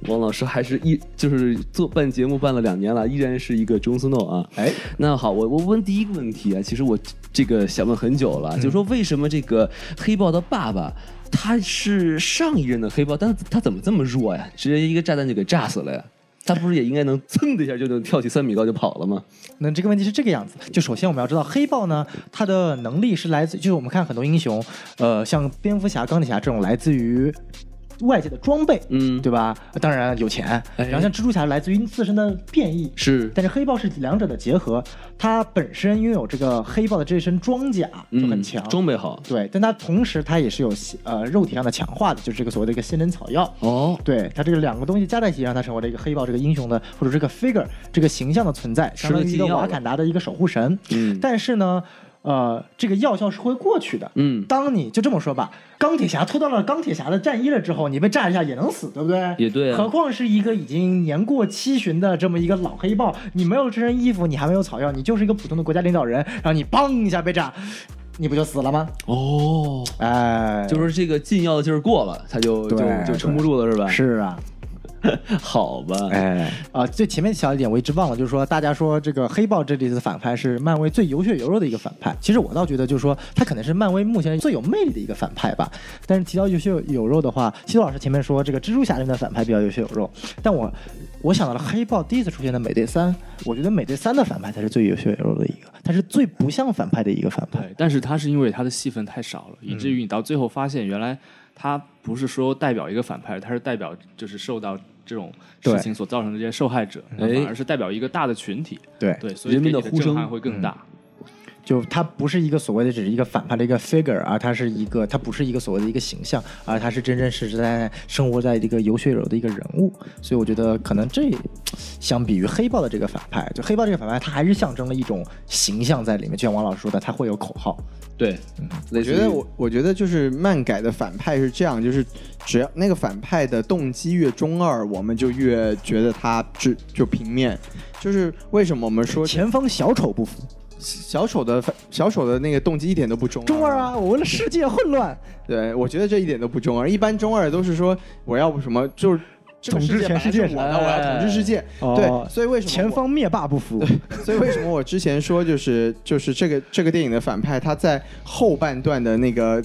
[SPEAKER 2] 王老师还是一就是做办节目办了两年了，依然是一个 Jon Snow 啊。
[SPEAKER 3] 哎，
[SPEAKER 2] 那好，我我问第一个问题啊，其实我这个想问很久了，就是说为什么这个黑豹的爸爸他是上一任的黑豹，但是他怎么这么弱呀？直接一个炸弹就给炸死了呀？他不是也应该能噌的一下就能跳起三米高就跑了吗？
[SPEAKER 3] 那这个问题是这个样子，就首先我们要知道黑豹呢，它的能力是来自，就是我们看很多英雄，呃，像蝙蝠侠、钢铁侠这种来自于外界的装备，
[SPEAKER 2] 嗯
[SPEAKER 3] 对吧？当然有钱，
[SPEAKER 2] 哎
[SPEAKER 3] 然后像蜘蛛侠来自于自身的变异。
[SPEAKER 2] 是
[SPEAKER 3] 但是黑豹是两者的结合，它本身拥有这个黑豹的这身装甲就很强，
[SPEAKER 2] 嗯装备好
[SPEAKER 3] 对，但它同时它也是有呃肉体上的强化的，就是这个所谓的一个仙人草药，
[SPEAKER 2] 哦，
[SPEAKER 3] 对它这个两个东西加在一起，让它成为了一个黑豹这个英雄的或者这个 figure 这个形象的存在，相当于一
[SPEAKER 2] 吃了
[SPEAKER 3] 个
[SPEAKER 2] 禁药了
[SPEAKER 3] 瓦坎达的一个守护神。
[SPEAKER 2] 嗯
[SPEAKER 3] 但是呢，呃，这个药效是会过去的。
[SPEAKER 2] 嗯
[SPEAKER 3] 当你就这么说吧，钢铁侠脱到了钢铁侠的战衣了之后，你被炸一下也能死，对不对？
[SPEAKER 2] 也对啊
[SPEAKER 3] 何况是一个已经年过七旬的这么一个老黑豹，你没有这身衣服，你还没有草药，你就是一个普通的国家领导人，然后你砰一下被炸，你不就死了吗？
[SPEAKER 2] 哦，
[SPEAKER 3] 哎，
[SPEAKER 2] 就是这个禁药的劲儿过了，他就就
[SPEAKER 3] 对
[SPEAKER 2] 就撑不住了是吧？
[SPEAKER 3] 是啊。
[SPEAKER 2] 好吧，
[SPEAKER 5] 哎，
[SPEAKER 3] 啊，最前面小一点我一直忘了，就是说大家说这个黑豹这里的反派是漫威最有血有肉的一个反派，其实我倒觉得就是说他可能是漫威目前最有魅力的一个反派吧。但是提到有血有肉的话，西多老师前面说这个蜘蛛侠里面的反派比较有血有肉，但我我想到了黑豹第一次出现的美队三，我觉得美队三的反派才是最有血有肉的一个，他是最不像反派的一个反派。
[SPEAKER 4] 对，但是他是因为他的戏份太少了，以
[SPEAKER 3] 嗯
[SPEAKER 4] 至于你到最后发现，原来他不是说代表一个反派，他是代表就是受到这种事
[SPEAKER 3] 对
[SPEAKER 4] 情所造成的这些受害者，
[SPEAKER 2] 哎
[SPEAKER 4] 反而是代表一个大的群体。
[SPEAKER 3] 对
[SPEAKER 4] 对，所以
[SPEAKER 2] 人民的
[SPEAKER 4] 给
[SPEAKER 2] 呼
[SPEAKER 4] 你震
[SPEAKER 2] 声嗯
[SPEAKER 4] 撼会更大。
[SPEAKER 3] 就它不是一个所谓的只是一个反派的一个 figure，而它是一个，它不是一个所谓的一个形象，而它是真真实实在生活在一个有血有肉的一个人物。所以我觉得可能这相比于黑豹的这个反派，就黑豹这个反派，它还是象征了一种形象在里面。就像王老师说的，它会有口号。
[SPEAKER 2] 对，我
[SPEAKER 1] 我觉得我我觉得就是漫改的反派是这样，就是只要那个反派的动机越中二，我们就越觉得他只就平面。就是为什么我们说
[SPEAKER 3] 前方小丑不服，
[SPEAKER 1] 小丑的反小丑的那个动机一点都不中
[SPEAKER 3] 中二啊！我为了世界混乱，
[SPEAKER 1] 对，我觉得这一点都不中二。一般中二都是说我要不什么，就是这个
[SPEAKER 3] 统治
[SPEAKER 1] 世界本
[SPEAKER 3] 全
[SPEAKER 1] 来
[SPEAKER 3] 世界
[SPEAKER 1] 是我的，我要统治世界。
[SPEAKER 3] 哎哦
[SPEAKER 1] 对，所以为什么
[SPEAKER 3] 前
[SPEAKER 1] 我
[SPEAKER 3] 方灭霸不服。
[SPEAKER 1] 所以为什么我 之前说就是就是这个这个电影的反派，他在后半段的那个。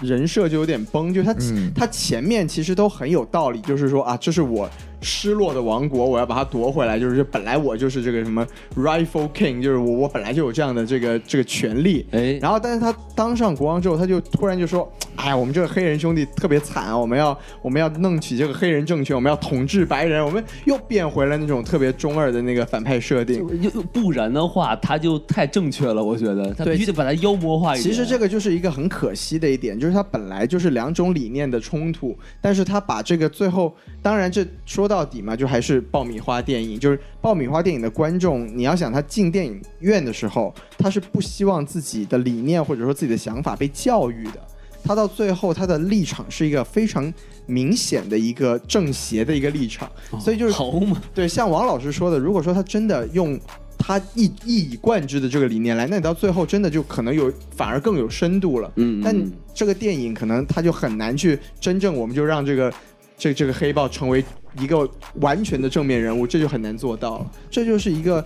[SPEAKER 1] 人设就有点崩，就是他、
[SPEAKER 3] 嗯
[SPEAKER 1] 他前面其实都很有道理，就是说啊，这是我失落的王国，我要把它夺回来。就是本来我就是这个什么 rightful king，就是我我本来就有这样的这个这个权利。
[SPEAKER 2] 哎，
[SPEAKER 1] 然后，但是他当上国王之后，他就突然就说：“哎呀，我们这个黑人兄弟特别惨啊，我们要我们要弄起这个黑人政权，我们要统治白人，我们又变回了那种特别中二的那个反派设定。”
[SPEAKER 2] 又又不然的话，他就太正确了，我觉得他
[SPEAKER 1] 对
[SPEAKER 2] 必须得把它妖魔化一点。
[SPEAKER 1] 其实这个就是一个很可惜的一点，就是它本来就是两种理念的冲突，但是它把这个最后，当然这说到底嘛，就还是爆米花电影，就是爆米花电影的观众，你要想他进电影院的时候，他是不希望自己的理念或者说自己的想法被教育的。他到最后，他的立场是一个非常明显的一个正邪的一个立场，所以就是
[SPEAKER 2] 好嘛，
[SPEAKER 1] 对，像王老师说的，如果说他真的用他一一以贯之的这个理念来，那你到最后真的就可能有反而更有深度了。
[SPEAKER 2] 嗯嗯
[SPEAKER 1] 但
[SPEAKER 2] 嗯
[SPEAKER 1] 这个电影可能他就很难去真正，我们就让这个这这个黑豹成为一个完全的正面人物，这就很难做到了。这就是一个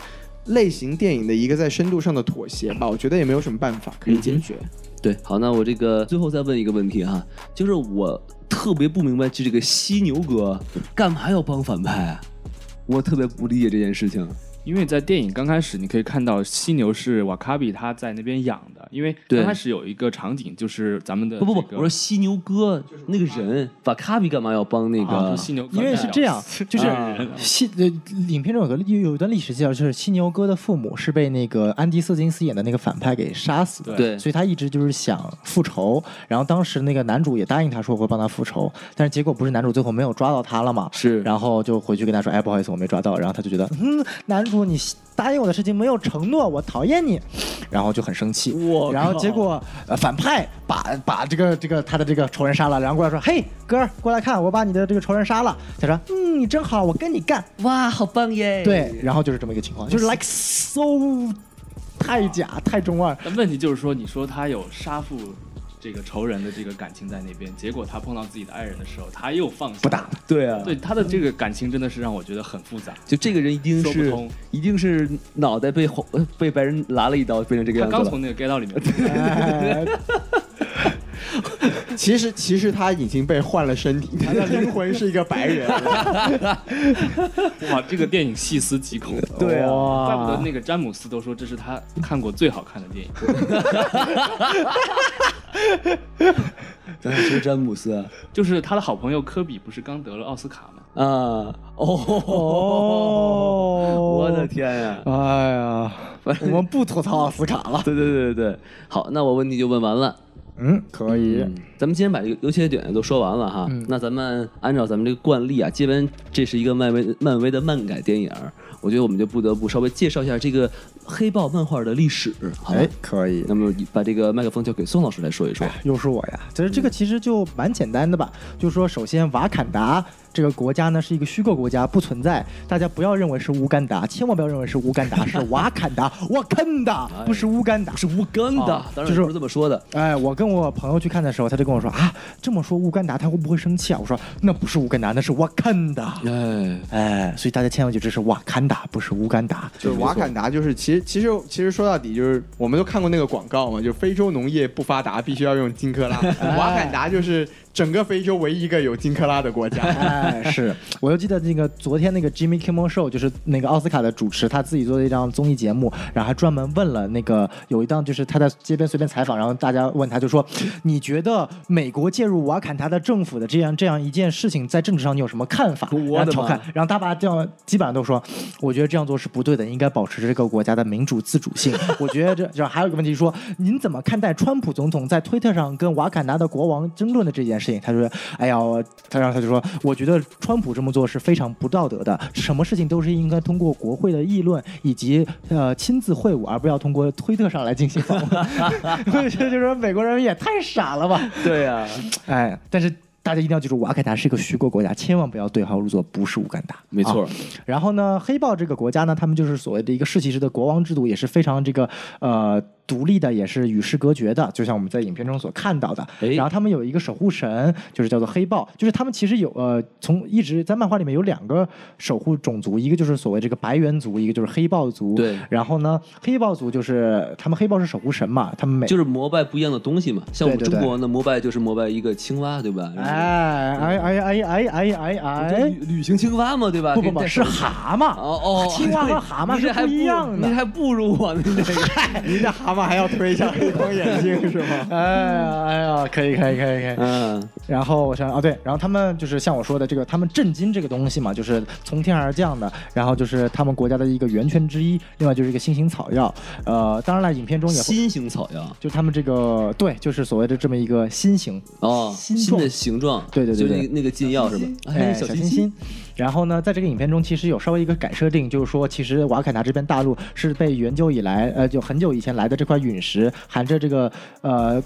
[SPEAKER 1] 类型电影的一个在深度上的妥协吧，我觉得也没有什么办法可
[SPEAKER 2] 嗯
[SPEAKER 1] 以解决。
[SPEAKER 2] 对，好，那我这个最后再问一个问题哈，就是我特别不明白，就这个犀牛哥干嘛要帮反派、啊？我特别不理解这件事情。
[SPEAKER 4] 因为在电影刚开始，你可以看到犀牛是瓦卡比他在那边养的，因为
[SPEAKER 2] 对
[SPEAKER 4] 刚开始有一个场景就是咱们的、
[SPEAKER 2] 不不不，
[SPEAKER 4] 这个啊
[SPEAKER 2] 我说犀牛哥那个人，把卡比干嘛要帮那
[SPEAKER 4] 啊
[SPEAKER 2] 个？
[SPEAKER 4] 犀牛，
[SPEAKER 3] 因为是这样，就是
[SPEAKER 2] 嗯
[SPEAKER 3] 西呃，影片中有个有有一段历史介绍，就是犀牛哥的父母是被那个安迪·瑟金斯演的那个反派给杀死的，
[SPEAKER 2] 对
[SPEAKER 3] 所以他一直就是想复仇。然后当时那个男主也答应他说会帮他复仇，但是结果不是男主最后没有抓到他了嘛？
[SPEAKER 2] 是
[SPEAKER 3] 然后就回去跟他说，哎，不好意思，我没抓到。然后他就觉得，嗯，男主你答应我的事情没有承诺，我讨厌你，然后就很生气。
[SPEAKER 2] 我
[SPEAKER 3] 然后
[SPEAKER 2] 靠
[SPEAKER 3] 结果、呃、反派把把这个这个他的这个仇人杀了，然后过来说，嘿，哥儿过来看，我把你的这个仇人杀了。他说，嗯，你真好，我跟你干。
[SPEAKER 2] 哇，好棒耶！
[SPEAKER 3] 对，然后就是这么一个情况，就是 like so 太假太中二。
[SPEAKER 4] 但问题就是说，你说他有杀父这个仇人的这个感情在那边，结果他碰到自己的爱人的时候，他又放不
[SPEAKER 3] 不打了，
[SPEAKER 2] 对啊，
[SPEAKER 4] 对他的这个感情真的是让我觉得很复杂。
[SPEAKER 2] 就这个人一定
[SPEAKER 4] 说不
[SPEAKER 2] 是
[SPEAKER 4] 通
[SPEAKER 2] 一定是脑袋被红呃被白人拉了一刀，变成这个
[SPEAKER 4] 他
[SPEAKER 2] 样
[SPEAKER 4] 刚
[SPEAKER 2] 子了。
[SPEAKER 4] 从那个 get 到里面出 来，
[SPEAKER 3] 哎
[SPEAKER 1] 其实其实他已经被换了身体，他的灵魂是一个白人。
[SPEAKER 4] 哇，这个电影细思极恐。
[SPEAKER 2] 对啊
[SPEAKER 3] 哇
[SPEAKER 4] 怪不得那个詹姆斯都说这是他看过最好看的电影。
[SPEAKER 2] 咱俩说詹姆斯啊，
[SPEAKER 4] 就是他的好朋友科比不是刚得了奥斯卡吗？
[SPEAKER 2] 啊 哦，
[SPEAKER 3] 哦
[SPEAKER 2] 我的，天呀！
[SPEAKER 3] 哎呀，我们不吐槽奥斯卡了。
[SPEAKER 2] 对对对对对，好，那我问题就问完了。
[SPEAKER 3] 嗯，可以。
[SPEAKER 2] 咱们今天把这个优缺点都说完了哈，那咱们按照咱们这个惯例啊，既然这是一个漫威漫威的漫改电影儿，我觉得我们就不得不稍微介绍一下这个黑豹漫画的历史，好吧？
[SPEAKER 3] 哎，可以。哎
[SPEAKER 2] 那么把这个麦克风交给宋老师来说一说。
[SPEAKER 3] 又是我呀！其实这个其实就蛮简单的吧，就说首先瓦坎达这个国家呢是一个虚构国家，不存在，大家不要认为是乌干达，千万不要认为是乌干达，是瓦坎达，我肯达，不是乌干达，
[SPEAKER 2] 是乌干达，
[SPEAKER 3] 啊
[SPEAKER 2] 当然
[SPEAKER 3] 就是
[SPEAKER 2] 也不是这么说的，
[SPEAKER 3] 哎，我跟我朋友去看的时候，他就跟我说啊，这么说乌干达他会不会生气啊？我说那不是乌干达，那是瓦坎达。
[SPEAKER 2] 哎，
[SPEAKER 3] 哎，所以大家千万记住，这是瓦坎达，不是乌干达。
[SPEAKER 1] 就是瓦坎达，就是其实其实其实说到底就是我们都看过那个广告嘛，就非洲农业不发达，必须要用金克拉。瓦坎达就是整个非洲唯一一个有金克拉的国 家。
[SPEAKER 3] 哎，是，我就记得那个昨天那个 Jimmy Kimmel Show，就是那个奥斯卡的主持，他自己做的一档综艺节目，然后还专门问了那个有一档就是他在街边随便采访，然后大家问他就说，你觉得美国介入瓦坎达的政府的这样这样一件事情，在政治上你有什么看法？
[SPEAKER 2] 我
[SPEAKER 3] 然后
[SPEAKER 2] 的
[SPEAKER 3] 调
[SPEAKER 2] 妈
[SPEAKER 3] 侃，然后大把这样基本上都说，我觉得这样做是不对的，应该保持这个国家的民主自主性。 我觉得这这还有一个问题说，您怎么看待川普总统在推特上跟瓦坎达的国王争论的这件事情？他说，哎呀，我他然后他就说，我觉得川普这么做是非常不道德的，什么事情都是应该通过国会的议论以及呃亲自会晤，而不要通过推特上来进行访问。 我觉得就说美国人也太傻了吧。
[SPEAKER 2] 对呀、
[SPEAKER 3] 哎，但是大家一定要记住，瓦坎达是一个虚构国家，千万不要对号入座，不是乌干达。
[SPEAKER 2] 没错
[SPEAKER 3] 啊然后呢，黑豹这个国家呢，他们就是所谓的一个世袭制的国王制度，也是非常这个呃独立的，也是与世隔绝的，就像我们在影片中所看到的。
[SPEAKER 2] 哎
[SPEAKER 3] 然后他们有一个守护神，就是叫做黑豹，就是他们其实有呃从一直在漫画里面有两个守护种族，一个就是所谓这个白猿族，一个就是黑豹族。
[SPEAKER 2] 对
[SPEAKER 3] 然后呢，黑豹族就是他们黑豹是守护神嘛，他们每
[SPEAKER 2] 就是膜拜不一样的东西嘛，像我们
[SPEAKER 3] 对对
[SPEAKER 2] 中
[SPEAKER 3] 对
[SPEAKER 2] 国呢，膜拜就是膜拜一个青蛙，对吧？
[SPEAKER 3] 哎哎哎哎哎哎哎
[SPEAKER 2] 就是
[SPEAKER 3] 哎
[SPEAKER 2] 旅，旅行青蛙嘛，对吧？
[SPEAKER 3] 不
[SPEAKER 2] 给
[SPEAKER 3] 不
[SPEAKER 2] 你
[SPEAKER 3] 不，
[SPEAKER 2] 戴
[SPEAKER 3] 是
[SPEAKER 2] 手套
[SPEAKER 3] 蛤蟆
[SPEAKER 2] 啊
[SPEAKER 3] 啊
[SPEAKER 2] 哦哦，
[SPEAKER 3] 青蛙和蛤蟆
[SPEAKER 2] 你这
[SPEAKER 3] 是
[SPEAKER 2] 还
[SPEAKER 3] 不一样的
[SPEAKER 2] 你这还不如我呢，你这个。
[SPEAKER 1] 您的蛤蟆还要推一下黑框眼镜是吗？
[SPEAKER 3] 哎呀哎呀，可以可以可以可以。
[SPEAKER 2] 嗯，
[SPEAKER 3] 然后我想啊，对，然后他们就是像我说的这个，他们震惊这个东西嘛，就是从天而降的，然后就是他们国家的一个源泉之一，另外就是一个新型草药。呃，当然了，影片中也会。
[SPEAKER 2] 新型草药
[SPEAKER 3] 就他们这个对，就是所谓的这么一个新型
[SPEAKER 2] 哦，
[SPEAKER 3] 新
[SPEAKER 2] 新的
[SPEAKER 3] 状
[SPEAKER 2] 形状，
[SPEAKER 3] 对对对
[SPEAKER 2] 就
[SPEAKER 3] 对
[SPEAKER 2] 那那个禁药是吧？
[SPEAKER 3] 哎，
[SPEAKER 2] 小
[SPEAKER 3] 小
[SPEAKER 2] 清
[SPEAKER 3] 清新。然后呢，在这个影片中，其实有稍微一个改设定，就是说，其实瓦坎达这边大陆是被远久以来，呃，就很久以前来的这块陨石含着这个呃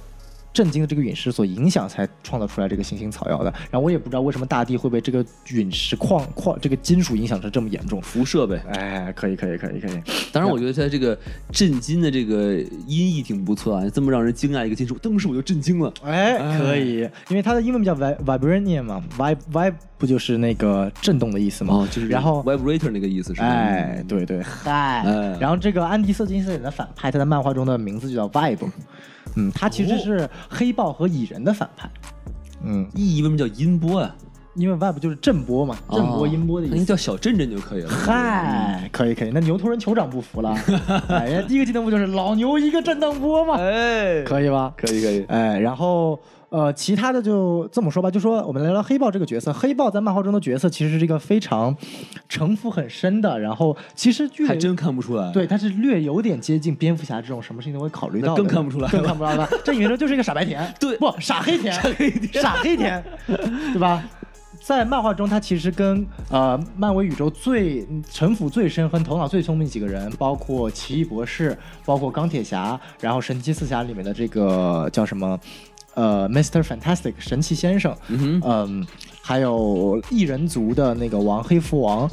[SPEAKER 3] 震惊的这个陨石所影响，才创造出来这个行星草药的。然后我也不知道为什么大地会被这个陨石矿矿这个金属影响成这么严重。
[SPEAKER 2] 辐射呗。
[SPEAKER 3] 哎，可以可以可以可以，
[SPEAKER 2] 当然，我觉得它这个震惊的这个音译挺不错啊，这么让人惊讶一个金属，当时我就震惊了。
[SPEAKER 3] 哎，可以，因为它的英文叫 vi- vibranium 嘛，vib vib 不就是那个震动的意思吗？
[SPEAKER 2] 哦，就是
[SPEAKER 3] 然后
[SPEAKER 2] vibrator 那个意思是吧？嗯
[SPEAKER 3] 哎，对对，嗯嗨
[SPEAKER 2] 哎
[SPEAKER 3] 然后这个安迪·瑟金斯演的反派，他在漫画中的名字就叫 Vibe，嗯，他其实是黑豹和蚁人的反派，嗯，
[SPEAKER 2] 意义为什么叫音波啊？
[SPEAKER 3] 因为 Vibe 就是震波嘛，震波、音波的
[SPEAKER 2] 那
[SPEAKER 3] 意
[SPEAKER 2] 你
[SPEAKER 3] 思。
[SPEAKER 2] 哦叫小震震就可以了。
[SPEAKER 3] 哦嗨，可以可以，那牛头人酋长不服 了，哎，人家第一个技能不就是老牛一个震荡波吗？
[SPEAKER 2] 哎，
[SPEAKER 3] 可以吧？
[SPEAKER 2] 可以可以，
[SPEAKER 3] 哎，然后呃，其他的就这么说吧，就说我们聊聊黑豹这个角色。黑豹在漫画中的角色其实是一个非常城府很深的，然后其实剧
[SPEAKER 2] 还
[SPEAKER 3] 里
[SPEAKER 2] 真看不出来。
[SPEAKER 3] 对，他是略有点接近蝙蝠侠这种什么事情都会考虑到的
[SPEAKER 2] 那
[SPEAKER 3] 人，
[SPEAKER 2] 更看不出来了
[SPEAKER 3] 更看不出来了。 郑宇哲就是一个傻白甜，
[SPEAKER 2] 对
[SPEAKER 3] 不傻黑甜，傻黑甜，傻黑 甜，对吧？在漫画中，他其实跟呃漫威宇宙最城府最深和头脑最聪明几个人，包括奇异博士，包括钢铁侠，然后神奇四侠里面的这个叫什么？呃，Mr. Fantastic 神奇先生，嗯还有异人族的那个王黑蝠王，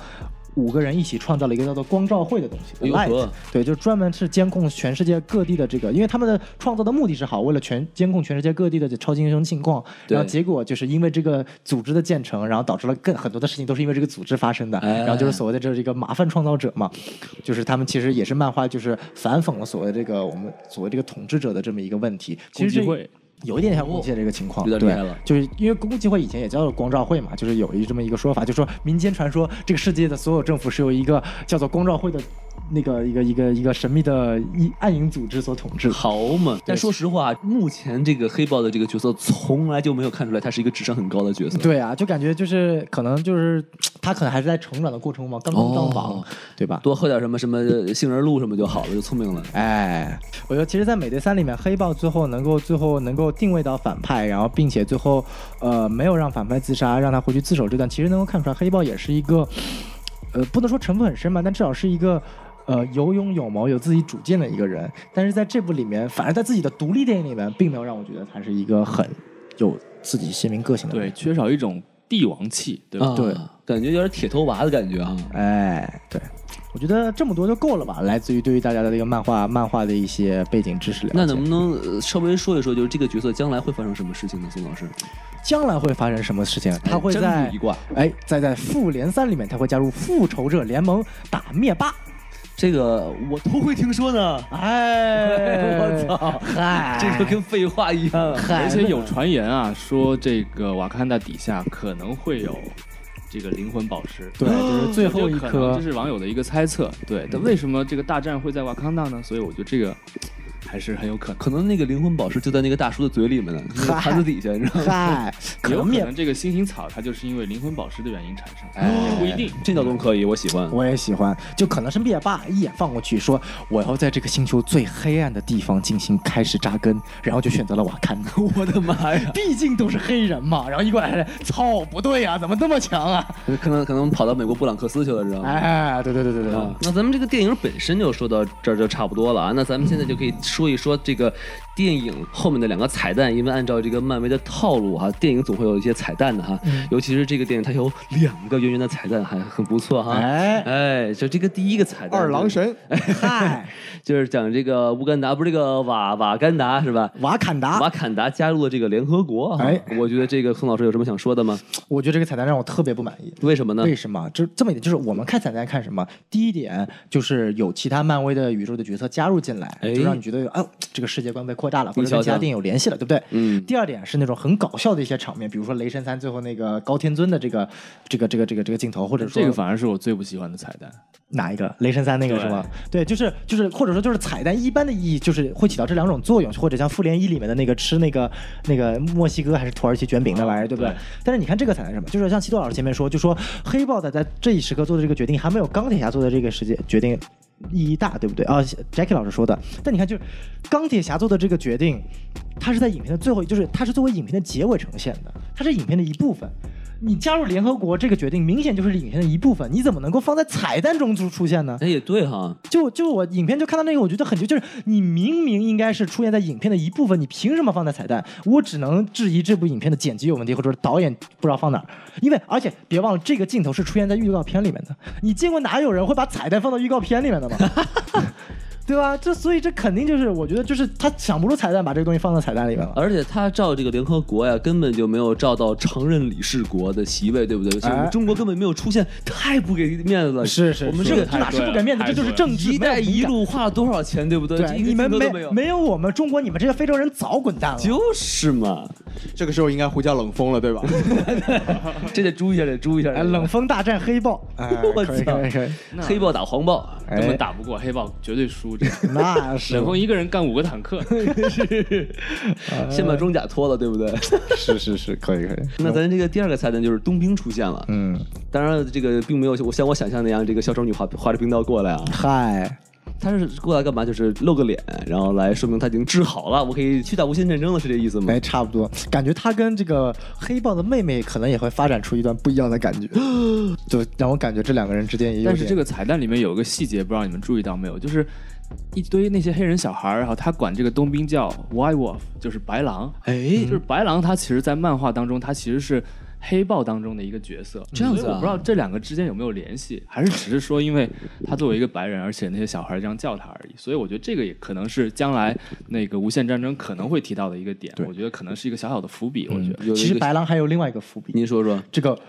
[SPEAKER 3] 五个人一起创造了一个叫做光照会的东西
[SPEAKER 2] 哎呦
[SPEAKER 3] ，Light，
[SPEAKER 2] 呵
[SPEAKER 3] 对，就专门是监控全世界各地的这个，因为他们的创造的目的是好，为了全监控全世界各地的超级英雄情况，然后
[SPEAKER 2] 对
[SPEAKER 3] 结果就是因为这个组织的建成，然后导致了更很多的事情都是因为这个组织发生的，
[SPEAKER 2] 哎
[SPEAKER 3] 然后就是所谓的这是一个麻烦创造者嘛，就是他们其实也是漫画，就是反讽了所谓这个我们所谓这个统治者的这么一个问题，其实
[SPEAKER 4] 攻击
[SPEAKER 3] 这
[SPEAKER 4] 会
[SPEAKER 3] 有一点像攻击的这个情况，
[SPEAKER 2] 有点
[SPEAKER 3] 对
[SPEAKER 2] 厉害了
[SPEAKER 3] 就是因为公祭会以前也叫做光照会嘛，就是有一这么一个说法，就说民间传说这个世界的所有政府是由一个叫做光照会的那个一个一个一个神秘的一暗影组织所统治。
[SPEAKER 2] 好嘛，但说实话，目前这个黑豹的这个角色从来就没有看出来他是一个智商很高的角色。
[SPEAKER 3] 对啊，就感觉就是可能就是他可能还是在成长的过程中嘛，刚刚当王，
[SPEAKER 2] 哦
[SPEAKER 3] 对吧？
[SPEAKER 2] 多喝点什么呃什么杏仁露什么就好了，就聪明了。
[SPEAKER 3] 哎，我觉得其实，在美队三里面，黑豹最后能够最后能够定位到反派，然后并且最后呃没有让反派自杀，让他回去自首这段，其实能够看出来，黑豹也是一个呃不能说城府很深吧，但至少是一个。呃，有勇有谋、有自己主见的一个人，但是在这部里面，反而在自己的独立电影里面，并没有让我觉得他是一个很有自己鲜明个性的人。
[SPEAKER 4] 对，缺少一种帝王气，对吧？
[SPEAKER 2] 啊
[SPEAKER 3] 对，
[SPEAKER 2] 感觉有点铁头娃的感觉啊。
[SPEAKER 3] 哎，对，我觉得这么多就够了吧，来自于对于大家的这个漫画、漫画的一些背景知识了解。
[SPEAKER 2] 那能不能呃稍微说一说，就是这个角色将来会发生什么事情呢？宋老师，
[SPEAKER 3] 将来会发生什么事情？他会
[SPEAKER 2] 哎
[SPEAKER 3] 在
[SPEAKER 2] 占卜一卦。
[SPEAKER 3] 哎，在在复联三里面，他会加入复仇者联盟打灭霸。
[SPEAKER 2] 这个我头回听说呢。
[SPEAKER 3] 哎
[SPEAKER 2] 我操
[SPEAKER 3] 嗨，嗯
[SPEAKER 2] 这个跟废话一样。
[SPEAKER 3] 嗨，
[SPEAKER 4] 而且有传言啊，说这个瓦坎达底下可能会有这个灵魂宝石。
[SPEAKER 3] 对，就是最后一
[SPEAKER 4] 有可能
[SPEAKER 3] 颗嗯
[SPEAKER 4] 这。是网友的一个猜测。对，但为什么这个大战会在瓦康纳呢？所以我觉得这个还是很有可能。
[SPEAKER 2] 可能那个灵魂宝石就在那个大叔的嘴 里面呢，那个盘子底下，你知道吗？
[SPEAKER 3] 嗨，可
[SPEAKER 4] 也有
[SPEAKER 3] 能
[SPEAKER 4] 可
[SPEAKER 3] 灭哎
[SPEAKER 4] 能这个星星草它就是因为灵魂宝石的原因产生，也不一定。
[SPEAKER 2] 这脑洞可以，我喜欢。
[SPEAKER 3] 我也喜欢，就可能是灭霸一眼放过去，说我要在这个星球最黑暗的地方进行开始扎根，然后就选择了瓦坎达。
[SPEAKER 2] 我的妈呀！
[SPEAKER 3] 毕竟都是黑人嘛，然后一过来，操，不对呀、怎么那么强啊？
[SPEAKER 2] 可能可能跑到美国布朗克斯去了，知道吗？
[SPEAKER 3] 哎，对对对对对，
[SPEAKER 2] 啊，那咱们这个电影本身就说到这儿就差不多了啊。那咱们现在就可以说一说这个电影后面的两个彩蛋，因为按照这个漫威的套路哈、电影总会有一些彩蛋的哈、尤其是这个电影它有两个圆圆的彩蛋，还很不错哈、
[SPEAKER 3] 哎
[SPEAKER 2] 哎，就这个第一个彩蛋，
[SPEAKER 1] 二郎神，
[SPEAKER 3] 嗨，
[SPEAKER 2] 就是讲这个乌干达，不是这个瓦瓦干达是吧？
[SPEAKER 3] 瓦坎达，
[SPEAKER 2] 瓦坎达加入了这个联合国、啊，
[SPEAKER 3] 哎，
[SPEAKER 2] 我觉得这个宋老师有什么想说的吗？
[SPEAKER 3] 我觉得这个彩蛋让我特别不满意。
[SPEAKER 2] 为什么呢？
[SPEAKER 3] 为什么？就是这么一点，就是我们看彩蛋看什么？第一点就是有其他漫威的宇宙的角色加入进来，
[SPEAKER 2] 哎
[SPEAKER 3] 就让你觉得，哦，这个世界观被扩大了，或者
[SPEAKER 2] 你瞧
[SPEAKER 3] 跟
[SPEAKER 2] 瞧
[SPEAKER 3] 其他电影有联系了，对不对？
[SPEAKER 2] 嗯
[SPEAKER 3] 第二点是那种很搞笑的一些场面，比如说《雷神三》最后那个高天尊的这个这个这个这个这个镜头，或者说
[SPEAKER 4] 这个反而是我最不喜欢的彩蛋。
[SPEAKER 3] 哪一个？雷神三那个是吗？对，就是就是，或者说就是彩蛋一般的意义，就是会起到这两种作用，或者像复联一里面的那个吃那个那个墨西哥还是土耳其卷饼那玩意儿，对不对？
[SPEAKER 4] 对
[SPEAKER 3] 但是你看这个彩蛋是什么？就是像七豆老师前面说，就说黑豹仔在这一时刻做的这个决定，还没有钢铁侠做的这个时间决定。意义大，对不对啊？Jackie 老师说的，但你看，就是钢铁侠做的这个决定，它是在影片的最后，就是它是作为影片的结尾呈现的，它是影片的一部分。你加入联合国这个决定明显就是影片的一部分，你怎么能够放在彩蛋中出出现呢？
[SPEAKER 2] 哎，也对哈，
[SPEAKER 3] 就就我影片就看到那个，我觉得很就就是你明明应该是出现在影片的一部分，你凭什么放在彩蛋？我只能质疑这部影片的剪辑有问题，或者是导演不知道放哪儿。因为而且别忘了这个镜头是出现在预告片里面的，你见过哪有人会把彩蛋放到预告片里面的吗？ 对吧？这所以这肯定就是我觉得就是他想不出彩蛋，把这个东西放到彩蛋里面了。
[SPEAKER 2] 而且他照这个联合国呀，根本就没有照到常任理事国的席位，对不对？
[SPEAKER 3] 哎
[SPEAKER 2] 中国根本没有出现，太不给面子了。
[SPEAKER 3] 呃是是，
[SPEAKER 2] 我们
[SPEAKER 3] 这
[SPEAKER 2] 这
[SPEAKER 3] 个
[SPEAKER 2] 个
[SPEAKER 3] 哪是不给面子，这就是政治。
[SPEAKER 2] 一带
[SPEAKER 3] 没有敏
[SPEAKER 2] 一
[SPEAKER 3] 感
[SPEAKER 2] 路花了多少钱，对不对？
[SPEAKER 3] 对，
[SPEAKER 2] 一个
[SPEAKER 3] 你们
[SPEAKER 2] 镜头
[SPEAKER 3] 没
[SPEAKER 2] 都没有，
[SPEAKER 3] 没有我们中国，你们这些非洲人早滚蛋了。
[SPEAKER 2] 就是嘛，
[SPEAKER 1] 这个时候应该呼叫冷风了，对吧？
[SPEAKER 2] 这得注意一下，得注意一下。
[SPEAKER 3] 哎， 冷风大战黑豹， 哎
[SPEAKER 2] 我
[SPEAKER 3] 可以
[SPEAKER 2] 操
[SPEAKER 3] 可以可以，
[SPEAKER 2] 黑豹打黄豹，
[SPEAKER 3] 哎
[SPEAKER 4] 根本打不过黑豹，绝对输这。
[SPEAKER 3] 那 是
[SPEAKER 4] 冷风一个人干五个坦 克，
[SPEAKER 2] 啊先
[SPEAKER 3] 哎
[SPEAKER 2] 把装甲脱了，对不对？
[SPEAKER 3] 是是是，可以可以，
[SPEAKER 2] 那咱这个第二个彩蛋就是冬兵出现了。
[SPEAKER 3] 嗯，
[SPEAKER 2] 当然，这个并没有我像我想象那样，这个小丑女划划着冰刀过来啊。
[SPEAKER 3] 嗨，
[SPEAKER 2] 她是过来干嘛？就是露个脸，然后来说明她已经治好了，我可以去打无限战争了，是这意思吗
[SPEAKER 3] 哎，？差不多，感觉他跟这个黑豹的妹妹可能也会发展出一段不一样的感觉，就让我感觉这两个人之间也有点，
[SPEAKER 4] 但是这个彩蛋里面有个细节，不知道你们注意到没有，就是一堆那些黑人小孩儿，然后他管这个冬兵叫 White Wolf，就是白狼。
[SPEAKER 2] 哎，
[SPEAKER 4] 就是白狼，他其实，在漫画当中，他其实是黑豹当中的一个角色。
[SPEAKER 2] 这样子啊
[SPEAKER 4] 所以我不知道这两个之间有没有联系，还是只是说，因为他作为一个白人，而且那些小孩这样叫他而已。所以我觉得这个也可能是将来那个无限战争可能会提到的一个点。我觉得可能是一个小小的伏笔。我觉得。
[SPEAKER 2] 有一个
[SPEAKER 3] 其实白狼还有另外一个伏笔，
[SPEAKER 2] 您说说，
[SPEAKER 3] 这个。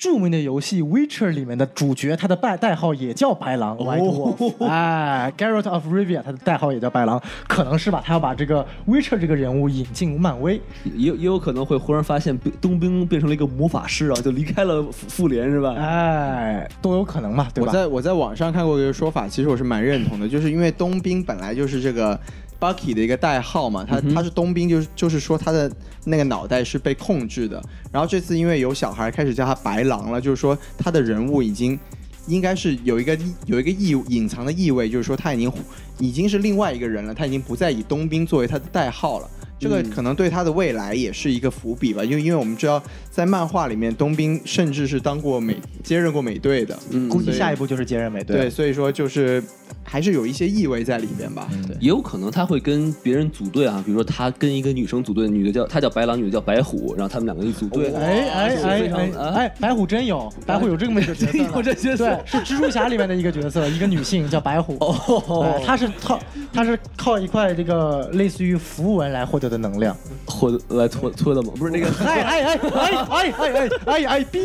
[SPEAKER 3] 著名的游戏《Witcher》里面的主角，他的代代号也叫白狼，哦、哎，Geralt of Rivia，他的代号也叫白狼，可能是吧？他要把这个 Witcher 这个人物引进漫威，
[SPEAKER 2] 也也有可能会忽然发现冬兵变成了一个魔法师啊，就离开了复复联是吧？
[SPEAKER 3] 哎，都有可能嘛，对
[SPEAKER 1] 我
[SPEAKER 3] 吧？
[SPEAKER 1] 在我在网上看过一个说法，其实我是蛮认同的，就是因为冬兵本来就是这个 Bucky 的一个代号嘛，
[SPEAKER 3] 嗯
[SPEAKER 1] 他、他是冬兵，就是就是说他的那个脑袋是被控制的。然后这次因为有小孩开始叫他白狼了，就是说他的人物已经应该是有一个有一个意隐藏的意味，就是说他已经 已经是另外一个人了，他已经不再以冬兵作为他的代号了。这个可能对他的未来也是一个伏笔吧，因为因为我们知道，在漫画里面，冬兵甚至是当过美接任过美队的，
[SPEAKER 2] 嗯
[SPEAKER 3] 估计
[SPEAKER 1] 对
[SPEAKER 3] 下一步就是接任美队了。
[SPEAKER 1] 对，所以说就是还是有一些意味在里边吧。嗯对，
[SPEAKER 2] 也有可能他会跟别人组队啊，比如说他跟一个女生组队，女的叫他叫白狼，女的叫白虎，然后他们两个一组队。
[SPEAKER 3] 哎哎哎
[SPEAKER 2] 非
[SPEAKER 3] 哎
[SPEAKER 2] 常啊
[SPEAKER 3] 哎，白虎真有，白虎有这么一个角色呢，
[SPEAKER 2] 有这角色
[SPEAKER 3] 对，是蜘蛛侠里面的一个角色，一个女性叫白 虎，
[SPEAKER 2] 哦
[SPEAKER 3] 对，她是靠她是靠一块这个类似于符文来获得的能量。
[SPEAKER 2] 脱来脱脱的吗？不是那个
[SPEAKER 3] 哎哎哎哎哎哎哎哎哎逼！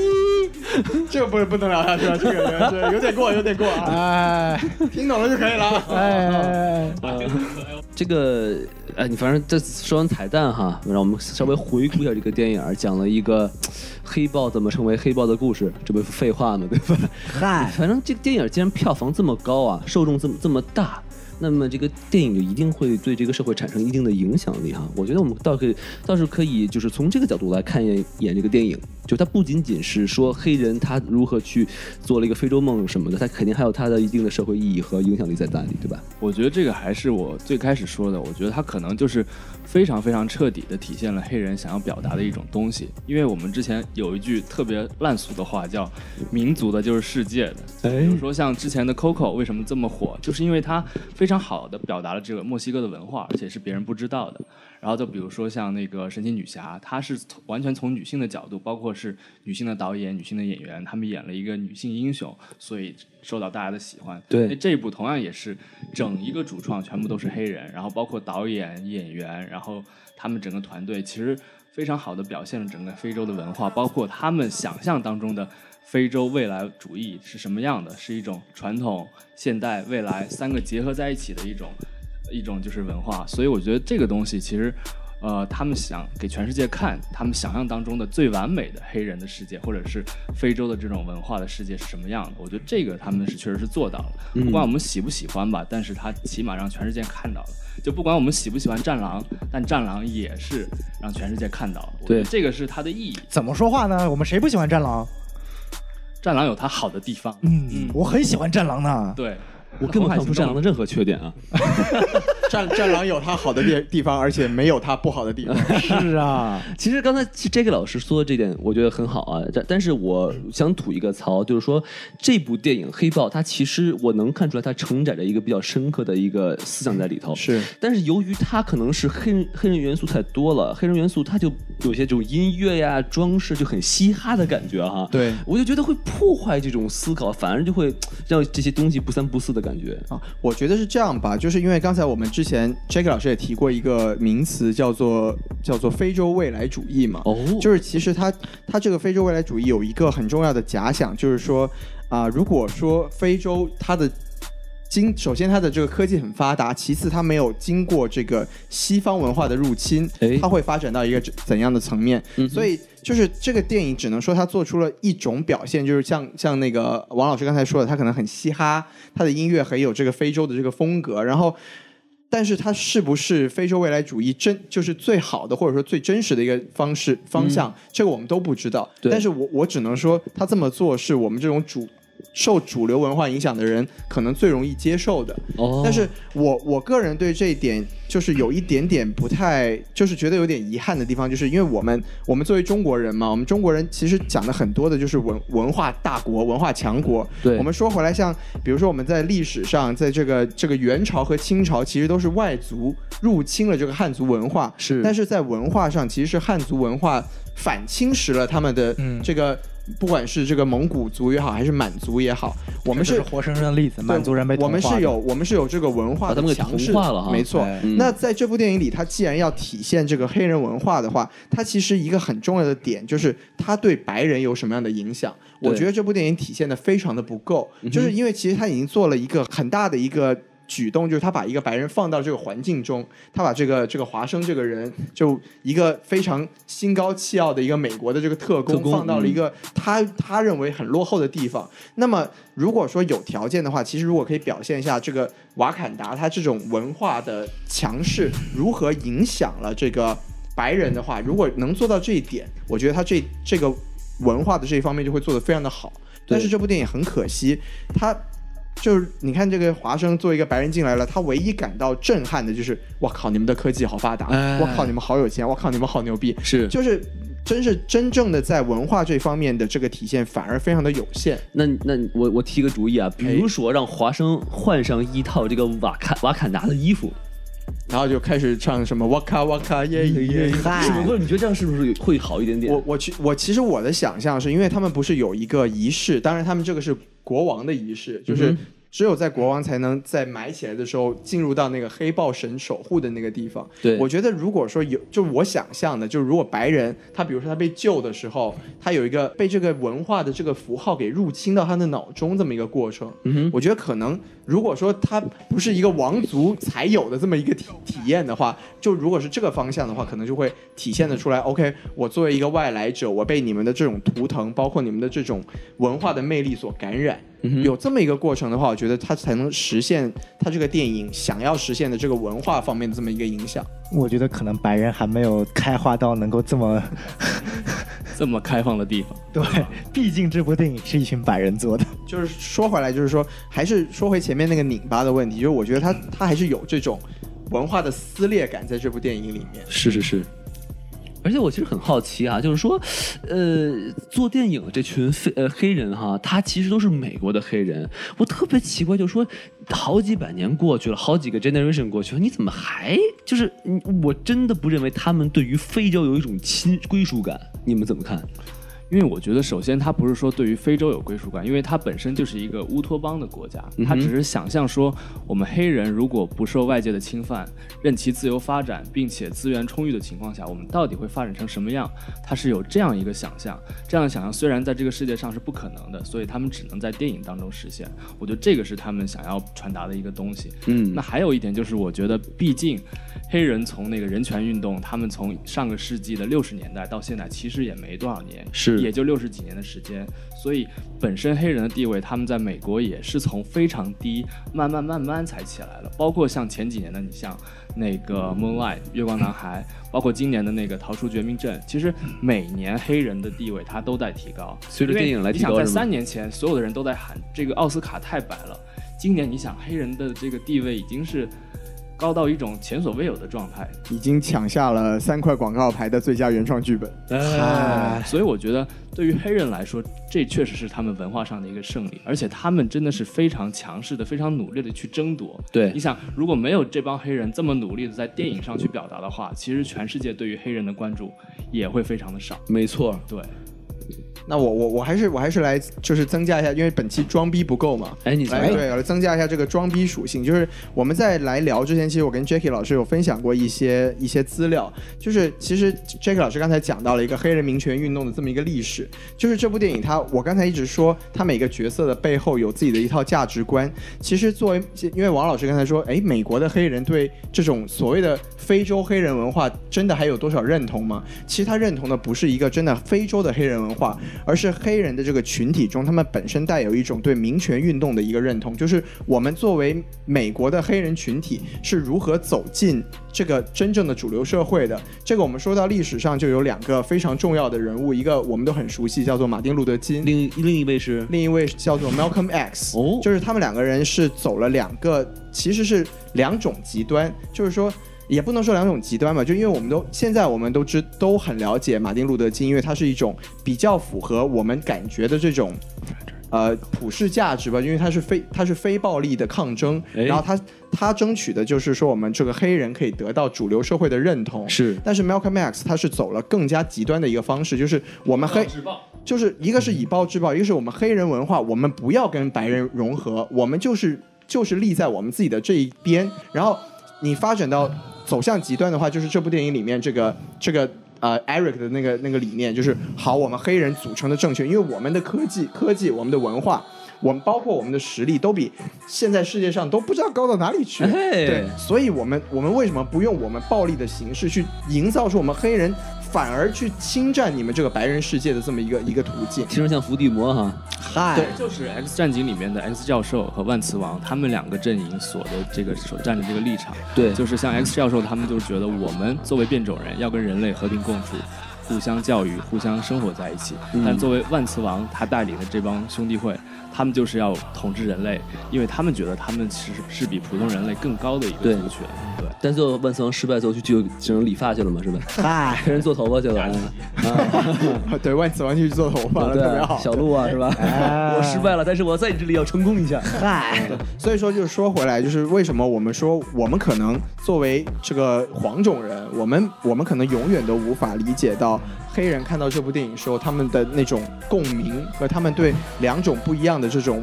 [SPEAKER 1] 这个不不能聊下去了，这个这有点过，有点过 啊，
[SPEAKER 3] 哎
[SPEAKER 1] 听懂了就可以了啊。
[SPEAKER 3] 哎，
[SPEAKER 2] 这个，哎，你反正这说完彩蛋哈，让我们稍微回顾一下这个电影儿，讲了一个嘖黑豹怎么成为黑豹的故事，这不是废话吗？对吧？
[SPEAKER 3] 嗨，
[SPEAKER 2] 反正这个电影既然票房这么高啊，受众这么这么大，那么这个电影就一定会对这个社会产生一定的影响力哈。我觉得我们倒可以倒是可以，就是从这个角度来看一眼一眼这个电影，就它不仅仅是说黑人他如何去做了一个非洲梦什么的，他肯定还有他的一定的社会意义和影响力在那里，对吧？
[SPEAKER 4] 我觉得这个还是我最开始说的，我觉得它可能就是非常非常彻底的体现了黑人想要表达的一种东西。因为我们之前有一句特别烂俗的话，叫“民族的就是世界的”。比如说像之前的 Coco 为什么这么火，就是因为它非常好的表达了这个墨西哥的文化，而且是别人不知道的。然后就比如说像那个神奇女侠，她是从完全从女性的角度，包括是女性的导演、女性的演员，她们演了一个女性英雄，所以受到大家的喜欢。
[SPEAKER 2] 对
[SPEAKER 4] 那这一部同样也是整一个主创全部都是黑人，然后包括导演、演员，然后他们整个团队其实非常好的表现了整个非洲的文化，包括他们想象当中的非洲未来主义是什么样的，是一种传统、现代、未来三个结合在一起的一种一种就是文化。所以我觉得这个东西其实。呃，他们想给全世界看，他们想象当中的最完美的黑人的世界，或者是非洲的这种文化的世界是什么样的？我觉得这个他们是确实是做到了，
[SPEAKER 2] 嗯
[SPEAKER 4] 不管我们喜不喜欢吧，但是他起码让全世界看到了。就不管我们喜不喜欢《战狼》，但《战狼》也是让全世界看到了。我觉得
[SPEAKER 2] 对
[SPEAKER 4] 这个是它的意义。《
[SPEAKER 3] 怎么说话呢？我们谁不喜欢战狼？嗯
[SPEAKER 4] 战狼》有它好的地方，
[SPEAKER 3] 嗯，我很喜欢战狼呢。
[SPEAKER 4] 对，
[SPEAKER 2] 嗯我根本看不出《战狼》的任何缺点啊。
[SPEAKER 1] 战战狼有它好的地地方，而且没有它不好的地方。
[SPEAKER 3] 是 啊，
[SPEAKER 2] 其实刚才 J.K. 老师说的这点，我觉得很好啊。但但是我想吐一个槽，就是说这部电影《黑豹》，它其实我能看出来，它承载着一个比较深刻的一个思想在里头。
[SPEAKER 1] 是，
[SPEAKER 2] 但是由于它可能是黑人黑人元素太多了，黑人元素它就有些这种音乐呀、装饰就很嘻哈的感觉哈。
[SPEAKER 1] 对
[SPEAKER 2] 我就觉得会破坏这种思考，反而就会让这些东西不三不四的感觉。
[SPEAKER 1] 啊，我觉得是这样吧，就是因为刚才我们之前 Jack 老师也提过一个名词，叫做叫做非洲未来主义嘛。
[SPEAKER 2] 哦
[SPEAKER 1] 就是其实它它这个非洲未来主义有一个很重要的假想，就是说啊、如果说非洲它的经首先它的这个科技很发达，其次它没有经过这个西方文化的入侵
[SPEAKER 2] 哎，
[SPEAKER 1] 它会发展到一个怎怎样的层面？所以就是这个电影只能说它做出了一种表现，就是像像那个王老师刚才说的，它可能很嘻哈，它的音乐很有这个非洲的这个风格，然后。但是它是不是非洲未来主义真就是最好的，或者说最真实的一个方式方向，这个我们都不知道。
[SPEAKER 2] 对
[SPEAKER 1] 但是我我只能说，他这么做是我们这种主受主流文化影响的人可能最容易接受的。
[SPEAKER 2] 哦
[SPEAKER 1] 但是我我个人对这一点就是有一点点不太，就是觉得有点遗憾的地方，就是因为我们我们作为中国人嘛，我们中国人其实讲的很多的就是文文化大国、文化强国。
[SPEAKER 2] 对
[SPEAKER 1] 我们说回来像，比如说我们在历史上，在这个这个元朝和清朝，其实都是外族入侵了这个汉族文化，
[SPEAKER 2] 是
[SPEAKER 1] 但是在文化上，其实是汉族文化反侵蚀了他们的
[SPEAKER 3] 嗯
[SPEAKER 1] 这个。不管是这个蒙古族也好，还是满族也好，我
[SPEAKER 3] 我
[SPEAKER 1] 们是
[SPEAKER 3] 活生生的例子，
[SPEAKER 1] 对
[SPEAKER 3] 满族人被
[SPEAKER 1] 我们
[SPEAKER 3] 同化
[SPEAKER 1] 是
[SPEAKER 3] 的
[SPEAKER 1] 有我们是有这个文化
[SPEAKER 2] 把他
[SPEAKER 1] 的
[SPEAKER 2] 们给
[SPEAKER 1] 强
[SPEAKER 2] 同
[SPEAKER 1] 势
[SPEAKER 2] 化了哈
[SPEAKER 1] 没错
[SPEAKER 3] 哎。
[SPEAKER 2] 嗯
[SPEAKER 1] 那在这部电影里，它既然要体现这个黑人文化的话，它其实一个很重要的点就是它对白人有什么样的影响。我
[SPEAKER 2] 对嗯
[SPEAKER 1] 觉得这部电影体现的非常的不够，就是因为其实它已经做了一个很大的一个。举动就是他把一个白人放到这个环境中，他把这个这个华生这个人，就一个非常心高气傲的一个美国的这个特工
[SPEAKER 2] 特工嗯
[SPEAKER 1] 放到了一个他他认为很落后的地方。那么如果说有条件的话，其实如果可以表现一下这个瓦坎达它这种文化的强势如何影响了这个白人的话，如果能做到这一点，我觉得他这这个文化的这一方面就会做得非常的好。
[SPEAKER 2] 对
[SPEAKER 1] 但是这部电影很可惜，他就是你看这个华生作为一个白人进来了，他唯一感到震撼的就是，我靠，你们的科技好发达，
[SPEAKER 2] 哎
[SPEAKER 1] 我靠，你们好有钱，我靠，你们好牛逼，
[SPEAKER 2] 是
[SPEAKER 1] 就是真是真正的在文化这方面的这个体现反而非常的有限。
[SPEAKER 2] 那那我我提个主意啊，比
[SPEAKER 1] 哎
[SPEAKER 2] 如说让华生换上一套这个瓦坎瓦坎达的衣服，
[SPEAKER 1] 然后就开始唱什么哇咔哇咔耶耶耶。
[SPEAKER 2] 是不是？你觉得这样是不是会好一点点？
[SPEAKER 1] 哎我我其我其实我的想象是因为他们不是有一个仪式，当然他们这个是国王的仪式，就是只有在国王才能在埋起来的时候进入到那个黑豹神守护的那个地方。
[SPEAKER 2] 对
[SPEAKER 1] 我觉得如果说有，就是我想象的，就是如果白人他比如说他被救的时候，他有一个被这个文化的这个符号给入侵到他的脑中这么一个过程。嗯
[SPEAKER 2] 哼
[SPEAKER 1] 我觉得可能如果说他不是一个王族才有的这么一个体体验的话，就如果是这个方向的话，可能就会体现的出来。OK，我作为一个外来者，我被你们的这种图腾，包括你们的这种文化的魅力所感染。
[SPEAKER 2] 嗯
[SPEAKER 1] 有这么一个过程的话，我觉得它才能实现它这个电影想要实现的这个文化方面的这么一个影响。
[SPEAKER 3] 我觉得可能白人还没有开化到能够这 么
[SPEAKER 4] 这么开放的地方。
[SPEAKER 3] 对，毕竟这部电影是一群白人做的。
[SPEAKER 1] 就是说回来，就是说，还是说回前面那个拧巴的问题，就是我觉得它它还是有这种文化的撕裂感在这部电影里面。
[SPEAKER 2] 是是是。而且我其实很好奇啊，就是说，呃，做电影这群非呃黑人哈，他其实都是美国的黑人。我特别奇怪，就是说，好几百年过去了，好几个 generation 过去了，你怎么还就是你？我真的不认为他们对于非洲有一种亲归属感。你们怎么看？
[SPEAKER 4] 因为我觉得，首先它不是说对于非洲有归属感，因为它本身就是一个乌托邦的国家，它只是想象说，我们黑人如果不受外界的侵犯，任其自由发展，并且资源充裕的情况下，我们到底会发展成什么样？它是有这样一个想象，这样的想象虽然在这个世界上是不可能的，所以他们只能在电影当中实现。我觉得这个是他们想要传达的一个东西。
[SPEAKER 2] 嗯
[SPEAKER 4] 那还有一点就是，我觉得毕竟黑人从那个人权运动，他们从上个世纪的六十年代到现在，其实也没多少年，
[SPEAKER 2] 是
[SPEAKER 4] 也就六十几年的时间。所以本身黑人的地位，他们在美国也是从非常低，慢慢慢慢才起来了。包括像前几年的，你像那个 Moonlight 月光男孩，包括今年的那个逃出绝命镇，其实每年黑人的地位他都在提高。
[SPEAKER 2] 随着电影来提高
[SPEAKER 4] 因为你想在
[SPEAKER 2] 是吗
[SPEAKER 4] 三年前，所有的人都在喊这个奥斯卡太白了。今年你想黑人的这个地位已经是高到一种前所未有的状态，
[SPEAKER 1] 已经抢下了三块广告牌的最佳原创剧本。
[SPEAKER 3] 啊
[SPEAKER 4] 哎，所以我觉得对于黑人来说，这确实是他们文化上的一个胜利，而且他们真的是非常强势的、非常努力的去争夺。
[SPEAKER 2] 对
[SPEAKER 4] 你想，如果没有这帮黑人这么努力的在电影上去表达的话，其实全世界对于黑人的关注也会非常的少。
[SPEAKER 2] 没错，
[SPEAKER 4] 对，
[SPEAKER 1] 那我我我还是我还是来就是增加一下，因为本期装逼不够嘛。
[SPEAKER 2] 哎，你
[SPEAKER 1] 来
[SPEAKER 2] 来，
[SPEAKER 1] 对，来增加一下这个装逼属性。就是我们在来聊之前，其实我跟 Jackie 老师有分享过一些一些资料。就是其实 Jackie 老师刚才讲到了一个黑人民权运动的这么一个历史。就是这部电影它，我刚才一直说，它每个角色的背后有自己的一套价值观。其实作为，因为王老师刚才说，哎，美国的黑人对这种所谓的非洲黑人文化真的还有多少认同吗？其实他认同的不是一个真的非洲的黑人文化，而是黑人的这个群体中，他们本身带有一种对民权运动的一个认同，就是我们作为美国的黑人群体是如何走进这个真正的主流社会的。这个我们说到历史上就有两个非常重要的人物，一个我们都很熟悉，叫做马丁路德金，
[SPEAKER 2] 另另一位是
[SPEAKER 1] 另一位叫做 Malcolm X，
[SPEAKER 2] 哦
[SPEAKER 1] 就是他们两个人是走了两个，其实是两种极端，就是说。也不能说两种极端吧，就因为我们都现在我们都知都很了解马丁路德金，因为他是一种比较符合我们感觉的这种，呃普世价值吧，因为他是非他是非暴力的抗争，
[SPEAKER 2] 哎
[SPEAKER 1] 然后他他争取的就是说我们这个黑人可以得到主流社会的认同，
[SPEAKER 2] 是
[SPEAKER 1] 但是 Malcolm X 他是走了更加极端的一个方式，就是我们黑就是一个是以暴制暴，一个是我们黑人文化，我们不要跟白人融合，我们就是就是立在我们自己的这一边。然后你发展到走向极端的话，就是这部电影里面这个这个呃 Eric 的那个那个理念，就是好，我们黑人组成的政权，因为我们的科技、科技、我们的文化。我们包括我们的实力都比现在世界上都不知道高到哪里去，
[SPEAKER 2] 哎
[SPEAKER 1] 对，所以我们我们为什么不用我们暴力的形式去营造出我们黑人反而去侵占你们这个白人世界的这么一个一个途径？
[SPEAKER 2] 听着像伏地魔哈，
[SPEAKER 1] 嗨
[SPEAKER 4] 就是 X 战警里面的 X 教授和万磁王他们两个阵营所的这个所站的这个立场，
[SPEAKER 2] 对
[SPEAKER 4] 就是像 X 教授他们就是觉得我们作为变种人要跟人类和平共处。互相教育，互相生活在一起。
[SPEAKER 2] 嗯
[SPEAKER 4] 但作为万磁王，他带领的这帮兄弟会，他们就是要统治人类，因为他们觉得他们其实是比普通人类更高的一个
[SPEAKER 2] 对嗯
[SPEAKER 4] 族群。对，
[SPEAKER 2] 但最后万磁王失败之后去就只能理发去了嘛，是 吧？
[SPEAKER 1] 嗨，
[SPEAKER 2] 黑人做头发去了，哎
[SPEAKER 1] 对，万磁王去做头发了，特别好。
[SPEAKER 2] 小鹿啊，是吧？
[SPEAKER 3] 哎
[SPEAKER 2] 我失败了，但是我在你这里要成功一下。
[SPEAKER 3] 嗨，
[SPEAKER 1] 所以说，就是说回来，就是为什么我们说我们可能作为这个黄种人，我们我们可能永远都无法理解到黑人看到这部电影时候他们的那种共鸣和他们对两种不一样的这种。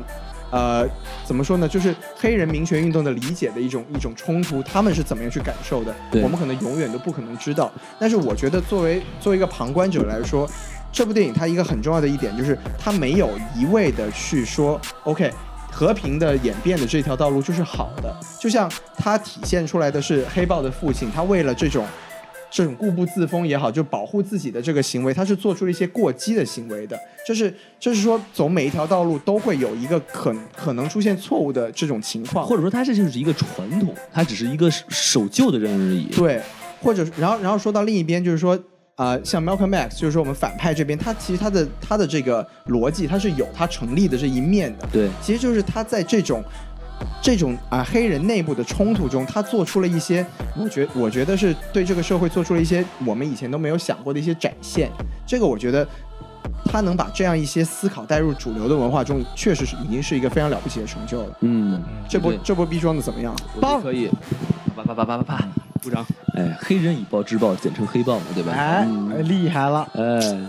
[SPEAKER 1] 呃，怎么说呢？就是黑人民权运动的理解的一种一种冲突，他们是怎么样去感受的？
[SPEAKER 2] 对
[SPEAKER 1] 我们可能永远都不可能知道。但是我觉得，作为作为一个旁观者来说，这部电影它一个很重要的一点就是，它没有一味的去说 OK。和平的演变的这条道路就是好的，就像它体现出来的是黑豹的父亲，他为了这种这种固步自封也好，就保护自己的这个行为，他是做出了一些过激的行为的。就是就是说，走每一条道路都会有一个可可能出现错误的这种情况，
[SPEAKER 2] 或者说他这就是一个传统，他只是一个守旧的人而已。
[SPEAKER 1] 对，或者是然后然后说到另一边，就是说，呃，像 Malcolm X，就是说我们反派这边，他其实他的他的这个逻辑，他是有他成立的这一面的。
[SPEAKER 2] 对
[SPEAKER 1] 其实就是他在这种这种啊、黑人内部的冲突中，他做出了一些，我觉我觉得是对这个社会做出了一些我们以前都没有想过的一些展现。这个我觉得。他能把这样一些思考带入主流的文化中，确实是已经是一个非常了不起的成就了。
[SPEAKER 2] 嗯，
[SPEAKER 1] 这波
[SPEAKER 2] 对
[SPEAKER 1] 这波逼装的怎么样？
[SPEAKER 2] 我觉得可以，啪啪啪啪啪啪。
[SPEAKER 4] 部长，
[SPEAKER 2] 哎，黑人以暴制暴，简称黑豹嘛，对吧？
[SPEAKER 3] 哎
[SPEAKER 2] 嗯，
[SPEAKER 3] 厉害了，
[SPEAKER 2] 哎，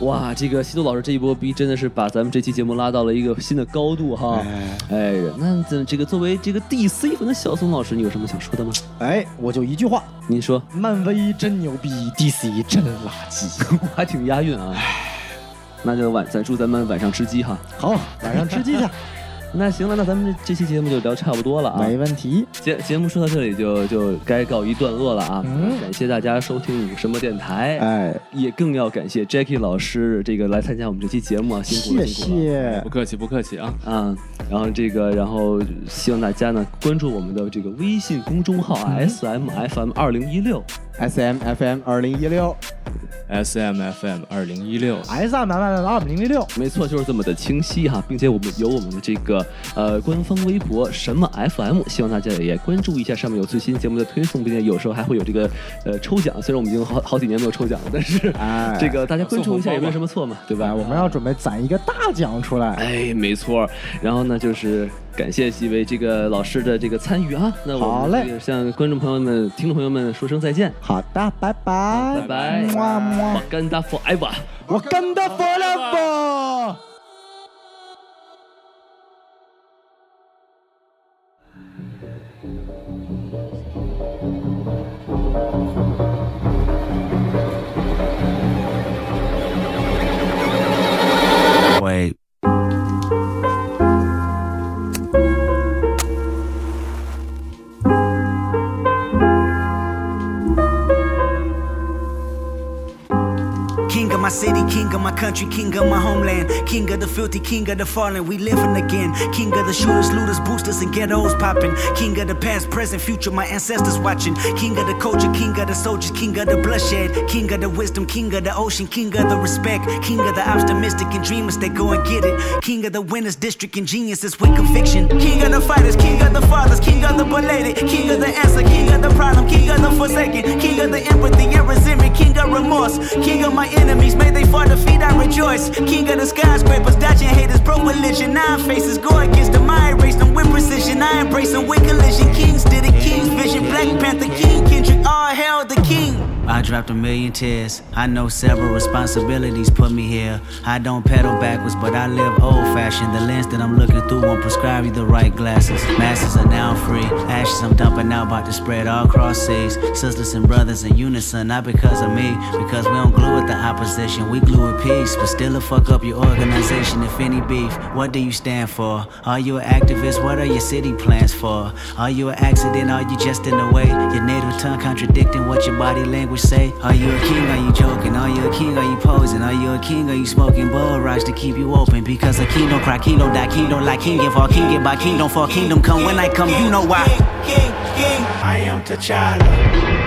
[SPEAKER 2] 哇，这个西多老师这一波逼真的是把咱们这期节目拉到了一个新的高度哈！哎，那这这个作为这个 DC 粉的小宋老师，你有什么想说的吗？
[SPEAKER 3] 哎，我就一句话，
[SPEAKER 2] 您说，
[SPEAKER 3] 漫威真牛逼，DC 真垃圾。
[SPEAKER 2] 我 还挺押韵啊。那就晚，咱祝咱们晚上吃鸡哈。
[SPEAKER 3] 好，晚上吃鸡 去，
[SPEAKER 2] 那行了，那咱们这这期节目就聊差不多了啊。
[SPEAKER 3] 没问题。
[SPEAKER 2] 节节目说到这里就就该告一段落了啊！
[SPEAKER 3] 嗯
[SPEAKER 2] 感谢大家收听五什么电台，
[SPEAKER 3] 哎，
[SPEAKER 2] 也更要感谢 Jackie 老师这个来参加我们这期节目啊，辛苦
[SPEAKER 3] 谢
[SPEAKER 2] 了，辛苦了。
[SPEAKER 3] 谢
[SPEAKER 4] 不。客气，不客气啊。
[SPEAKER 2] 啊，然后这个，然后
[SPEAKER 3] 嗯
[SPEAKER 2] 希望大家呢关注我们的这个微信公众号 S M F M 二零一六，
[SPEAKER 1] S M F M 二零一六
[SPEAKER 4] S M F M 二零一六，
[SPEAKER 3] S M M M 二零零六，
[SPEAKER 2] 没错，就是这么的清晰哈，并且我们有我们的这个呃官方微博什么 FM，希望大家也关注一下，上面有最新节目的推送，并且有时候还会有这个呃抽奖。虽然我们已经好好几年没有抽奖了，但是
[SPEAKER 3] 哎
[SPEAKER 2] 这个大家关注一下也
[SPEAKER 4] 送红包吧
[SPEAKER 2] 没有什么错嘛，对吧？
[SPEAKER 3] 我们要准备攒一个大奖出来。
[SPEAKER 2] 哎，没错。然后呢，就是感谢几位这个老师的这个参与啊。那我
[SPEAKER 3] 好
[SPEAKER 2] 们
[SPEAKER 3] 嘞
[SPEAKER 2] 这个向观众朋友们、听众朋友们说声再见，
[SPEAKER 3] 好的，拜拜
[SPEAKER 2] 拜拜。
[SPEAKER 3] 么么
[SPEAKER 2] 哇，干达 forever。
[SPEAKER 3] 我跟他 forever。
[SPEAKER 6] Wait.
[SPEAKER 7] King of my city, king of my country, king of my homeland, king of the filthy, king of the fallen. We living again. King of the shooters, looters, boosters, and ghettos popping. King of the past, present, future. My ancestors watching. King of the culture, king of the soldiers, king of the bloodshed, king of the wisdom, king of the ocean, king of the respect, king of the optimistic and dreamers that go and get it. King of the winners, district and geniuses with conviction. King of the fighters, king of the fathers, king of the belated, king of the answer, king of the problem, king of the forsaken, king of the empathy and resentment, king of remorse, king of my enemies, may they fall defeat, I rejoice. King of the skyscrapers, dodging haters, pro religion, nine faces, go against them, I erase them with precision, I embrace them with collision. Kings did it, king's vision, Black Panther, King Kendrick, all hail the king. I dropped a million tears. I know several responsibilities put me here. I don't pedal backwards, but I live old fashioned. The lens that I'm looking through won't prescribe you the right glasses. Masses are now free. Ashes I'm dumping out, about to spread all across seas. Sisters and brothers in unison, not because of me, because we don't glue at the opposition. We glue with peace, but still a fuck up your organization. If any beef, what do you stand for? Are you an activist? What are your city plans for? Are you an accident? Are you just in the way? Your native tongue contradicting what your body language say? Are you a king? Are you joking? Are you a king? Are you posing? Are you a king? Are you smoking bull rocks to keep you open? Because a king don't cry, king don't die, king don't lie, king give all king give by kingdom for kingdom come when I come, you know why.
[SPEAKER 8] I am T'Challa.